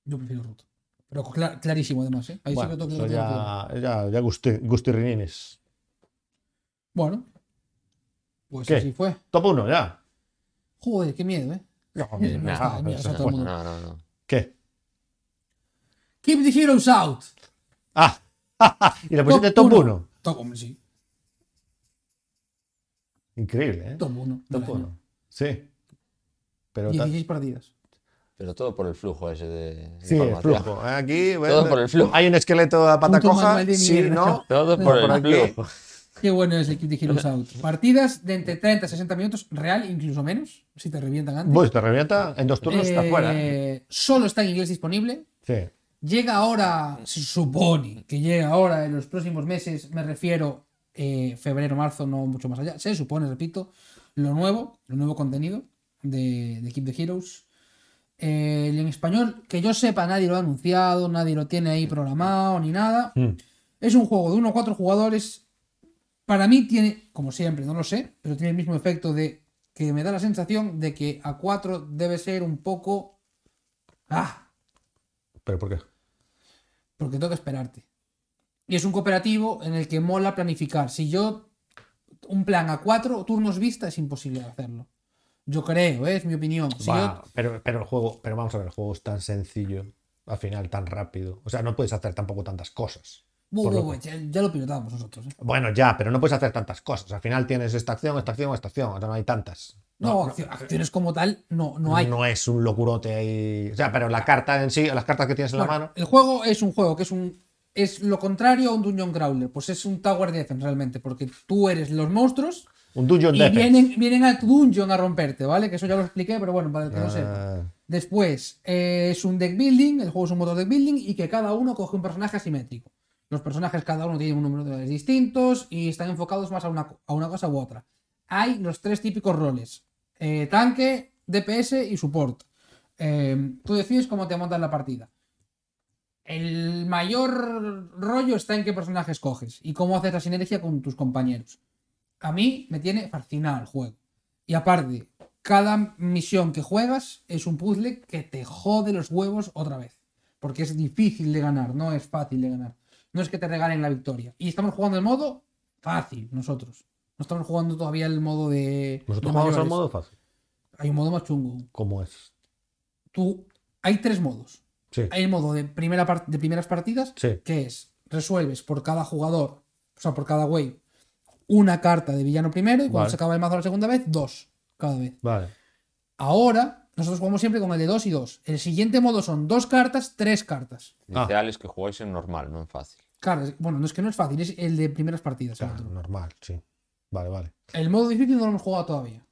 Yo prefiero Root. Pero cla- clarísimo además, ¿eh? Ahí sí Bueno, que lo tengo eso claro, claro, claro. ya, ya, ya gusti, gustirrinines. Bueno. Pues ¿Qué? así fue. Top 1, ya. Joder, qué miedo, ¿eh? No, Eh, no, está, pero mira, eso está es todo el bueno. mundo. No, no, no. ¿Qué? Keep the heroes out. Ah, y le pusiste top 1. Top 1, sí. Increíble, ¿eh? Top 1. Top 1. Sí. Pero tal- 16 partidas. Pero todo por el flujo ese de, de Sí, el información. flujo. ¿eh? Aquí, Todo por el flujo. Hay un esqueleto a pata Punto coja. manual de Sí, mierda. no. Todo No, por por el aquí. flujo. Qué bueno es el Keep the heroes out. Partidas de entre 30 y 60 minutos, real, incluso menos, si te revientan antes. Pues te revienta. En dos turnos está Eh, fuera. ¿eh? Solo está en inglés disponible. Sí. Llega ahora, se supone que llega ahora en los próximos meses, me refiero eh, febrero, marzo, no mucho más allá. Se supone, repito, lo nuevo, lo nuevo contenido de, de Keep the Heroes. Eh, en español, que yo sepa, nadie lo ha anunciado, nadie lo tiene ahí programado ni nada. Mm. Es un juego de 1 a 4 jugadores Para mí tiene, como siempre, no lo sé, pero tiene el mismo efecto de que me da la sensación de que a 4 debe ser un poco. ¡Ah! ¿Pero por qué? Porque tengo que esperarte. Y es un cooperativo en el que mola planificar. Si yo. Un plan a 4 turnos vista es imposible hacerlo. Yo creo, ¿eh? es mi opinión. Si Bah, yo- pero, pero el juego, pero vamos a ver, el juego es tan sencillo, al final tan rápido. O sea, no puedes hacer tampoco tantas cosas. Bu, por bu, lo bu, que- ya, ya lo pilotábamos nosotros. ¿eh? Bueno, ya, pero no puedes hacer tantas cosas. Al final tienes esta acción, esta acción, esta acción. O sea, no hay tantas. No, acci- acciones como tal no, no hay. eh, No es un locurote ahí. O sea, pero la carta en sí, las cartas que tienes en la Bueno, mano. El juego es un juego que es un. Es lo contrario a un Dungeon Crawler. Pues es un Tower Defense realmente. Porque tú eres los monstruos Un dungeon y defense. vienen, vienen a tu dungeon a romperte, ¿vale? Que eso ya lo expliqué, pero bueno, para el que no sepa. Ah, Después, eh, es un deck building, el juego es un motor deck building y que cada uno coge un personaje asimétrico. Los personajes cada uno tienen un número de roles distintos y están enfocados más a una, co- a una cosa u otra. Hay los tres típicos roles. eh, tanque, DPS y support. Eh, tú decides cómo te montas la partida. El mayor rollo está en qué personajes coges y cómo haces la sinergia con tus compañeros. A mí me tiene fascinado el juego. Y aparte, cada misión que juegas es un puzzle que te jode los huevos otra vez. Porque es difícil de ganar, no es fácil de ganar. No es que te regalen la victoria. Y estamos jugando el modo fácil, nosotros. No estamos jugando todavía el modo de. Nosotros de jugamos al mayores. modo fácil. Hay un modo más chungo. ¿Cómo es? Tú. Hay tres modos. Sí. Hay el modo de, primera par- de primeras partidas, Sí. que es resuelves por cada jugador, o sea, por cada wave, una carta de villano primero y cuando Vale. se acaba el mazo la segunda vez, dos cada vez. Vale. Ahora, nosotros jugamos siempre con el de dos y dos. El siguiente modo son dos cartas, tres cartas. Lo ideal es que jugáis en normal, no en fácil. Claro, es- bueno, no es que no es fácil, es el de primeras partidas. el Claro, otro. normal, sí. Vale, vale. El modo difícil no lo hemos jugado todavía.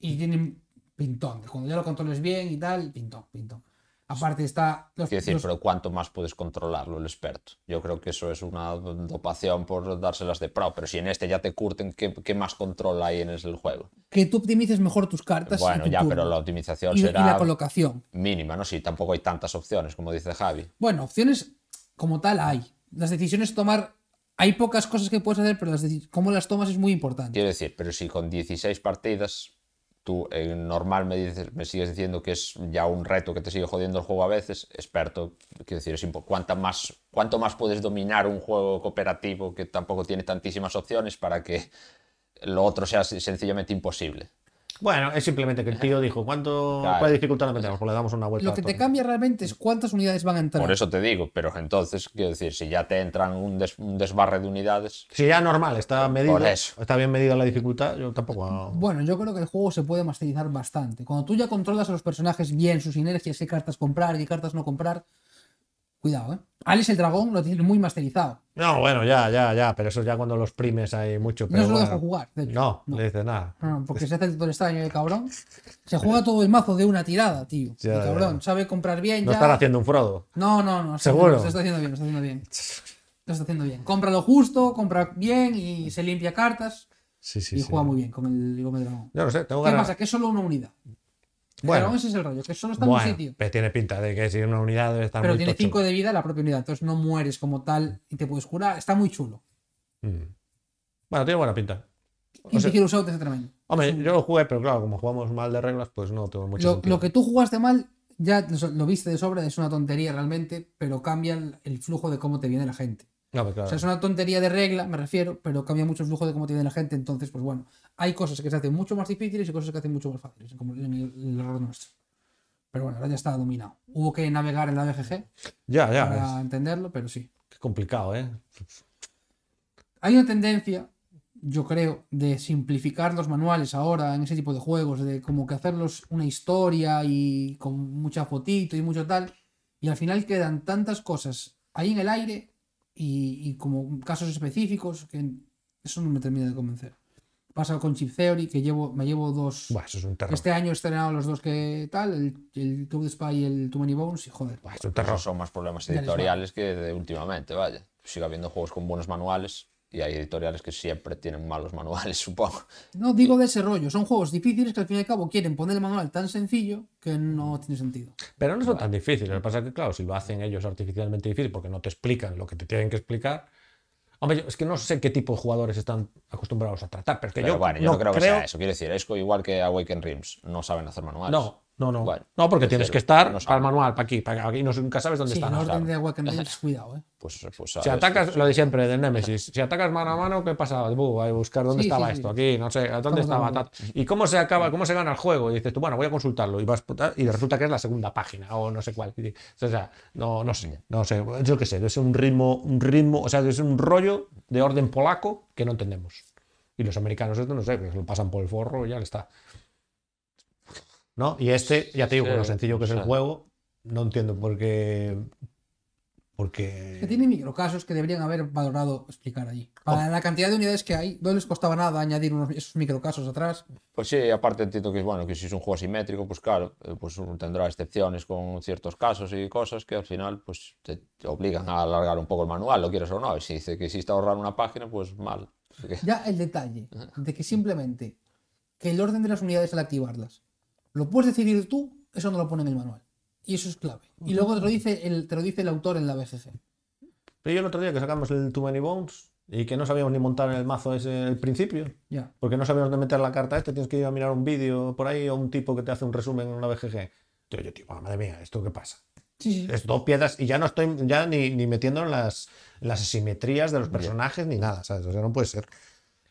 Y tienen pintón, que cuando ya lo controles bien y tal, pintón, pintón. Aparte está... Los, Quiero decir, los- pero cuánto más puedes controlarlo el experto. Yo creo que eso es una dopación por dárselas de pro, pero si en este ya te curten, ¿qué, qué más control hay en el juego? Que tú optimices mejor tus cartas. y Bueno, tu ya, turno. pero la optimización Pues y, y será la colocación. mínima, ¿no? Sí, tampoco hay tantas opciones, como dice Javi. Bueno, opciones como tal hay. Las decisiones tomar... Hay pocas cosas que puedes hacer, pero las deci- cómo las tomas es muy importante. Quiero decir, pero si con 16 partidas tú en normal me, dices, me sigues diciendo que es ya un reto que te sigue jodiendo el juego a veces, experto, quiero decir, es impo- cuánta más, cuánto más puedes dominar un juego cooperativo que tampoco tiene tantísimas opciones para que lo otro sea sen- sencillamente imposible. Bueno, es simplemente que el tío dijo, ¿cuánto, Claro. ¿cuál dificultad le metemos? Pues le damos una vuelta. Lo a que te todo. cambia realmente es cuántas unidades van a entrar. Por eso te digo, pero entonces, quiero decir, si ya te entran un, des- un desbarre de unidades, Si ya normal, está medido, Por eso. está bien medida la dificultad, yo tampoco... Bueno, yo creo que el juego se puede masterizar bastante. Cuando tú ya controlas a los personajes bien, sus sinergias, qué cartas comprar, qué cartas no comprar, cuidado, ¿eh? Alice el dragón lo tiene muy masterizado. No, bueno, ya, ya, ya, pero eso ya cuando los primes hay mucho... No Pero se lo bueno, dejo jugar, de hecho. No, No. le dice nada. No, no, porque se hace el tutor extraño el cabrón. Se juega todo el mazo de una tirada, tío. Ya, el ya. cabrón sabe comprar bien. No ya. estará haciendo un Frodo. No, no, no. está- ¿Seguro? Lo está haciendo bien, lo está haciendo bien. Lo está haciendo bien. Compra lo justo, compra bien y se limpia cartas Sí, sí, y sí. juega muy bien con el, con el dragón. Yo no sé, tengo ¿Qué ganas... pasa? Que es solo una unidad. El Bueno. dragón ese es el rollo, que solo está en un Bueno, sitio. pero tiene pinta de que si una unidad debe estar Pero muy tiene tocho. 5 de vida la propia unidad, entonces no mueres como tal y te puedes curar. Está muy chulo. Mm. Bueno, tiene buena pinta. Y si sea- quiero usar, te hace tremendo. Hombre, yo lo jugué, pero claro, como jugamos mal de reglas, pues no tengo mucho Lo, sentido. lo que tú jugaste mal, ya lo lo viste de sobra, es una tontería realmente, pero cambia el, el flujo de cómo te viene la gente. No, pero O claro. sea, es una tontería de regla, me refiero, pero cambia mucho el flujo de cómo te viene la gente. Entonces, pues bueno, hay cosas que se hacen mucho más difíciles y cosas que se hacen mucho más fáciles, como en el, el error nuestro. Pero bueno, ahora ya está dominado. Hubo que navegar en la BGG Ya, ya, para es entenderlo, pero sí. que es complicado, ¿eh? Hay una tendencia, yo creo, de simplificar los manuales ahora en ese tipo de juegos, de como que hacerlos una historia y con mucha fotito y mucho tal, y al final quedan tantas cosas ahí en el aire y, y como casos específicos que eso no me termina de convencer. Pasa con Chip Theory, que llevo, me llevo dos... Buah, eso es un terror. Este año he estrenado los dos que tal, el, el Tube Spy y el Too Many Bones, y joder. Buah, es un terror. Esos son más problemas Ya les va. editoriales que de últimamente, vaya. Sigue habiendo juegos con buenos manuales y hay editoriales que siempre tienen malos manuales, supongo. No digo de ese rollo, son juegos difíciles que al fin y al cabo quieren poner el manual tan sencillo que no tiene sentido. Pero no son tan difíciles. Lo que pasa es que, claro, si lo hacen ellos artificialmente difícil porque no te explican lo que te tienen que explicar, Hombre, yo- es que no sé qué tipo de jugadores están acostumbrados a tratar, pero es que Pero yo, bueno, yo no no creo que sea eso. Quiero decir, es co- igual que Awaken Rims, no saben hacer manuales. No, no, no. Bueno, no, porque es tienes decir, que estar no para el saben. manual, para aquí, para aquí. No, sé, nunca sabes dónde Sí, en están. orden claro. de Wacken Reels, cuidado, eh. Pues, pues Si sabes, atacas, lo de siempre, de Nemesis, si atacas mano a mano, ¿qué pasa? Buh, ahí buscar dónde Sí, estaba sí, sí. esto, aquí, no sé, Estamos dónde estaba. hablando. tal. ¿Y cómo se acaba, cómo se gana el juego? Y dices tú, bueno, voy a consultarlo. Y, vas, puta- y resulta que es la segunda página o no sé cuál. Y- O sea, no, no sé, no sé, yo qué sé, es un ritmo, un ritmo, o sea, es un rollo de orden polaco que no entendemos. Y los americanos esto no sé, que se lo pasan por el forro y ya está. ¿No? Y este, ya te digo, Sí, con lo sencillo que es el sí. juego, no entiendo por qué... Porque... Que tiene microcasos que deberían haber valorado explicar allí. Para la cantidad de unidades que hay, no les costaba nada añadir unos, esos microcasos atrás. Pues sí, aparte entiendo que es bueno, que si es un juego asimétrico, pues claro, eh, pues uno tendrá excepciones con ciertos casos y cosas que al final pues te te obligan a alargar un poco el manual, lo quieres o no. Y si dice que hiciste ahorrar una página, pues mal. Así que- Ya el detalle de que simplemente que el orden de las unidades al activarlas lo puedes decidir tú, eso no lo pone en el manual. Y eso es clave. Y luego te lo dice el, te lo dice el autor en la BGG. Pero yo el otro día que sacamos el Too Many Bones y que no sabíamos ni montar el mazo ese al principio, Ya. porque no sabíamos dónde meter la carta este, tienes que ir a mirar un vídeo por ahí o un tipo que te hace un resumen en una BGG. Tío, yo, tío, "Oh, madre mía, ¿esto qué pasa? Sí, sí. Es dos piedras y ya no estoy ya ni, ni metiendo en las, las asimetrías de los personajes ni nada, ¿sabes? O sea, no puede ser.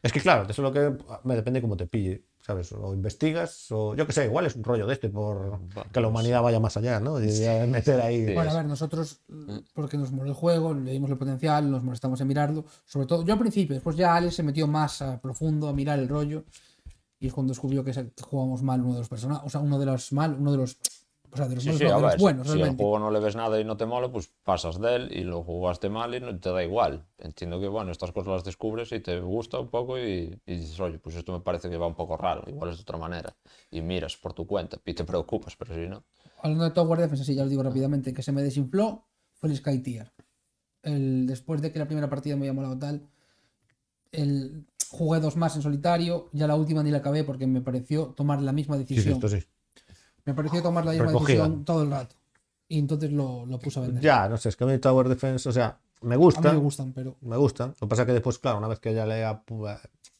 Es que claro, eso es lo que me depende cómo te pille, ¿sabes? O investigas o yo qué sé, igual es un rollo de este por que la humanidad vaya más allá, ¿no? Y ya meter ahí... Sí. Mm. Bueno, a ver, nosotros, porque nos moló el juego, le dimos el potencial, nos molestamos en mirarlo. Sobre todo, yo al principio, después ya Alex se metió más a profundo a mirar el rollo. Y es cuando descubrió que se- que jugábamos mal uno de los personajes. O sea, uno de los mal, uno de los. O sea, de los Sí, malos, sí, no, a de los ver, buenos, si al realmente. juego no le ves nada y no te mola, pues pasas de él y lo jugaste mal y no te da igual. Entiendo que, bueno, estas cosas las descubres y te gusta un poco y, y dices, oye, pues esto me parece que va un poco raro, igual es de otra manera. Y miras por tu cuenta y te preocupas, pero si no. Hablando de Tower Defense, sí, ya Ah. lo digo rápidamente, que se me desinfló fue el Sky Tier. El, después de que la primera partida me había molado tal, el, jugué dos más en solitario, ya la última ni la acabé porque me pareció tomar la misma Sí, decisión. sí, esto sí. Me pareció tomar la misma Recogida. decisión todo el rato. Y entonces lo, lo puse a vender. Ya, no sé, es que a mí Tower Defense, o sea, me a mí gusta, me gustan, pero, me gusta. Lo que pasa es que después, claro, una vez que ya lea pu-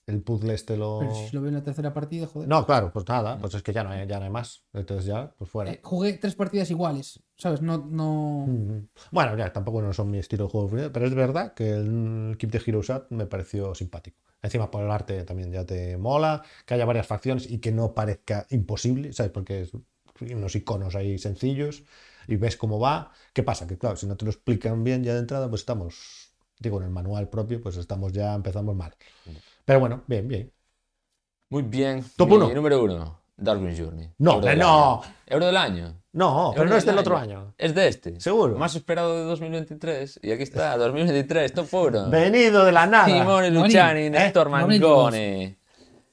el puzzle este lo... pero si lo veo en la tercera partida, joder. No, claro, pues nada, pues es que ya no hay, ya no hay más. Entonces ya, pues fuera. Eh, jugué tres partidas iguales, ¿sabes? No, no. Mm. Bueno, ya, tampoco no son mi estilo de juego, pero es verdad que el Keep de Heroes Up me pareció simpático. Encima por el arte también ya te mola, que haya varias facciones y que no parezca imposible, ¿sabes? Porque es unos iconos ahí sencillos y ves cómo va. ¿Qué pasa? Que claro, si no te lo explican bien ya de entrada, pues estamos, digo, en el manual propio, pues estamos ya, empezamos mal. Pero bueno, bien, bien. Muy bien. Top mi uno. número uno, Darwin Journey. No, Euro del no. año. Euro del año. No, pero Euro no es del del otro año. Es de este. Seguro. Más esperado de 2023. Y aquí está, 2023, top 1. Venido de la nada. Simone Noni. Luciani, Eh, Néstor Noni, dos. Mangone.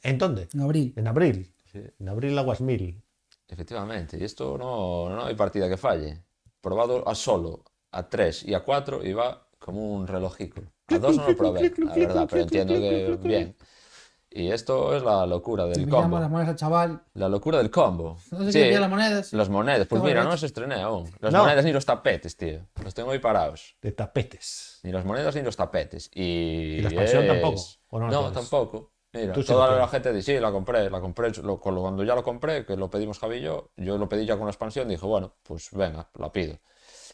¿En dónde? En abril. En abril. Sí. En abril aguas mil. Efectivamente, y esto no, no hay partida que falle. Probado a solo, a 3 y a 4 y va como un relojico. A 2 no lo probé, la verdad, pero entiendo que bien. Y esto es la locura Y me del llaman combo. las monedas al chaval. La locura del combo. No sé Sí, qué pillar las monedas. las monedas. Pues Está mira, bien no hecho. los estrené aún. Las No. monedas ni los tapetes, tío. Los tengo ahí parados. De tapetes. Ni las monedas ni los tapetes. Y, ¿Y la expansión tampoco? ¿O no No, la tienes? tampoco. Mira, Tú sí la toda la tienes. gente dice, sí, la compré, la compré. Lo- con lo- cuando ya lo compré, que lo pedimos Javi y yo, yo lo pedí ya con la expansión, dije, bueno, pues venga, la pido.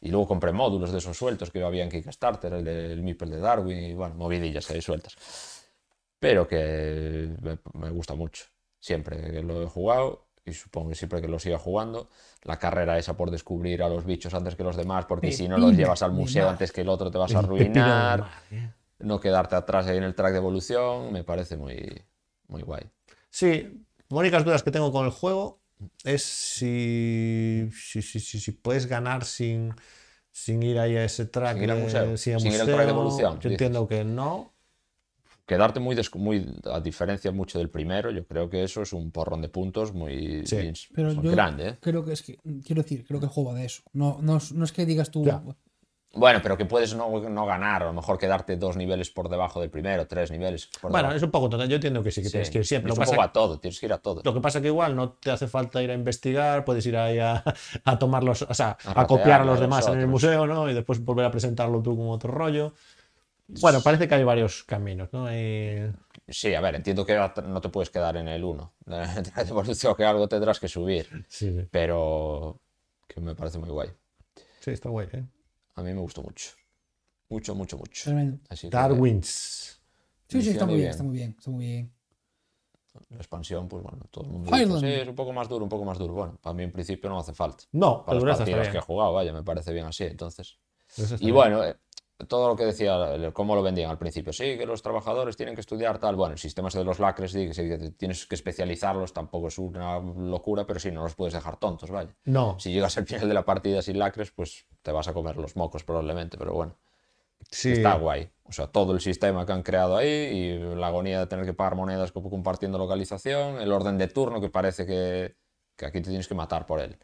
Y luego compré módulos de esos sueltos que había en Kickstarter, el del Mipel de Darwin, y bueno, movidillas ahí sueltas. Pero que me, me gusta mucho. Siempre que lo he jugado, y supongo que siempre que lo siga jugando, la carrera esa por descubrir a los bichos antes que los demás, porque si no los Pepino llevas al de museo mar. antes que el otro te vas a El pepino de arruinar mar, ¿eh? no quedarte atrás ahí en el track de evolución, me parece muy, muy guay. Sí, únicas dudas que tengo con el juego es si, si, si, si- si puedes ganar sin, sin ir ahí a ese track. Sin ir al de- museo, sí, sin ir al track de evolución, Yo dices. entiendo que no. Quedarte muy, descu- muy, a diferencia mucho del primero, yo creo que eso es un porrón de puntos muy Sí. ins- Pero son yo grande. ¿eh? creo que es que, quiero decir, creo que el juego va de eso. No, no, es- no es que digas tú. Ya. Bueno, pero que puedes no, no ganar, a lo mejor quedarte dos niveles por debajo del primero, tres niveles por Bueno, debajo. es un poco total. Yo entiendo que sí que tienes Sí. que ir siempre. Es Lo que, un pasa, poco a todo, tienes que ir a todo. lo que pasa que igual no te hace falta ir a investigar, puedes ir ahí a, a tomar los- o sea, a, rapear copiar a a los los demás en el otros. museo, ¿no? Y después volver a presentarlo tú con otro rollo. Bueno, parece que hay varios caminos, ¿no? Eh, Sí, a ver, entiendo que ahora no te puedes quedar en el 1. Por eso que algo tendrás que subir. sí, sí. Pero que me parece muy guay. Sí, está guay, ¿eh? A mí me gustó mucho. Mucho, mucho, mucho. Tremendo. Así que Darwins. Sí, sí, está Funciona muy bien, bien. está muy bien, está muy bien. la expansión, pues bueno, todo el mundo dice, Ireland. "Sí, es un poco más duro, un poco más duro. Bueno, para mí en principio no hace falta. No, Para el las brazo está partidas que he bien. jugado, vaya, me parece bien así, entonces. Eso está Y bien. bueno, eh, todo lo que decía, el- cómo lo vendían al principio. Sí, que los trabajadores tienen que estudiar tal. Bueno, el sistema ese de los lacres, sí, que sí, que te- tienes que especializarlos, tampoco es una locura, pero sí, no los puedes dejar tontos, vaya. No, Si llegas al final de la partida sin lacres, pues te vas a comer los mocos probablemente, pero bueno, sí. está guay. O sea, todo el sistema que han creado ahí y la agonía de tener que pagar monedas como compartiendo localización, el orden de turno que parece que, que aquí te tienes que matar por él.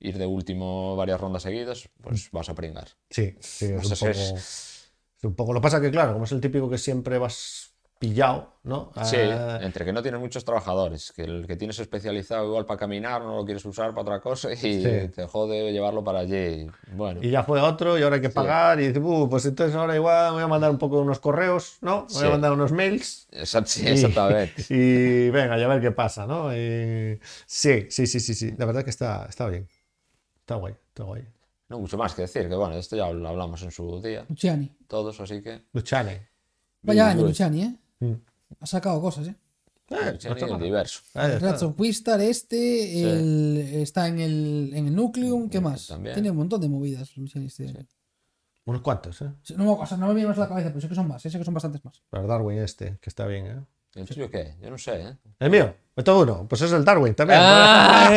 Ir de último varias rondas seguidas, pues vas a pringar. Sí, sí, es un, Pues poco, es- es un poco- Lo que pasa que, claro, como es el típico que siempre vas pillado, ¿no? Sí, eh. Ah, entre que no tienes muchos trabajadores, que el que tienes especializado igual para caminar no lo quieres usar para otra cosa y Sí. te jode llevarlo para allí. Bueno, y ya fue otro y ahora hay que pagar y dices, "Uh, pues entonces ahora igual me voy a mandar un poco unos correos, ¿no? Me voy Sí. a mandar unos mails. exact- sí, y- exactamente. Y venga, ya a ver qué pasa, ¿no? Y- sí, sí, sí, sí, sí. La verdad que está, está bien. Está guay, está guay. No mucho más que decir, que bueno, de esto ya lo hablamos en su día, Luciani. todos, así que. Eh, Luchane. Vaya Billy año, Joel. Luciani, ¿eh? Mm. Ha sacado cosas, ¿eh? Eh, Luciani, no está el mal. diverso. Ahí Ah, está. Rats of Wistar, este, el- está en el, en el Nucleum, ¿qué más? También. Tiene un montón de movidas, Luciani. Este. Unos cuantos, ¿eh? Sí, No, me- o sea, no me viene más a la cabeza, pero sé que son más, ¿eh? sé que son bastantes más. Pero Darwin este, que está bien, ¿eh? ¿El tuyo qué? Yo no sé, ¿eh? El mío, todo uno. Pues es el Darwin también. Ah,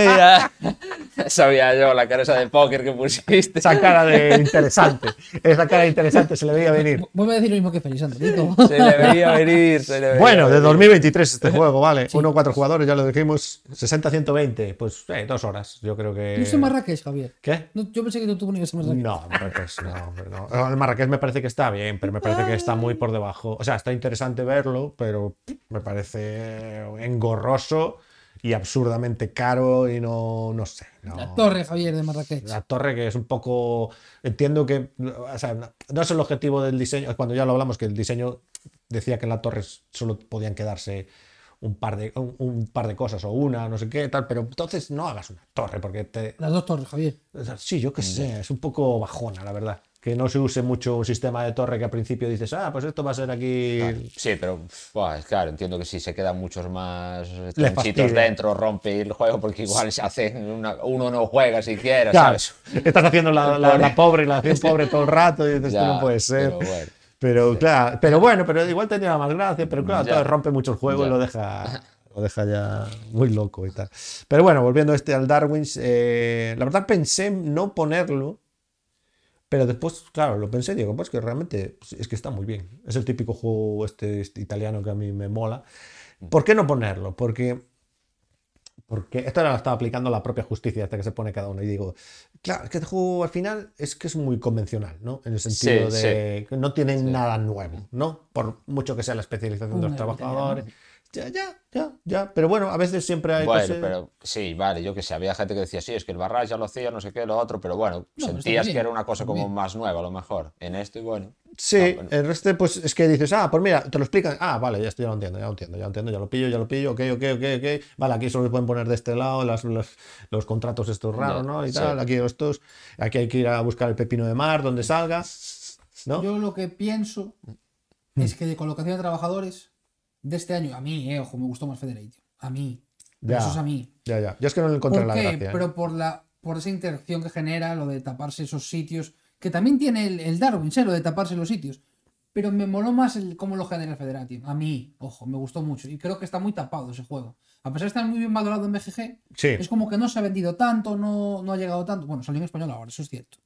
ya. Sabía yo la cara esa de póker que pusiste. Esa cara de interesante. Esa cara de interesante se le veía venir. Vu- Vuelve a decir lo mismo que Félix, Ando, digo. Se le veía venir, se le veía Bueno, de venir. 2023 este juego, vale. Uno, cuatro jugadores, ya lo dijimos. 60-120, pues eh, dos horas, yo creo que. No soy Marrakech, Javier. ¿Qué? No, yo pensé que tú, tú ponías a Marrakech. No, Marrakech no, hombre, no. El Marrakech me parece que está bien, pero me parece que está muy por debajo. O sea, está interesante verlo, pero me parece engorroso y absurdamente caro y no, no sé. No. La torre, Javier, de Marrakech. La torre que es un poco. Entiendo que. o sea, no- no es el objetivo del diseño. Cuando ya lo hablamos, que el diseño decía que en la torre solo podían quedarse un par de, un, un par de cosas o una, no sé qué, tal. Pero entonces no hagas una torre, porque te. Las dos torres, Javier. o sea, Sí, yo qué sé, es un poco bajona, la verdad. Que no se use mucho un sistema de torre que al principio dices, ah, pues esto va a ser aquí. Sí, pero pf, buah, claro, entiendo que si se quedan muchos más Le tronchitos fastidia. dentro, rompe el juego, porque igual se hacen una- uno no juega siquiera, Claro, ¿sabes? estás haciendo la, la- la pobre y la hacen pobre todo el rato y dices, Ya, "Esto no puede ser. pero bueno. Pero claro, pero bueno, pero igual tenía más gracia, pero claro, Ya. todo rompe mucho el juego y Ya. lo deja, lo deja ya muy loco y tal. Pero bueno, volviendo este al Darwins, eh, la verdad pensé en no ponerlo, pero después, claro, lo pensé y digo, pues que realmente pues, es que está muy bien. Es el típico juego este, este italiano que a mí me mola. Mm. ¿Por qué no ponerlo? Porque porque esto ahora lo estaba aplicando la propia justicia hasta que se pone cada uno. Y digo, claro, es que este juego al final es que es muy convencional, ¿no? En el sentido Sí, de que no tienen nada nuevo, ¿no? Por mucho que sea la especialización de los Una italiana. trabajadores. Ya, ya, ya, ya. Pero bueno, a veces siempre hay Bueno, cosas- pero sí, vale, yo que sé, había gente que decía, sí, es que el barrage ya lo hacía, no sé qué, lo otro, pero bueno, pero está sentías bien, que era una cosa está como bien. más nueva a lo mejor. En esto, y bueno, Sí, Ah, bueno. el resto pues es que dices, ah, pues mira, te lo explican, ah, vale, ya esto ya lo entiendo, ya lo entiendo, ya lo entiendo, ya lo pillo, ya lo pillo, ok, ok, ok, ok, vale, aquí solo se pueden poner de este lado las, las- los contratos estos raros, Ya, ¿no? Y sí. tal, aquí estos, aquí hay que ir a buscar el pepino de mar, donde salga, ¿no? Yo lo que pienso Mm. es que de colocación de trabajadores de este año, a mí, eh, ojo, me gustó más Federation. A mí. Ya. Eso es a mí. Ya, ya, yo es que no le encontré ¿Por la qué? gracia. ¿eh? Pero por, la, por esa interacción que genera, lo de taparse esos sitios, que también tiene el, el Darwin, sé, lo de taparse los sitios. Pero me moló más el, cómo lo genera el Federation. A mí, ojo, me gustó mucho. Y creo que está muy tapado ese juego. A pesar de estar muy bien valorado en BGG, Sí, es como que no se ha vendido tanto, no, no ha llegado tanto. Bueno, salió en español ahora, eso es cierto.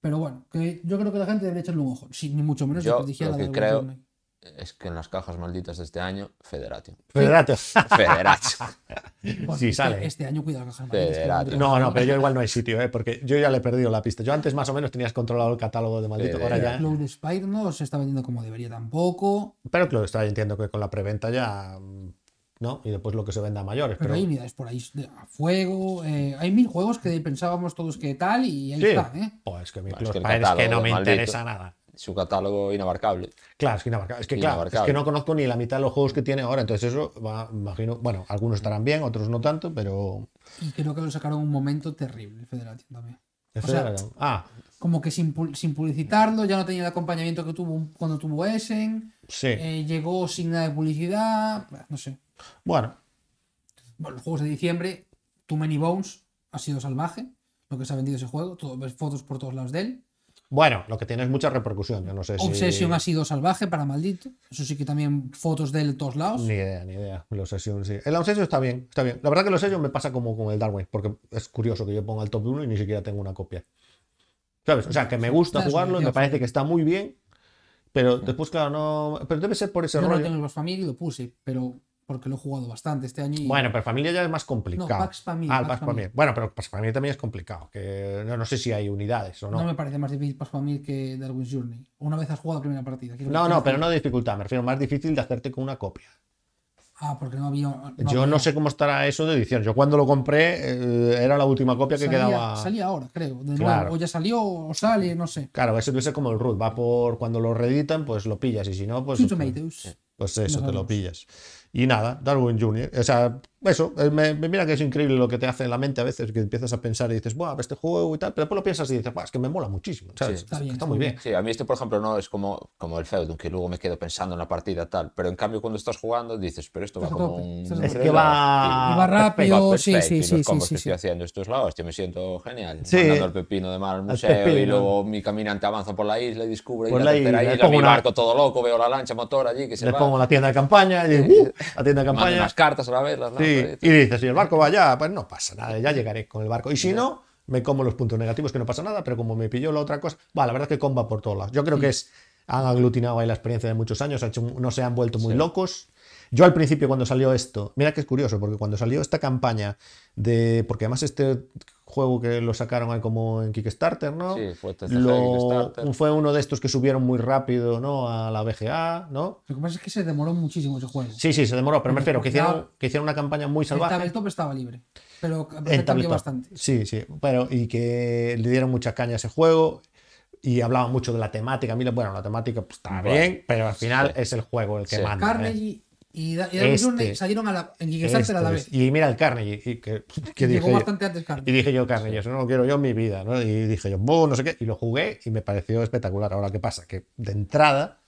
Pero bueno, que yo creo que la gente debe echarle un ojo. Sí, ni mucho menos Yo desprestigiar la lo que de algún creo- torneo. es que en las cajas malditas de este año, Federatio. Federatio. Federatio. Bueno, sí, este, sale. ¿eh? este año cuidado las cajas malditas, que Federati. vendrán. No, no, pero yo igual no hay sitio, ¿eh? porque yo ya le he perdido la pista. Yo antes más o menos tenías controlado el catálogo de maldito, ahora Federatio. ya. Cloud Spire no se está vendiendo como debería tampoco. Pero claro, está, entiendo que con la preventa ya, mm, ¿no? Y después lo que se venda a mayores. Pero Pero, hay unidades por ahí de- a fuego. eh, hay mil juegos que pensábamos todos que tal y ahí Sí. están, ¿eh? Pues que mi Bueno, es que el Close Pair es que catálogo no de me Maldito. interesa nada. su catálogo inabarcable. Claro, es que inabarcable. Es que, claro, es que no conozco ni la mitad de los juegos que tiene ahora. Entonces, eso va, imagino. Bueno, algunos estarán bien, otros no tanto, pero. Y creo que lo sacaron en un momento terrible, el Federation también. El O sea, Federation. ah, Como que sin, pu- sin publicitarlo, ya no tenía el acompañamiento que tuvo un- cuando tuvo Essen. sí. eh, llegó sin nada de publicidad. bah, No sé. bueno, Bueno, los juegos de diciembre, Too Many Bones ha sido salvaje. Lo que se ha vendido ese juego. Todo, ves fotos por todos lados de él. bueno, lo que tiene es mucha repercusión. Yo no sé si. Obsession ha sido salvaje para maldito. Eso sí que también fotos de él de todos lados. Ni idea, ni idea. El Obsession, sí. El Obsession está bien, está bien. La verdad que el Obsession me pasa como con el Darwin, porque es curioso que yo ponga el top 1 y ni siquiera tengo una copia. ¿Sabes? O sea, que me gusta Está jugarlo, me subido, parece que está muy bien, pero después, claro, no... Pero debe ser por ese Yo no lo rollo. tengo en los familia y lo puse, pero porque lo he jugado bastante este año. Y... Bueno, pero familia ya es más complicado. Pax Familia, Ah, el Pax Pax Familia. Bueno, pero Pax Familia también es complicado. Que no, no sé si hay unidades o no. no. me parece más difícil para mí que Darwin's Journey. Una vez has jugado la primera partida. quiero No, decir- no, pero no de dificultad. Me refiero más difícil de hacerte con una copia. Ah, porque no había. no Yo no había- sé cómo estará eso de edición. Yo cuando lo compré eh, era la última copia que salía, quedaba. salía ahora, creo. De Claro. nuevo. O ya salió o sale, no sé. Claro, eso debe ser como el root. Va por cuando lo reeditan, pues lo pillas. Y si no, pues. Two Tomatoes. Pues eso, Nos te lo vamos. pillas. Y nada, Darwin Jr. O sea, eso, eh, me, me- mira que es increíble lo que te hace en la mente a veces, que empiezas a pensar y dices, buah, este juego y tal, pero después lo piensas y dices, buah, es que me mola muchísimo, ¿sabes? Sí. Está, Está bien, muy está bien. Sí, a mí este, por ejemplo, no es como, como el Feudum, que luego me quedo pensando en la partida tal. Pero en cambio, cuando estás jugando, dices, pero esto va Estás a como tope, un. estás a Es tope. thriller, que va. Y va perfecto. rápido, perfecto, sí, y sí, los sí, combos sí, que sí. estoy haciendo esto es la hostia, me siento genial. Sí. Mandando el pepino de mar al museo y pepino. luego mi caminante avanza por la isla y descubre Por y la la tercera isla, isla, pongo mi una- barco todo loco, veo la lancha motor allí que se Le va, Eh, pongo la tienda de campaña y digo, "Uh, la tienda de mando campaña. unas cartas a la vez, las Sí, lanzo, y dices, si el barco va allá, pues no pasa nada, ya llegaré con el barco. Y si no, me como los puntos negativos, que no pasa nada, pero como me pilló la otra cosa, va, la verdad es que comba por todos lados. Yo creo que Mm. es, han aglutinado ahí la experiencia de muchos años, han hecho un- no se han vuelto muy locos. Yo al principio cuando salió esto, mira que es curioso, porque cuando salió esta campaña de, porque además este juego que lo sacaron ahí como en Kickstarter, ¿no? Sí, fue este TCG, Lo- Kickstarter. fue uno de estos que subieron muy rápido, ¿no? A la BGA, ¿no? Lo que pasa es que se demoró muchísimo ese juego. Sí, sí, se demoró, pero Porque me refiero que hicieron, ya- que hicieron una campaña muy el salvaje. tabletop estaba libre, pero En cambió tabletop. bastante. Sí, sí. Pero, y que le dieron mucha caña a ese juego y hablaba mucho de la temática. A mí, la- bueno, la temática pues, está Bueno, bien, pero al final sí. es el juego el que Sí. manda. ¿eh? Carnegie y, Da- y Darwin's Este. Journey salieron a la, en Kickstarter a la Esto vez. es. Y mira el Carnegie. Y que, que dije Llegó yo- bastante antes y Carnegie. dije yo, Carnegie, eso no lo quiero yo en mi vida. ¿no? Y dije yo, "Buh, no sé qué. Y lo jugué y me pareció espectacular. Ahora, ¿qué pasa? Que de entrada,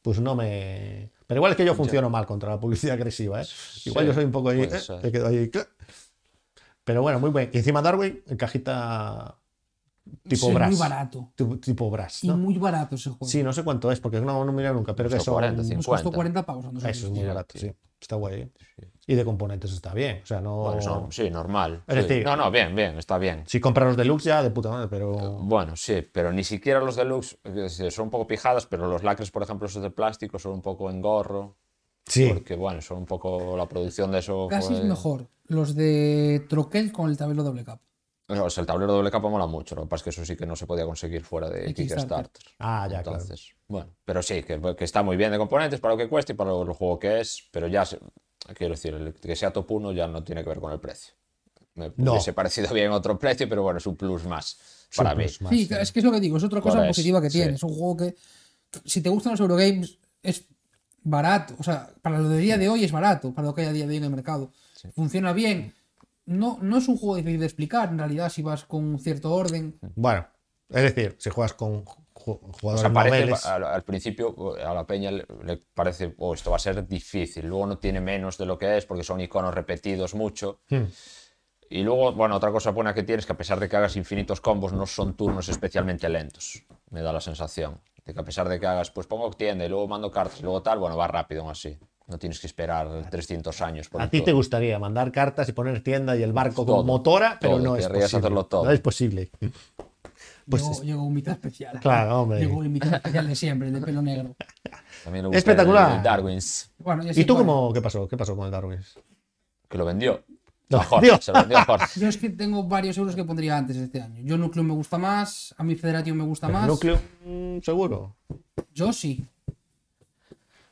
pues no me. Pero igual es que yo funciono mal contra la publicidad agresiva. ¿eh? Igual yo soy un poco ahí. puede eh, ser. me quedo ahí. clac. Pero bueno, muy bien. Y encima Darwin, en cajita tipo Sí, Brass. muy barato. Tu- tipo Brass, Y ¿no? muy barato ese juego. Sí, no sé cuánto es, porque no, no miré nunca, pero que Costó son. Ah, 40, sí. Nos costó 50. 40 pavos. a nosotros. Eso es muy barato, sí. Está guay. ¿eh? Y de componentes está bien. O sea, no. Bueno, son- sí, normal. Es sí. decir- no, no, bien, bien, está bien. Si compras los deluxe ya, de puta madre, pero. Bueno, sí, pero ni siquiera los deluxe que se- son un poco pijadas, pero los lacres, por ejemplo, esos de plástico son un poco engorro, Sí. porque bueno, son un poco la producción de eso. pues, Casi es fue- mejor los de Troquel con el tablero doble cap. No, o sea, el tablero doble capa mola mucho, lo que pasa es que eso sí que no se podía conseguir fuera de De Kickstarter. Kickstarter. Ah, ya, claro. Entonces, bueno, pero sí, que, que está muy bien de componentes para lo que cuesta y para lo, lo juego que es, pero ya, se- quiero decir, el que sea top 1 ya no tiene que ver con el precio. Me No. hubiese parecido bien otro precio, pero bueno, es un plus más Es un para mí. plus más, Sí, es que es lo que digo, es otra cosa Ahora es, positiva que sí. tiene. Es un juego que, si te gustan los Eurogames, es barato. O sea, para lo de día de hoy es barato, para lo que hay a día de hoy en el mercado. Funciona bien. No, no es un juego difícil de explicar, en realidad, si vas con cierto orden. Bueno, es decir, si juegas con ju- O jugadores sea, parece, noveles, al, al principio a la peña le, le parece, oh, esto va a ser difícil, luego no tiene menos de lo que es porque son iconos repetidos mucho. Hmm. Y luego, bueno, otra cosa buena que tienes es que a pesar de que hagas infinitos combos, no son turnos especialmente lentos, me da la sensación. De que a pesar de que hagas, pues pongo tienda y luego mando cartas y luego tal, bueno, va rápido aún así. No tienes que esperar 300 años por a un ti te turno. gustaría mandar cartas y poner tienda y el barco Todo, con motora, pero todo, no es querrías posible. hacerlo todo. No es posible. Pues llegó, es- llegó un mitad especial. Claro, hombre. Llegó un mitad especial de siempre, el de pelo negro. También le gusta Espectacular. el- el Darwin's, Bueno, ya ¿Y sé tú cuál. cómo qué pasó? ¿Qué pasó con el Darwin? que lo vendió. No, A Jorge, Dios. se lo vendió a Jorge. Yo es que tengo varios euros que pondría antes de este año. Yo Núcleo me gusta más, a mi Federation me gusta más. Núcleo, mm, seguro. Yo sí.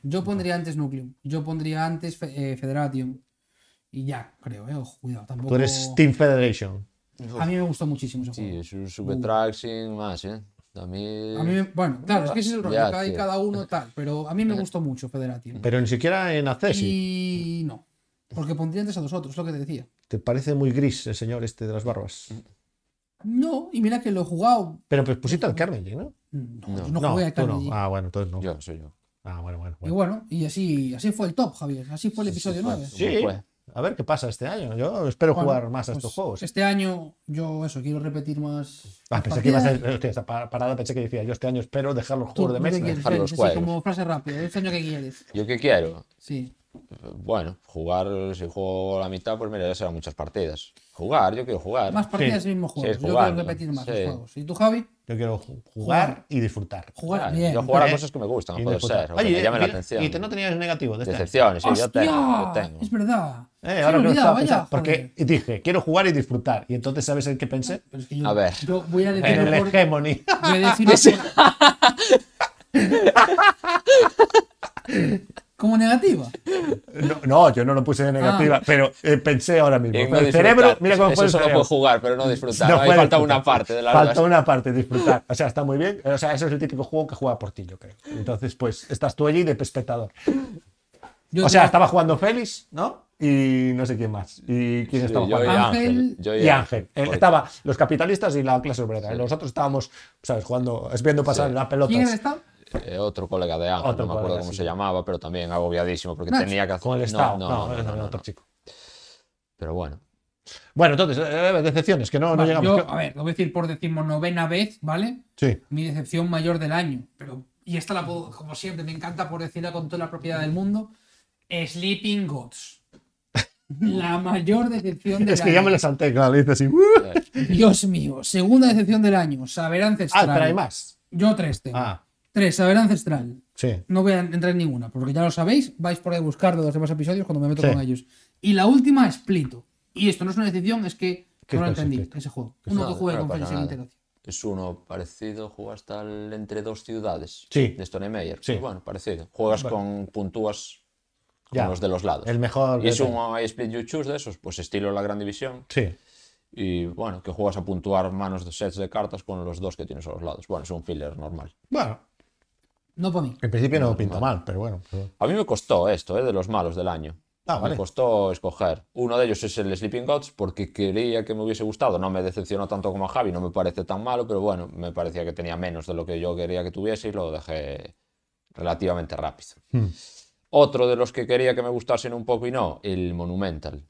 Yo pondría antes Nucleum. Yo pondría antes Fe- eh, Federation. Y ya, creo, eh. Ojo, cuidado, tampoco. Tú eres Team Federation. A mí me gustó muchísimo ese Sí, juego. es un subtraction más, ¿eh? A mí. A mí, me- bueno, claro, es que ese es el rollo, Ya, cada, tío. cada uno tal, pero a mí me gustó mucho Federati. Pero ni siquiera en Accesi. Y no, porque pondría antes a los otros, lo que te decía. ¿Te parece muy gris el señor este de las barbas? Mm. No, y mira que lo he jugado. Pero pues pusiste al Carnegie, ¿no? No, No. yo no jugué a tú no. Carnegie. Ah, bueno, entonces no. Yo, soy yo. Ah, bueno, bueno. Y bueno. bueno, y así, así fue el top, Javier. Así fue el episodio 9. Sí. Bueno, A ver qué pasa este año. Yo espero Bueno, jugar más a pues estos juegos. Este año, yo eso, quiero repetir más. Ah, más pensé que ibas a partidas. hostia, esta pa- parada pensé que decía, yo este año espero dejar los Tú, juegos de ¿tú qué mesa. quieres, dejar los Denis? Así juegos. como frase rápida, este año que quieres. ¿Yo qué quiero? Sí. Bueno, jugar, si juego la mitad, pues mira, ya serán muchas partidas. Jugar, yo quiero jugar. Más partidas del mismo juego. Sí, yo quiero jugando, repetir más los sí. juegos. ¿Y tú, Javi? Yo quiero ju- jugar y disfrutar. Jugar Claro, bien. Yo jugar a Eh, cosas que me gustan, Y no puedo disfrutar. ser, o que Oye, me llamen la mira, atención. Y te no tenías negativo de este año. Decepciones, sí, yo ¡Hostia! tengo, yo tengo. Es verdad. Eh, Se ahora me que olvidaba, lo estaba vaya, pensando, porque joder. dije, quiero jugar y disfrutar. Y entonces, ¿sabes en qué pensé? Pero es que yo- A ver. Yo voy a En decir el mejor. Hegemony. Voy a decir mejor- Como negativa. No, no, yo no lo Ah. puse de negativa, pero eh, pensé ahora mismo. Y Pero no el cerebro, disfrutar. mira cómo fue el Eso solo cerebro. fue jugar, pero no disfrutar. No Ahí fue falta disfrutar. una parte de la Falta verdad. una parte, disfrutar. O sea, está muy bien. O sea, eso es el típico juego que juega por ti, yo creo. Entonces, pues, estás tú allí de espectador. Yo O sea, tengo- estaba jugando Félix, ¿no? Y no sé quién más. ¿Y quién Sí, estaba yo y jugando? Ángel. yo y Ángel. Eh, Porque- Estaba los capitalistas y la clase obrera. Y Nosotros estábamos, ¿sabes? Jugando, es viendo pasar Sí. la ¿Quién era pelota. esta? eh, otro colega de Ángel, Otro no me acuerdo colega, cómo sí. se llamaba, pero también agobiadísimo porque Nacho, tenía que hacer. Con el No, Estado. no, no, no, no, otro no. chico. Pero bueno, Bueno, entonces, eh, decepciones, que no, no Vale, llegamos. yo, Que- a ver, lo voy a decir por decimonovena vez, ¿vale? Sí. Mi decepción mayor del año. Pero, y esta la puedo, como siempre, me encanta por decirla con toda la propiedad del mundo. Sleeping Gods. La mayor decepción del Es que ya me año. lo salté, claro, le dices así. "Uh". Dios mío, segunda decepción del año. Saber Ah, ancestral. pero hay más. Yo tres tengo. Ah, Tres, saber ancestral. sí. No voy a entrar en ninguna, porque ya lo sabéis, vais por ahí a buscar de los demás episodios cuando me meto Sí. con ellos. Y la última es Plito. Y esto no es una decepción, es que ¿Qué no lo es eso, entendí, Plito? ese juego. ¿Qué es Uno eso? que jugué No con pasa Félix en nada. Integración. es uno parecido, juegas tal entre dos ciudades Sí. de Stonemeyer. Sí. Pues bueno, parecido. Juegas con puntúas con Ya. los de los lados. El mejor. Y es un I split you choose de esos, pues estilo la gran división. Sí. Y bueno, que juegas a puntuar manos de sets de cartas con los dos que tienes a los lados. Bueno, es un filler normal. Bueno, No para mí. en principio no pinta mal, pero bueno. pero- A mí me costó esto, ¿eh? de los malos del año. Ah, vale. Me costó escoger. Uno de ellos es el Sleeping Gods porque quería que me hubiese gustado. No me decepcionó tanto como a Javi, no me parece tan malo, pero bueno, me parecía que tenía menos de lo que yo quería que tuviese y lo dejé relativamente rápido. Hmm. Otro de los que quería que me gustasen un poco y no, el Monumental,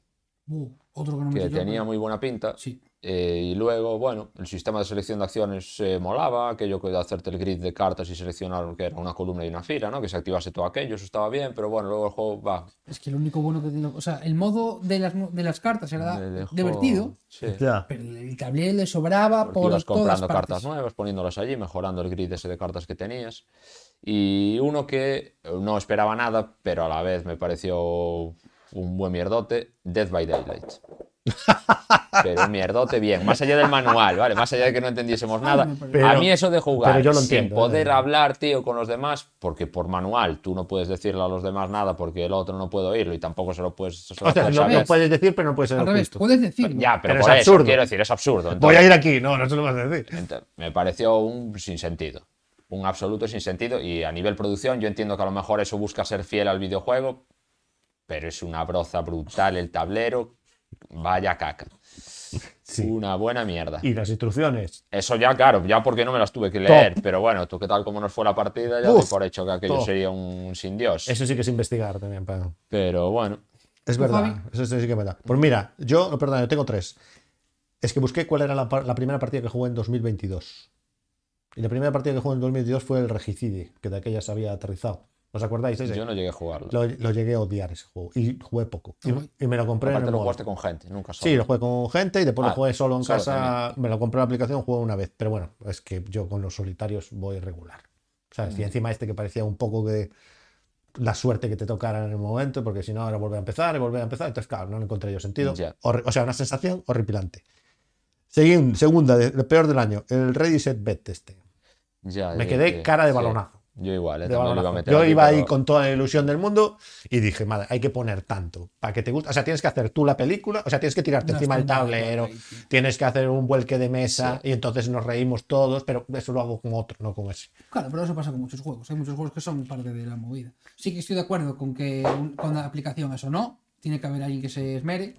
Uh, otro que no me que tiró, tenía pero- muy buena pinta. Sí. Eh, y luego, bueno, el sistema de selección de acciones eh, molaba, aquello que de hacerte el grid de cartas y seleccionar que era una columna y una fila, ¿no? Que se activase todo aquello, eso estaba bien, pero bueno, luego el juego va. Es que lo único bueno que tiene. O sea, el modo de las, de las cartas era me dejó- divertido, Sí. Ya. pero el tablero le sobraba Porque por ibas todas comprando partes. cartas nuevas, poniéndolas allí, mejorando el grid ese de cartas que tenías. Y uno que eh, no esperaba nada, pero a la vez me pareció un buen mierdote, Death by Daylight. Pero un mierdote bien, más allá del manual, ¿vale? Más allá de que no entendiésemos nada. Pero- a mí eso de jugar pero yo lo sin entiendo, ¿eh? poder hablar, tío, con los demás, porque por manual tú no puedes decirle a los demás nada porque el otro no puede oírlo y tampoco se lo puedes... se lo O sea, puedes no saber. lo puedes decir, pero no puedes ser Al revés, oculto. puedes decirlo. Ya, pero, Pero es por eso, absurdo. quiero decir, es absurdo. Voy entonces- a ir aquí, no, no se lo vas a decir. Ent- Me pareció un sinsentido. Un absoluto sinsentido. Y a nivel producción, yo entiendo que a lo mejor eso busca ser fiel al videojuego, pero es una broza brutal el tablero. Vaya caca. Una buena mierda. Y las instrucciones. Eso ya, claro, ya porque no me las tuve que leer. Pero bueno, tú qué tal como nos fue la partida, ya Uf, doy por hecho que aquello top. sería un sin Dios. Eso sí que es investigar también. Pero... Pero bueno, Es ¿Tú, verdad. Javi? Eso sí que es verdad. Pues mira, yo, no, perdón, yo tengo tres. Es que busqué cuál era la, par- la primera partida que jugué en 2022. Y la primera partida que jugué en 2022 fue el Regicide, que de aquella se había aterrizado. ¿Os acordáis? ese? yo no llegué a jugarlo. Lo, lo llegué a odiar ese juego. Y jugué poco. Ujú. Y, y me lo compré en Aparte el lo modo. jugaste con gente, nunca solo. Sí, lo jugué con gente y después Ah, lo jugué solo en solo casa. Me lo compré la aplicación, jugué una vez. Pero bueno, es que yo con los solitarios voy regular. ¿Sabes? Mm. Y encima este que parecía un poco de la suerte que te tocara en el momento, porque si no, ahora volver a empezar y volver a empezar. Entonces, claro, no le encontré yo sentido. Ya. Horri- O sea, una sensación horripilante. Seguin- segunda, de- de peor del año, el Ready Set Bet este. Ya, Me de- quedé de- cara de sí. balonazo. Yo igual, eh, de también lo balonmano. iba a meter Yo aquí, iba ahí pero- con toda la ilusión del mundo y dije, madre, hay que poner tanto para que te guste. O sea, tienes que hacer tú la película, o sea, tienes que tirarte No encima del está mal, tablero, ahí, sí. tienes que hacer un vuelque de mesa y entonces nos reímos todos, pero eso lo hago con otro, no con ese. Claro, pero eso pasa con muchos juegos. Hay muchos juegos que son parte de la movida. Sí que estoy de acuerdo con que un- con la aplicación eso no. Tiene que haber alguien que se esmere.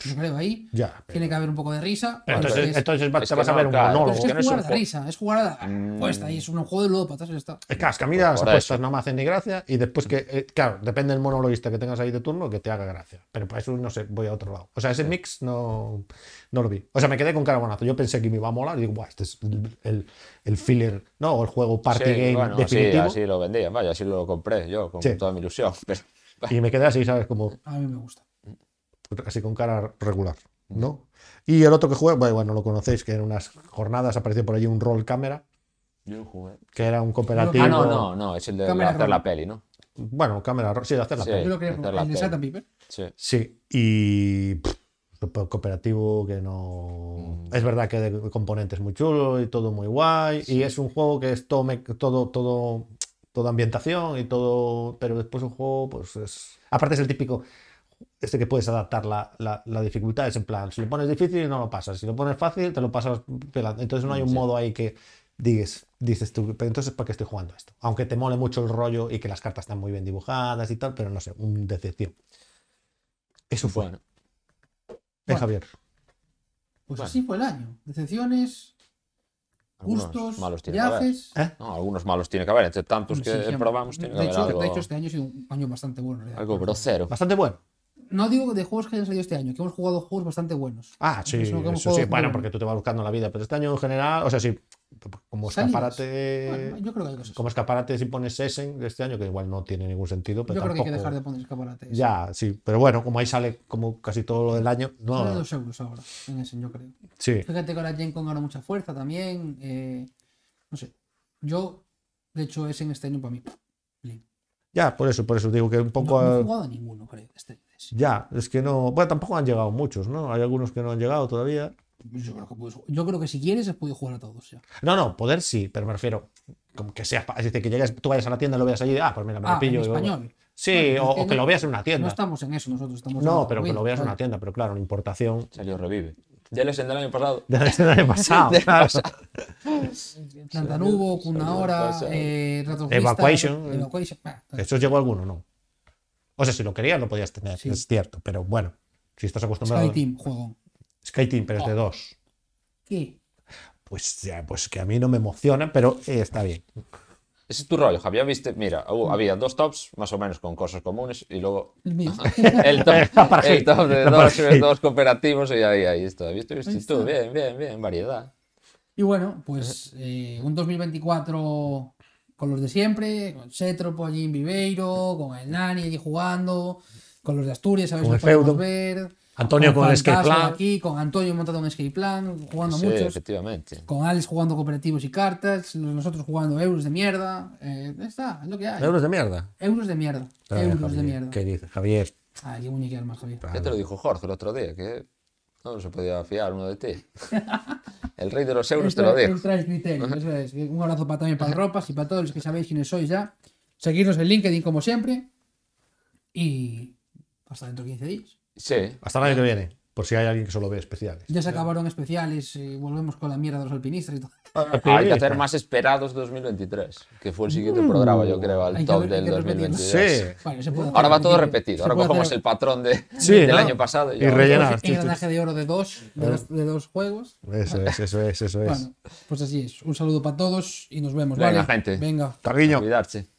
Yo creo ahí. Ya. pero- Tiene que haber un poco de risa. pero pero entonces, es- entonces va- es te que vas a no, ver un claro, pero monólogo. es que que no es es jugar un a la juego. risa, es jugar a Mm. la apuesta. Y es un juego de luego patas y ya está. Es que es que a mí las Por apuestas no me hacen ni gracia y después que, eh, claro, depende del monologuista que tengas ahí de turno que te haga gracia. Pero para eso, no sé, voy a otro lado. O sea, ese mix no, no lo vi. O sea, me quedé con carabonazo. Yo pensé que me iba a molar y digo, Buah, este es el, el, el filler, ¿no? O el juego party Sí, game bueno, definitivo. Sí, así lo vendían, vaya, así lo compré yo, con Sí. toda mi ilusión. Pero, Y me quedé así, ¿sabes? Como A mí me gusta. así con cara regular, Mm. ¿no? Y el otro que jugué, bueno, bueno, lo conocéis, que en unas jornadas apareció por allí un roll camera, yo jugué. que era un cooperativo. Ah, no, no, no, es el de Cámara hacer la roja. peli, ¿no? Bueno, cámara, roll, sí, de hacer la Sí. peli. Yo lo quería meter probar. la El de peli. Satan Piper. Sí. Sí, y pff, super cooperativo que no... Es verdad que de componentes muy chulo y todo muy guay, y es un juego que es todo, me- todo, todo, toda ambientación y todo, pero después un juego, pues es... Aparte es el típico... Este que puedes adaptar la, la- la dificultad, es en plan, si lo pones difícil no lo pasas, si lo pones fácil te lo pasas pelando. Entonces no hay un modo ahí que digas, dices tú, pero entonces ¿para qué estoy jugando esto? Aunque te mole mucho el rollo y que las cartas están muy bien dibujadas y tal, pero no sé, un decepción. Eso fue. Bueno, Eh, Bueno. Javier. Pues Bueno. así fue el año. Decepciones, algunos gustos, malos tiene que haber. viajes. ¿Eh? No, algunos malos tiene que haber. Entre tantos que Sí, siempre. probamos, tiene que de, haber hecho, algo, de hecho, este año ha sido un año bastante bueno. en realidad. algo grosero. Bastante bueno. No digo de juegos que hayan salido este año, que hemos jugado juegos bastante buenos. Ah, sí, Eso, que hemos eso jugado sí. muy Bueno, bien. porque tú te vas buscando la vida, pero este año en general, o sea, sí, como Salidas. escaparate. Bueno, yo creo que hay cosas. eh, Como escaparate si pones Essen de este año, que igual no tiene ningún sentido, pero Yo creo que hay que tampoco- dejar de poner escaparates. Ya, sí, pero bueno, como ahí sale como casi todo lo del año, no, Sale dos euros ahora, en ese, yo creo. sí, Fíjate que ahora Gen Con gana mucha fuerza también. eh, no sé. Yo, de hecho, es en este año para mí. Blin. ya, por eso, por eso digo que un No, poco, no eh, he jugado a ninguno, creo. Este, año. Sí, ya, es que no, bueno, tampoco han llegado muchos, ¿no? Hay algunos que no han llegado todavía. Yo, creo que puedes ju- yo creo que si quieres, has podido jugar a todos ya. No, no, poder sí, pero me refiero, como que seas, pa- es decir, que llegues, tú vayas a la tienda y lo veas allí, ah, pues mira, me lo Ah, en pillo. y- español. Sí, Bueno, o, es que o que no- lo veas en una tienda. No estamos en eso nosotros. Estamos en No, otra pero que movida, lo veas en claro. una tienda, pero claro, la importación Salió Revive. Ya les en el año pasado. del año pasado. claro. Plantanubo, Kunaora, Salió- eh, Ratofista, Evacuation. Evacuation. Ah, bah, ¿Eso llegó alguno? No. O sea, si lo querías, lo podías tener, Sí. es cierto, pero bueno, si estás acostumbrado. Sky Team, Oh. juego. Sky Team, pero es de dos. ¿Qué? Pues, ya, pues que a mí no me emociona, pero eh, está bien. Ese es tu rollo, Javier. Viste, mira, Mm. hubo- había dos tops, más o menos con cosas comunes, y luego Mira. el top, Era para el hate, top de era para dos, hate. dos cooperativos, y ahí, ahí está. ¿Viste? ¿Viste? Ahí Tú, está. bien, bien, bien, variedad. Y bueno, pues eh, un 2024 con los de siempre, con Setropo allí en Viveiro, con el Nani allí jugando, con los de Asturias, a ver Con si el lo podemos feudo. ver. Antonio con el Fantasma skate plan. Aquí, con Antonio montado en escape plan, jugando sí, muchos. efectivamente. Con Alex jugando cooperativos y cartas, nosotros jugando euros de mierda. Eh, ya está, es lo que hay. Euros de mierda. Euros de mierda. Ay, euros de Javier, mierda. ¿Qué dices, Javier? Ah, qué muñequear más, Javier. Ya te lo dijo Jorge el otro día, que no se podía fiar uno de ti. El rey de los euros te lo Entra- digo. entra el criterio, eso es. Un abrazo para también para el Ropas y para todos los que sabéis quiénes sois ya. Seguidnos en LinkedIn como siempre. Y hasta dentro de 15 días. Sí, Hasta el año que viene, por si hay alguien que solo ve especiales. Ya se acabaron especiales, eh, volvemos con la mierda de los alpinistas y todo. Ah, hay que hacer más esperados 2023, que fue el siguiente programa, yo creo, al Uh. Hay que top ver- hay del que repetirlo. 2022. Sí. Vale, se puede hacer Ahora va todo repetido. Se Ahora puede cogemos hacer el patrón de, Sí, del ¿no? año pasado Y ahora- rellenar. un engranaje de oro de dos, de dos, de dos juegos. pues Eso es, eso es, eso es. Bueno, pues así es. Un saludo para todos y nos vemos. Venga, ¿vale? gente. Venga. Cariño. Cuidarse.